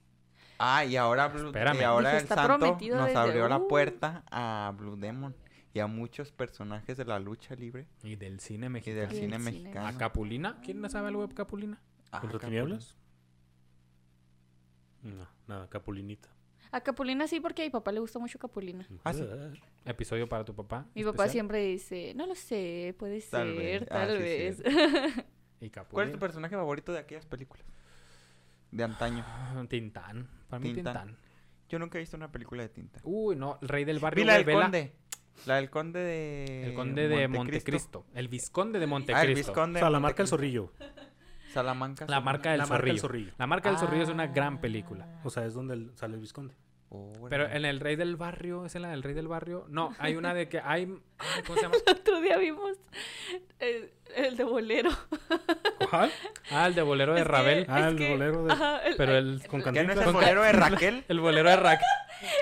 [SPEAKER 3] Ah, y ahora, Blue-
[SPEAKER 1] Espérame.
[SPEAKER 3] y ahora
[SPEAKER 4] Dije,
[SPEAKER 3] el
[SPEAKER 4] está
[SPEAKER 3] santo
[SPEAKER 4] prometido
[SPEAKER 3] nos
[SPEAKER 4] desde-
[SPEAKER 3] abrió la
[SPEAKER 4] uh.
[SPEAKER 3] puerta a Blue Demon y a muchos personajes de la lucha libre
[SPEAKER 1] Y del cine
[SPEAKER 3] y
[SPEAKER 1] mexicano.
[SPEAKER 3] del
[SPEAKER 4] Y del
[SPEAKER 3] cine
[SPEAKER 4] cine.
[SPEAKER 3] mexicano.
[SPEAKER 1] ¿A Capulina? ¿Quién no sabe algo de Capulina?
[SPEAKER 3] Ah,
[SPEAKER 2] ¿Contra
[SPEAKER 3] Capulina.
[SPEAKER 2] tinieblas? No, nada, Capulinita.
[SPEAKER 4] A Capulina sí, porque a mi papá le gusta mucho Capulina.
[SPEAKER 3] Ah, sí.
[SPEAKER 1] Episodio para tu papá.
[SPEAKER 4] Mi papá
[SPEAKER 1] especial.
[SPEAKER 4] siempre dice, no lo sé, puede
[SPEAKER 3] Tal
[SPEAKER 4] ser,
[SPEAKER 3] vez. Ah,
[SPEAKER 4] tal
[SPEAKER 3] sí,
[SPEAKER 4] vez.
[SPEAKER 1] Y
[SPEAKER 3] ¿Cuál es tu
[SPEAKER 1] Capulina.
[SPEAKER 3] personaje favorito de aquellas películas? De antaño.
[SPEAKER 1] Ah, Tintán. Para mí,
[SPEAKER 3] Tintán.
[SPEAKER 1] Tintán.
[SPEAKER 3] Yo nunca he visto una película de tinta.
[SPEAKER 1] Uy, no, el rey del barrio.
[SPEAKER 3] Vi la del
[SPEAKER 1] güey, vela.
[SPEAKER 3] conde. La del conde de...
[SPEAKER 1] El conde de Montecristo. El vizconde de Montecristo.
[SPEAKER 3] Eh, Ah, el vizconde.
[SPEAKER 2] O
[SPEAKER 3] de
[SPEAKER 2] sea, la marca El
[SPEAKER 3] Montecristo.
[SPEAKER 2] Zorrillo.
[SPEAKER 3] Salamanca.
[SPEAKER 1] La marca del
[SPEAKER 2] La marca
[SPEAKER 1] zorrillo.
[SPEAKER 2] del zorrillo.
[SPEAKER 1] La marca del zorrillo es
[SPEAKER 3] Ah.
[SPEAKER 1] una gran película.
[SPEAKER 2] O sea, es donde el- sale el Visconde.
[SPEAKER 1] Pero en el rey del barrio, ¿es en la del rey del barrio? No, hay una de que hay... ay, ¿Cómo se llama?
[SPEAKER 4] Otro día vimos el, el de bolero.
[SPEAKER 2] ¿Cuál?
[SPEAKER 1] Ah, el de bolero de
[SPEAKER 4] Es que-
[SPEAKER 1] Ravel.
[SPEAKER 2] Ah,
[SPEAKER 4] es
[SPEAKER 2] el
[SPEAKER 4] que-
[SPEAKER 2] bolero de-
[SPEAKER 4] ajá, el-
[SPEAKER 1] Pero el,
[SPEAKER 2] Con
[SPEAKER 3] ¿Qué no es
[SPEAKER 2] Cantinflas.
[SPEAKER 3] el bolero de Raquel?
[SPEAKER 1] el bolero de Raquel.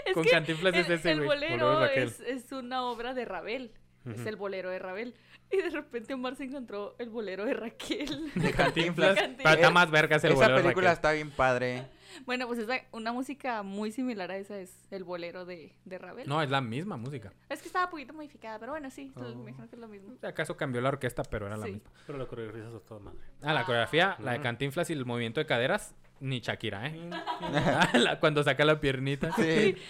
[SPEAKER 4] es
[SPEAKER 1] con
[SPEAKER 4] que
[SPEAKER 1] Cantinflas es
[SPEAKER 4] el-
[SPEAKER 1] ese,
[SPEAKER 4] el
[SPEAKER 1] güey.
[SPEAKER 4] bolero,
[SPEAKER 2] Bolero de Raquel.
[SPEAKER 4] es, es una obra de Ravel. Es
[SPEAKER 2] Ujú.
[SPEAKER 4] el bolero de Ravel. Y de repente Omar se encontró el bolero de Raquel.
[SPEAKER 3] De Cantinflas.
[SPEAKER 4] Cantinflas.
[SPEAKER 1] Pero está más vergas el
[SPEAKER 3] Esa
[SPEAKER 1] bolero de
[SPEAKER 3] película
[SPEAKER 1] Raquel.
[SPEAKER 3] está bien padre.
[SPEAKER 4] bueno, pues es la- una música muy similar a esa, es el bolero de, de Ravel.
[SPEAKER 1] No, es la misma música.
[SPEAKER 4] Es que estaba un poquito modificada, pero bueno, sí, lo-
[SPEAKER 3] Oh.
[SPEAKER 4] me imagino que es lo mismo.
[SPEAKER 1] ¿Acaso cambió la orquesta, pero era la
[SPEAKER 4] Sí.
[SPEAKER 1] misma?
[SPEAKER 2] Pero la coreografía es a toda madre.
[SPEAKER 1] Ah, la coreografía, la de
[SPEAKER 2] Ujú.
[SPEAKER 1] Cantinflas y el movimiento de caderas, ni Shakira, ¿eh? Ah, la- cuando saca la piernita.
[SPEAKER 3] Sí.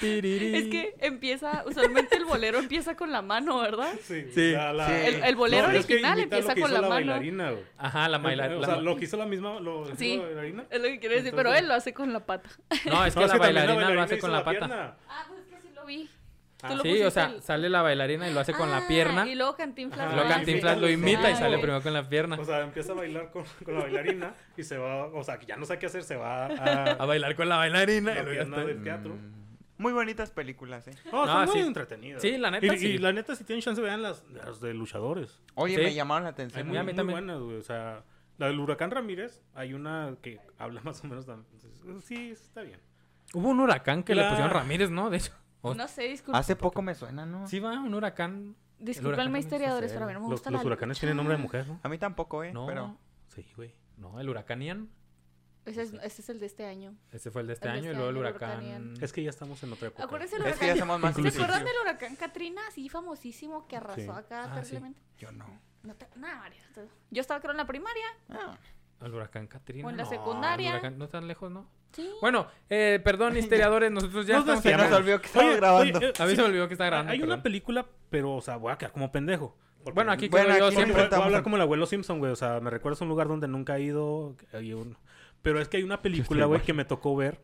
[SPEAKER 4] Es que empieza, usualmente el bolero empieza con la mano, ¿verdad?
[SPEAKER 2] Sí.
[SPEAKER 3] Sí,
[SPEAKER 2] la- la-
[SPEAKER 3] sí.
[SPEAKER 4] El, el bolero
[SPEAKER 2] No, es que
[SPEAKER 4] original
[SPEAKER 2] imita lo
[SPEAKER 4] empieza
[SPEAKER 2] que
[SPEAKER 4] con
[SPEAKER 2] hizo
[SPEAKER 4] la, mano.
[SPEAKER 2] bailarina, güey.
[SPEAKER 1] Ajá, la baila.
[SPEAKER 2] Eh, O
[SPEAKER 1] la-
[SPEAKER 2] sea, lo que hizo la misma lo, lo
[SPEAKER 4] Sí.
[SPEAKER 2] hizo la bailarina.
[SPEAKER 4] Es lo que quiero decir,
[SPEAKER 2] Entonces-
[SPEAKER 4] pero él lo hace con la pata.
[SPEAKER 1] No, es que la,
[SPEAKER 2] No, también
[SPEAKER 1] bailarina lo hace
[SPEAKER 2] hizo
[SPEAKER 1] con la pata.
[SPEAKER 2] pierna.
[SPEAKER 4] Ah, pues es que sí lo vi.
[SPEAKER 2] Ah.
[SPEAKER 4] Tú lo
[SPEAKER 1] Sí,
[SPEAKER 4] pusiste
[SPEAKER 1] o sea,
[SPEAKER 4] el- Ah,
[SPEAKER 1] sale la bailarina y lo hace con la pierna.
[SPEAKER 4] Y
[SPEAKER 1] Y
[SPEAKER 4] luego Cantinflas.
[SPEAKER 2] Ajá.
[SPEAKER 1] luego
[SPEAKER 2] Ah,
[SPEAKER 1] Cantinflas
[SPEAKER 2] sí,
[SPEAKER 1] lo
[SPEAKER 2] sí,
[SPEAKER 1] imita y
[SPEAKER 2] sí.
[SPEAKER 1] sale
[SPEAKER 4] Ah,
[SPEAKER 1] primero con la pierna.
[SPEAKER 2] O sea, empieza a bailar con, con la bailarina y se va, o sea, que ya no sabe qué hacer, se va
[SPEAKER 1] A
[SPEAKER 2] a
[SPEAKER 1] bailar con la bailarina. y
[SPEAKER 2] la
[SPEAKER 1] luego ya
[SPEAKER 2] pierna
[SPEAKER 1] está.
[SPEAKER 2] del teatro.
[SPEAKER 3] Mm, Muy bonitas películas, ¿eh?
[SPEAKER 2] No,
[SPEAKER 1] No,
[SPEAKER 2] son muy
[SPEAKER 1] sí.
[SPEAKER 2] entretenidas.
[SPEAKER 1] Sí, la neta
[SPEAKER 2] Y, y
[SPEAKER 1] sí.
[SPEAKER 2] la neta, si tienen chance, vean las, las de luchadores.
[SPEAKER 3] Oye,
[SPEAKER 1] Sí.
[SPEAKER 3] me llamaron la
[SPEAKER 2] Hay
[SPEAKER 3] atención.
[SPEAKER 2] muy,
[SPEAKER 1] a mí
[SPEAKER 2] muy
[SPEAKER 1] también.
[SPEAKER 2] buenas, güey. O sea, la del Huracán Ramírez, hay una que habla más o menos también. Entonces, Sí, está bien.
[SPEAKER 1] Hubo un huracán que le
[SPEAKER 2] La-
[SPEAKER 1] pusieron Ramírez, ¿no? De hecho. O-
[SPEAKER 4] No sé, disculpa.
[SPEAKER 3] Hace poco me suena, ¿no?
[SPEAKER 1] Sí, va, un huracán. huracán
[SPEAKER 4] Disculpenme,
[SPEAKER 1] también
[SPEAKER 4] historiadores,
[SPEAKER 1] sucede.
[SPEAKER 4] pero a mí no me
[SPEAKER 2] Los,
[SPEAKER 4] gusta
[SPEAKER 2] los
[SPEAKER 4] la
[SPEAKER 2] huracanes tienen nombre de mujer, ¿no?
[SPEAKER 3] A mí tampoco, ¿eh?
[SPEAKER 1] No,
[SPEAKER 3] Pero
[SPEAKER 2] Sí, güey.
[SPEAKER 1] no, el huracán Ian.
[SPEAKER 4] Ese es, ese es el de este año.
[SPEAKER 1] Ese fue el de este
[SPEAKER 4] El de
[SPEAKER 1] año y
[SPEAKER 4] este
[SPEAKER 1] luego el
[SPEAKER 4] año, el
[SPEAKER 1] huracán.
[SPEAKER 4] huracán
[SPEAKER 3] Mm.
[SPEAKER 2] Es que ya estamos en otra época.
[SPEAKER 4] Acuérdense del
[SPEAKER 3] es que ya
[SPEAKER 4] huracán.
[SPEAKER 3] somos más
[SPEAKER 4] ¿Se
[SPEAKER 1] inclusivos.
[SPEAKER 4] acuerdan
[SPEAKER 3] inclusivos.
[SPEAKER 4] del huracán Katrina? Así famosísimo que arrasó
[SPEAKER 2] Sí.
[SPEAKER 4] acá
[SPEAKER 1] Ah, sí.
[SPEAKER 4] terriblemente.
[SPEAKER 3] Yo no.
[SPEAKER 4] No te- nada, María. Yo estaba creo en la primaria.
[SPEAKER 3] Ah.
[SPEAKER 1] El huracán Katrina.
[SPEAKER 4] O en la
[SPEAKER 1] no,
[SPEAKER 4] secundaria.
[SPEAKER 1] el huracán- no tan lejos, ¿no?
[SPEAKER 4] Sí.
[SPEAKER 1] Bueno, eh, perdón, historiadores, nosotros ya
[SPEAKER 3] Nos
[SPEAKER 1] estamos
[SPEAKER 3] Se nos
[SPEAKER 1] terminando.
[SPEAKER 3] olvidó que estaba grabando.
[SPEAKER 2] eh,
[SPEAKER 1] A mí
[SPEAKER 2] sí,
[SPEAKER 1] se me olvidó que está grabando.
[SPEAKER 2] Hay una
[SPEAKER 1] perdón.
[SPEAKER 2] película, pero, o sea, voy a quedar como pendejo. Porque-
[SPEAKER 1] Bueno, aquí
[SPEAKER 3] Bueno,
[SPEAKER 1] quedo yo
[SPEAKER 2] Voy-
[SPEAKER 3] aquí
[SPEAKER 1] siempre.
[SPEAKER 2] Voy a
[SPEAKER 3] estamos
[SPEAKER 2] hablar
[SPEAKER 3] en-
[SPEAKER 2] como el abuelo Simpson, güey. O sea, me recuerdas a un lugar donde nunca he ido. que hay un- Pero es que hay una película, güey, que me tocó ver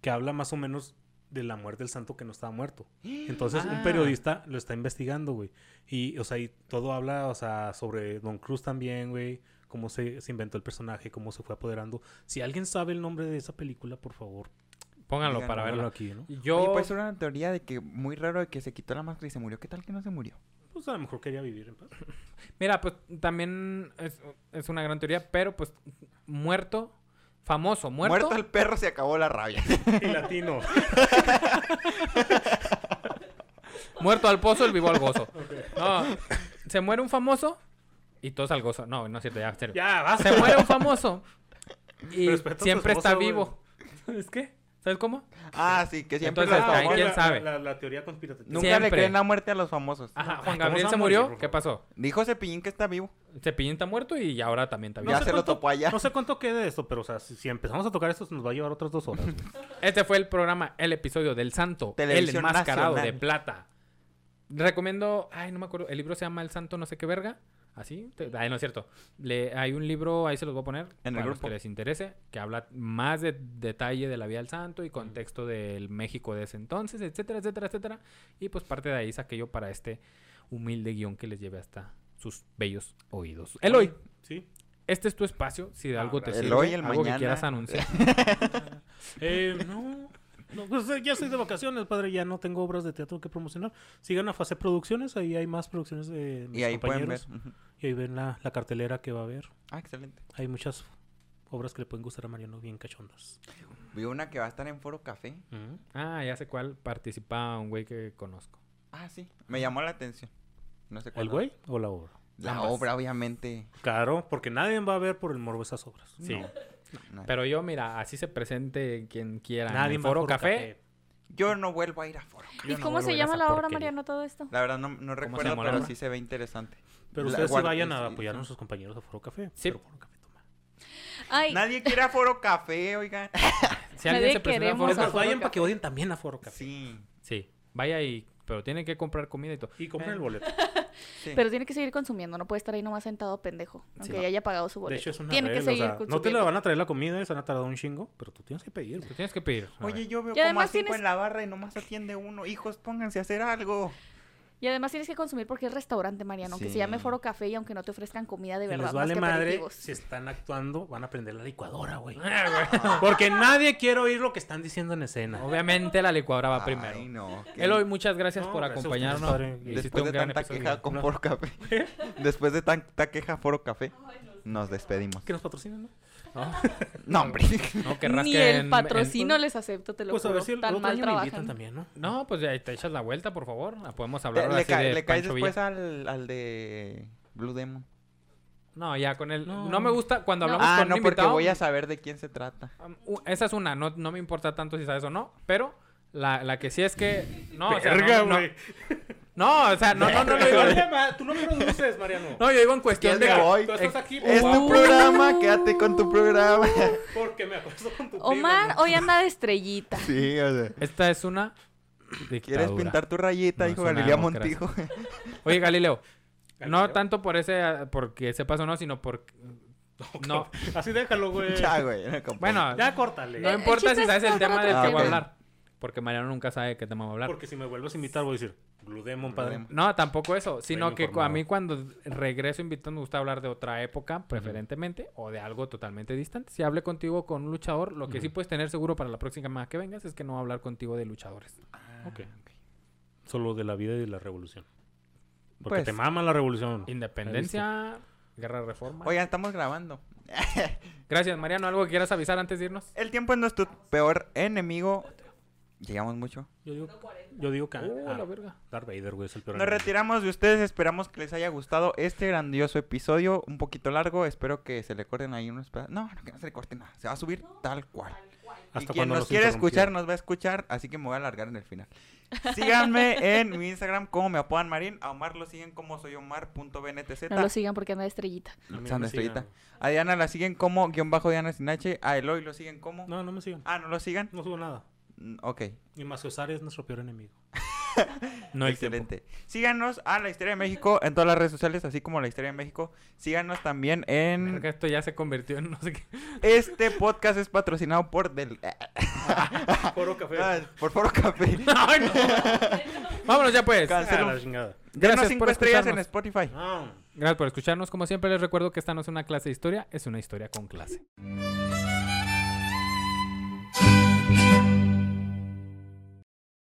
[SPEAKER 2] que habla más o menos de la muerte del santo que no estaba muerto. Entonces,
[SPEAKER 1] Ah.
[SPEAKER 2] un periodista lo está investigando, güey. Y, o sea, y todo habla, o sea, sobre Don Cruz también, güey. Cómo se, se inventó el personaje, cómo se fue apoderando. Si alguien sabe el nombre de esa película, por favor,
[SPEAKER 1] Pónganlo
[SPEAKER 3] Digan,
[SPEAKER 1] para
[SPEAKER 3] no,
[SPEAKER 2] póngalo
[SPEAKER 1] verlo.
[SPEAKER 2] aquí, ¿no?
[SPEAKER 1] Yo.
[SPEAKER 3] Oye, pues era una teoría de que muy raro de que se quitó la máscara y se murió. ¿Qué tal que no se murió?
[SPEAKER 2] Pues a lo mejor quería vivir en paz.
[SPEAKER 1] Mira, pues también es, es una gran teoría, pero pues muerto, famoso, muerto.
[SPEAKER 3] el perro se acabó la rabia.
[SPEAKER 2] Y latino.
[SPEAKER 1] Muerto al pozo, el vivo al gozo. No, se muere un famoso y todos al gozo. No, no es cierto, ya, en serio.
[SPEAKER 2] ya, basta.
[SPEAKER 1] Se muere un famoso y
[SPEAKER 2] Respeta a tu
[SPEAKER 1] siempre está
[SPEAKER 2] esposa, güey.
[SPEAKER 1] vivo. ¿Es qué? ¿Sabes cómo?
[SPEAKER 3] Ah, sí, que siempre
[SPEAKER 1] Entonces,
[SPEAKER 3] los
[SPEAKER 1] ahí
[SPEAKER 3] famosos-
[SPEAKER 1] quién
[SPEAKER 2] la,
[SPEAKER 1] sabe.
[SPEAKER 2] La, la- la teoría conspirativa.
[SPEAKER 3] Nunca
[SPEAKER 1] siempre. Ah.
[SPEAKER 3] le creen la muerte a los famosos.
[SPEAKER 1] Ajá, Juan
[SPEAKER 2] Ah, ¿cómo se
[SPEAKER 1] Gabriel
[SPEAKER 2] va
[SPEAKER 1] se
[SPEAKER 2] a morir,
[SPEAKER 1] murió.
[SPEAKER 2] por
[SPEAKER 1] ¿Qué pasó?
[SPEAKER 3] Dijo Cepillín que está vivo.
[SPEAKER 1] Cepillín está muerto y ahora también está vivo.
[SPEAKER 3] Ya
[SPEAKER 2] sé
[SPEAKER 3] se lo
[SPEAKER 2] cuánto-
[SPEAKER 3] topó allá.
[SPEAKER 2] No sé cuánto quede esto, pero o sea, si, si empezamos a tocar esto, nos va a llevar otras dos horas. güey.
[SPEAKER 1] Este fue el programa, el episodio del Santo,
[SPEAKER 3] Televisión
[SPEAKER 1] el enmascarado
[SPEAKER 3] Nacional.
[SPEAKER 1] de plata. Recomiendo, ay, no me acuerdo, el libro se llama El Santo no sé qué verga. Así, te- ay, no es cierto. Le, hay un libro, ahí se los voy a poner,
[SPEAKER 3] En el
[SPEAKER 1] para los
[SPEAKER 3] grupo.
[SPEAKER 1] que les interese, que habla más de detalle de la vida del santo y contexto del México de ese entonces, etcétera, etcétera, etcétera. Y pues parte de ahí saqué yo para este humilde guión que les lleve hasta sus bellos oídos. Eloy,
[SPEAKER 2] Sí.
[SPEAKER 1] este es tu espacio, si de
[SPEAKER 2] Ah,
[SPEAKER 1] algo te
[SPEAKER 2] gracias.
[SPEAKER 1] sirve,
[SPEAKER 3] Eloy, el
[SPEAKER 1] algo que
[SPEAKER 3] mañana.
[SPEAKER 1] quieras anunciar.
[SPEAKER 2] Eh, no. no, pues, eh, ya estoy de vacaciones, padre. Ya no tengo obras de teatro que promocionar. Sigan a Fase Producciones. Ahí hay más producciones de mis
[SPEAKER 3] Y ahí pueden ver.
[SPEAKER 2] compañeros.
[SPEAKER 3] Ujú.
[SPEAKER 2] Y ahí ven la, la cartelera que va a haber.
[SPEAKER 3] Ah, excelente.
[SPEAKER 2] Hay muchas obras que le pueden gustar a Mariano bien cachondas.
[SPEAKER 3] Vi una que va a estar en Foro Café.
[SPEAKER 2] Ujú.
[SPEAKER 1] Ah, ya sé cuál participa un güey que conozco.
[SPEAKER 3] Ah, sí. Me llamó la atención. No sé cuál.
[SPEAKER 2] ¿El güey o la obra?
[SPEAKER 3] La
[SPEAKER 1] Ambas.
[SPEAKER 3] obra, obviamente.
[SPEAKER 2] Claro, porque nadie va a ver por el morbo esas obras.
[SPEAKER 1] Sí.
[SPEAKER 3] No, no.
[SPEAKER 1] Pero yo, mira, así se presente quien quiera. en
[SPEAKER 2] Nadie
[SPEAKER 1] el
[SPEAKER 2] va
[SPEAKER 1] Foro
[SPEAKER 2] por
[SPEAKER 1] Café.
[SPEAKER 3] Yo no vuelvo a ir a Foro.
[SPEAKER 4] ¿Y cómo se llama la obra, Mariano, todo esto?
[SPEAKER 3] La verdad no, no recuerdo,
[SPEAKER 1] llamó la
[SPEAKER 3] pero
[SPEAKER 1] obra?
[SPEAKER 3] sí se ve interesante.
[SPEAKER 2] Pero
[SPEAKER 3] La
[SPEAKER 2] ustedes sí
[SPEAKER 3] guarda-
[SPEAKER 2] vayan
[SPEAKER 3] sí,
[SPEAKER 2] a
[SPEAKER 3] sí.
[SPEAKER 2] apoyar a nuestros compañeros de Foro Café.
[SPEAKER 1] Sí.
[SPEAKER 2] Pero Foro Café toma.
[SPEAKER 4] Ay,
[SPEAKER 3] Nadie quiere a Foro Café, oigan.
[SPEAKER 1] Si alguien
[SPEAKER 4] Nadie
[SPEAKER 1] se presenta a
[SPEAKER 4] queremos
[SPEAKER 1] Foro
[SPEAKER 2] Es más,
[SPEAKER 4] a Foro
[SPEAKER 1] Café.
[SPEAKER 2] vayan
[SPEAKER 4] Café.
[SPEAKER 2] para que odien también a Foro Café.
[SPEAKER 3] Sí,
[SPEAKER 1] Sí, vaya y... Pero tiene que comprar comida y todo.
[SPEAKER 2] Y compren el boleto.
[SPEAKER 3] sí.
[SPEAKER 4] pero tiene que seguir consumiendo, no puede estar ahí nomás sentado pendejo, aunque ya haya pagado su boleto.
[SPEAKER 2] De hecho, es una
[SPEAKER 4] tiene
[SPEAKER 2] regla,
[SPEAKER 4] que
[SPEAKER 2] o
[SPEAKER 4] seguir
[SPEAKER 2] sea, no te la
[SPEAKER 4] consumiendo.
[SPEAKER 2] van a traer la comida, se han tardado un chingo, pero tú tienes que pedir.
[SPEAKER 1] Tú
[SPEAKER 2] güey.
[SPEAKER 1] tienes que pedir. A
[SPEAKER 3] Oye,
[SPEAKER 1] ver.
[SPEAKER 3] yo veo
[SPEAKER 4] Y
[SPEAKER 3] como a
[SPEAKER 4] además
[SPEAKER 3] cinco
[SPEAKER 4] tienes-
[SPEAKER 3] en la barra y nomás atiende uno. Hijos, pónganse a hacer algo.
[SPEAKER 4] Y además tienes que consumir porque es restaurante, Mariano, aunque se
[SPEAKER 3] Sí.
[SPEAKER 4] llame Foro Café y aunque no te ofrezcan comida de
[SPEAKER 2] Y
[SPEAKER 4] verdad.
[SPEAKER 2] les
[SPEAKER 4] más
[SPEAKER 2] vale
[SPEAKER 4] que
[SPEAKER 2] madre
[SPEAKER 4] aperitivos.
[SPEAKER 2] si están actuando, van a prender la licuadora, güey. Porque nadie quiere oír lo que están diciendo en escena.
[SPEAKER 1] Obviamente la licuadora va primero.
[SPEAKER 3] Ay, no. qué-
[SPEAKER 1] Eloy, muchas gracias
[SPEAKER 2] No,
[SPEAKER 1] por
[SPEAKER 2] gracias a
[SPEAKER 1] acompañarnos.
[SPEAKER 2] ustedes, padre.
[SPEAKER 1] Hiciste
[SPEAKER 3] Después
[SPEAKER 1] un
[SPEAKER 3] de
[SPEAKER 1] gran
[SPEAKER 3] tanta
[SPEAKER 1] episodio.
[SPEAKER 3] queja con Foro Café. Después de tanta queja Foro Café, nos despedimos.
[SPEAKER 2] Que nos patrocinan, ¿no?
[SPEAKER 3] No, hombre.
[SPEAKER 1] No, que rasquen
[SPEAKER 4] Ni el
[SPEAKER 1] en-
[SPEAKER 4] patrocino les acepto, te lo
[SPEAKER 2] Pues a ver
[SPEAKER 4] juro.
[SPEAKER 2] si el
[SPEAKER 4] tan
[SPEAKER 2] otro
[SPEAKER 4] mal
[SPEAKER 2] año me invitan
[SPEAKER 4] trabajan.
[SPEAKER 2] también, ¿no?
[SPEAKER 1] en- No, pues ya te echas la vuelta, por favor. Ah, Podemos hablar
[SPEAKER 3] Le,
[SPEAKER 1] ahora
[SPEAKER 3] le
[SPEAKER 1] sí
[SPEAKER 3] ca-
[SPEAKER 1] de
[SPEAKER 3] le caes
[SPEAKER 1] Pancho
[SPEAKER 3] después
[SPEAKER 1] Villa.
[SPEAKER 3] al, al de Blue Demon.
[SPEAKER 1] No, ya con él. No.
[SPEAKER 2] No.
[SPEAKER 1] me gusta cuando
[SPEAKER 4] No.
[SPEAKER 1] hablamos
[SPEAKER 3] Ah,
[SPEAKER 1] con
[SPEAKER 3] no,
[SPEAKER 1] un
[SPEAKER 3] porque
[SPEAKER 1] invitado.
[SPEAKER 3] voy a saber de quién se trata.
[SPEAKER 1] Um, u- esa es una, no, no me importa tanto si sabes o no, pero la, la que sí es que. No, o sea,
[SPEAKER 2] Verga,
[SPEAKER 1] no, no,
[SPEAKER 2] güey.
[SPEAKER 1] no, o sea, no, no, no, lo digo.
[SPEAKER 2] Tú no me produces, Mariano.
[SPEAKER 1] No, yo digo en cuestión
[SPEAKER 3] ¿Quién
[SPEAKER 1] de.
[SPEAKER 3] me voy?
[SPEAKER 2] tú estás aquí,
[SPEAKER 3] Es tu
[SPEAKER 2] guapo.
[SPEAKER 3] programa, quédate con tu programa.
[SPEAKER 2] Porque me acuerdo con tu
[SPEAKER 4] Omar hoy anda de estrellita.
[SPEAKER 3] Sí, o sea.
[SPEAKER 1] Esta es una.
[SPEAKER 3] ¿Quieres
[SPEAKER 1] dictadura.
[SPEAKER 3] pintar tu rayita?
[SPEAKER 1] No,
[SPEAKER 3] dijo
[SPEAKER 1] es una
[SPEAKER 3] Galilea
[SPEAKER 1] democracia.
[SPEAKER 3] Montijo.
[SPEAKER 1] Oye, Galileo, no
[SPEAKER 2] Galileo.
[SPEAKER 1] tanto por ese, ah, porque sepas o no, sino porque. No,
[SPEAKER 2] Así déjalo, güey.
[SPEAKER 3] ya, güey. no compongo.
[SPEAKER 1] bueno,
[SPEAKER 2] Ya eh, córtale.
[SPEAKER 1] no
[SPEAKER 4] El
[SPEAKER 1] importa
[SPEAKER 4] chiste
[SPEAKER 1] si
[SPEAKER 4] es
[SPEAKER 1] sabes el
[SPEAKER 4] encontrar
[SPEAKER 1] tema
[SPEAKER 4] otro
[SPEAKER 1] del que
[SPEAKER 3] tema.
[SPEAKER 1] voy a
[SPEAKER 3] Ah, ok.
[SPEAKER 1] hablar, porque Mariano nunca sabe de qué tema va a hablar.
[SPEAKER 2] Porque si me vuelves a invitar, voy a decir, Blue Demon, padre.
[SPEAKER 3] Demon.
[SPEAKER 1] No, tampoco eso, sino que cu- a
[SPEAKER 2] informado.
[SPEAKER 1] mí cuando regreso invitado me gusta hablar de otra época, preferentemente, o de algo totalmente distante. Si hablé contigo con un luchador, lo que sí puedes tener seguro para la próxima que vengas es que no voy a hablar contigo de luchadores.
[SPEAKER 2] Ok. Solo de la vida y de la revolución. Porque
[SPEAKER 3] Pues.
[SPEAKER 2] te mama la revolución.
[SPEAKER 1] Independencia, guerra de reforma.
[SPEAKER 3] Oigan, estamos grabando.
[SPEAKER 1] Gracias, Mariano. ¿Algo que quieras avisar antes de irnos?
[SPEAKER 3] El tiempo es nuestro peor enemigo. Llegamos mucho.
[SPEAKER 2] Yo digo, yo digo que
[SPEAKER 1] Uh,
[SPEAKER 2] ah,
[SPEAKER 1] la verga.
[SPEAKER 2] Darth Vader, güey, es el peor.
[SPEAKER 3] Nos
[SPEAKER 2] enemigo.
[SPEAKER 3] retiramos de ustedes. Esperamos que les haya gustado este grandioso episodio. Un poquito largo. Espero que se le corten ahí unos pedazos. No, no, que no se le corte nada. Se va a subir tal cual.
[SPEAKER 2] Hasta
[SPEAKER 3] y quien
[SPEAKER 2] cuando
[SPEAKER 3] nos quiere escuchar
[SPEAKER 2] interrumpieron.
[SPEAKER 3] nos va a escuchar, así que me voy a alargar en el final. Síganme en mi Instagram como me apodan Marín, a Omar lo siguen como soy Omar.bntz.
[SPEAKER 4] No lo sigan porque anda de estrellita.
[SPEAKER 2] A mí no
[SPEAKER 3] Sandra
[SPEAKER 2] me
[SPEAKER 3] Estrellita.
[SPEAKER 2] sigan.
[SPEAKER 3] A Diana la siguen como guión bajo Diana Sinache, a Eloy lo siguen como...
[SPEAKER 2] No, no me sigan.
[SPEAKER 3] Ah, ¿no lo sigan?
[SPEAKER 2] No subo nada.
[SPEAKER 3] Mm, Ok,
[SPEAKER 2] Y Maciosar es nuestro peor enemigo.
[SPEAKER 1] No el tiempo.
[SPEAKER 3] excelente. Síganos a La Historia de México en todas las redes sociales, así como La Historia de México. Síganos también en...
[SPEAKER 1] Verga, esto ya se convirtió en no sé qué.
[SPEAKER 3] Este podcast es patrocinado por... Del...
[SPEAKER 2] Foro Café.
[SPEAKER 3] Ah, por Foro Café.
[SPEAKER 1] Ay, no. Vámonos ya pues.
[SPEAKER 3] Can-
[SPEAKER 2] Ah, la chingada.
[SPEAKER 3] Denos
[SPEAKER 1] por
[SPEAKER 3] 5 estrellas en
[SPEAKER 1] escucharnos.
[SPEAKER 3] Spotify.
[SPEAKER 2] Ah.
[SPEAKER 1] Gracias por escucharnos. Como siempre les recuerdo que esta no es una clase de historia, es una historia con clase.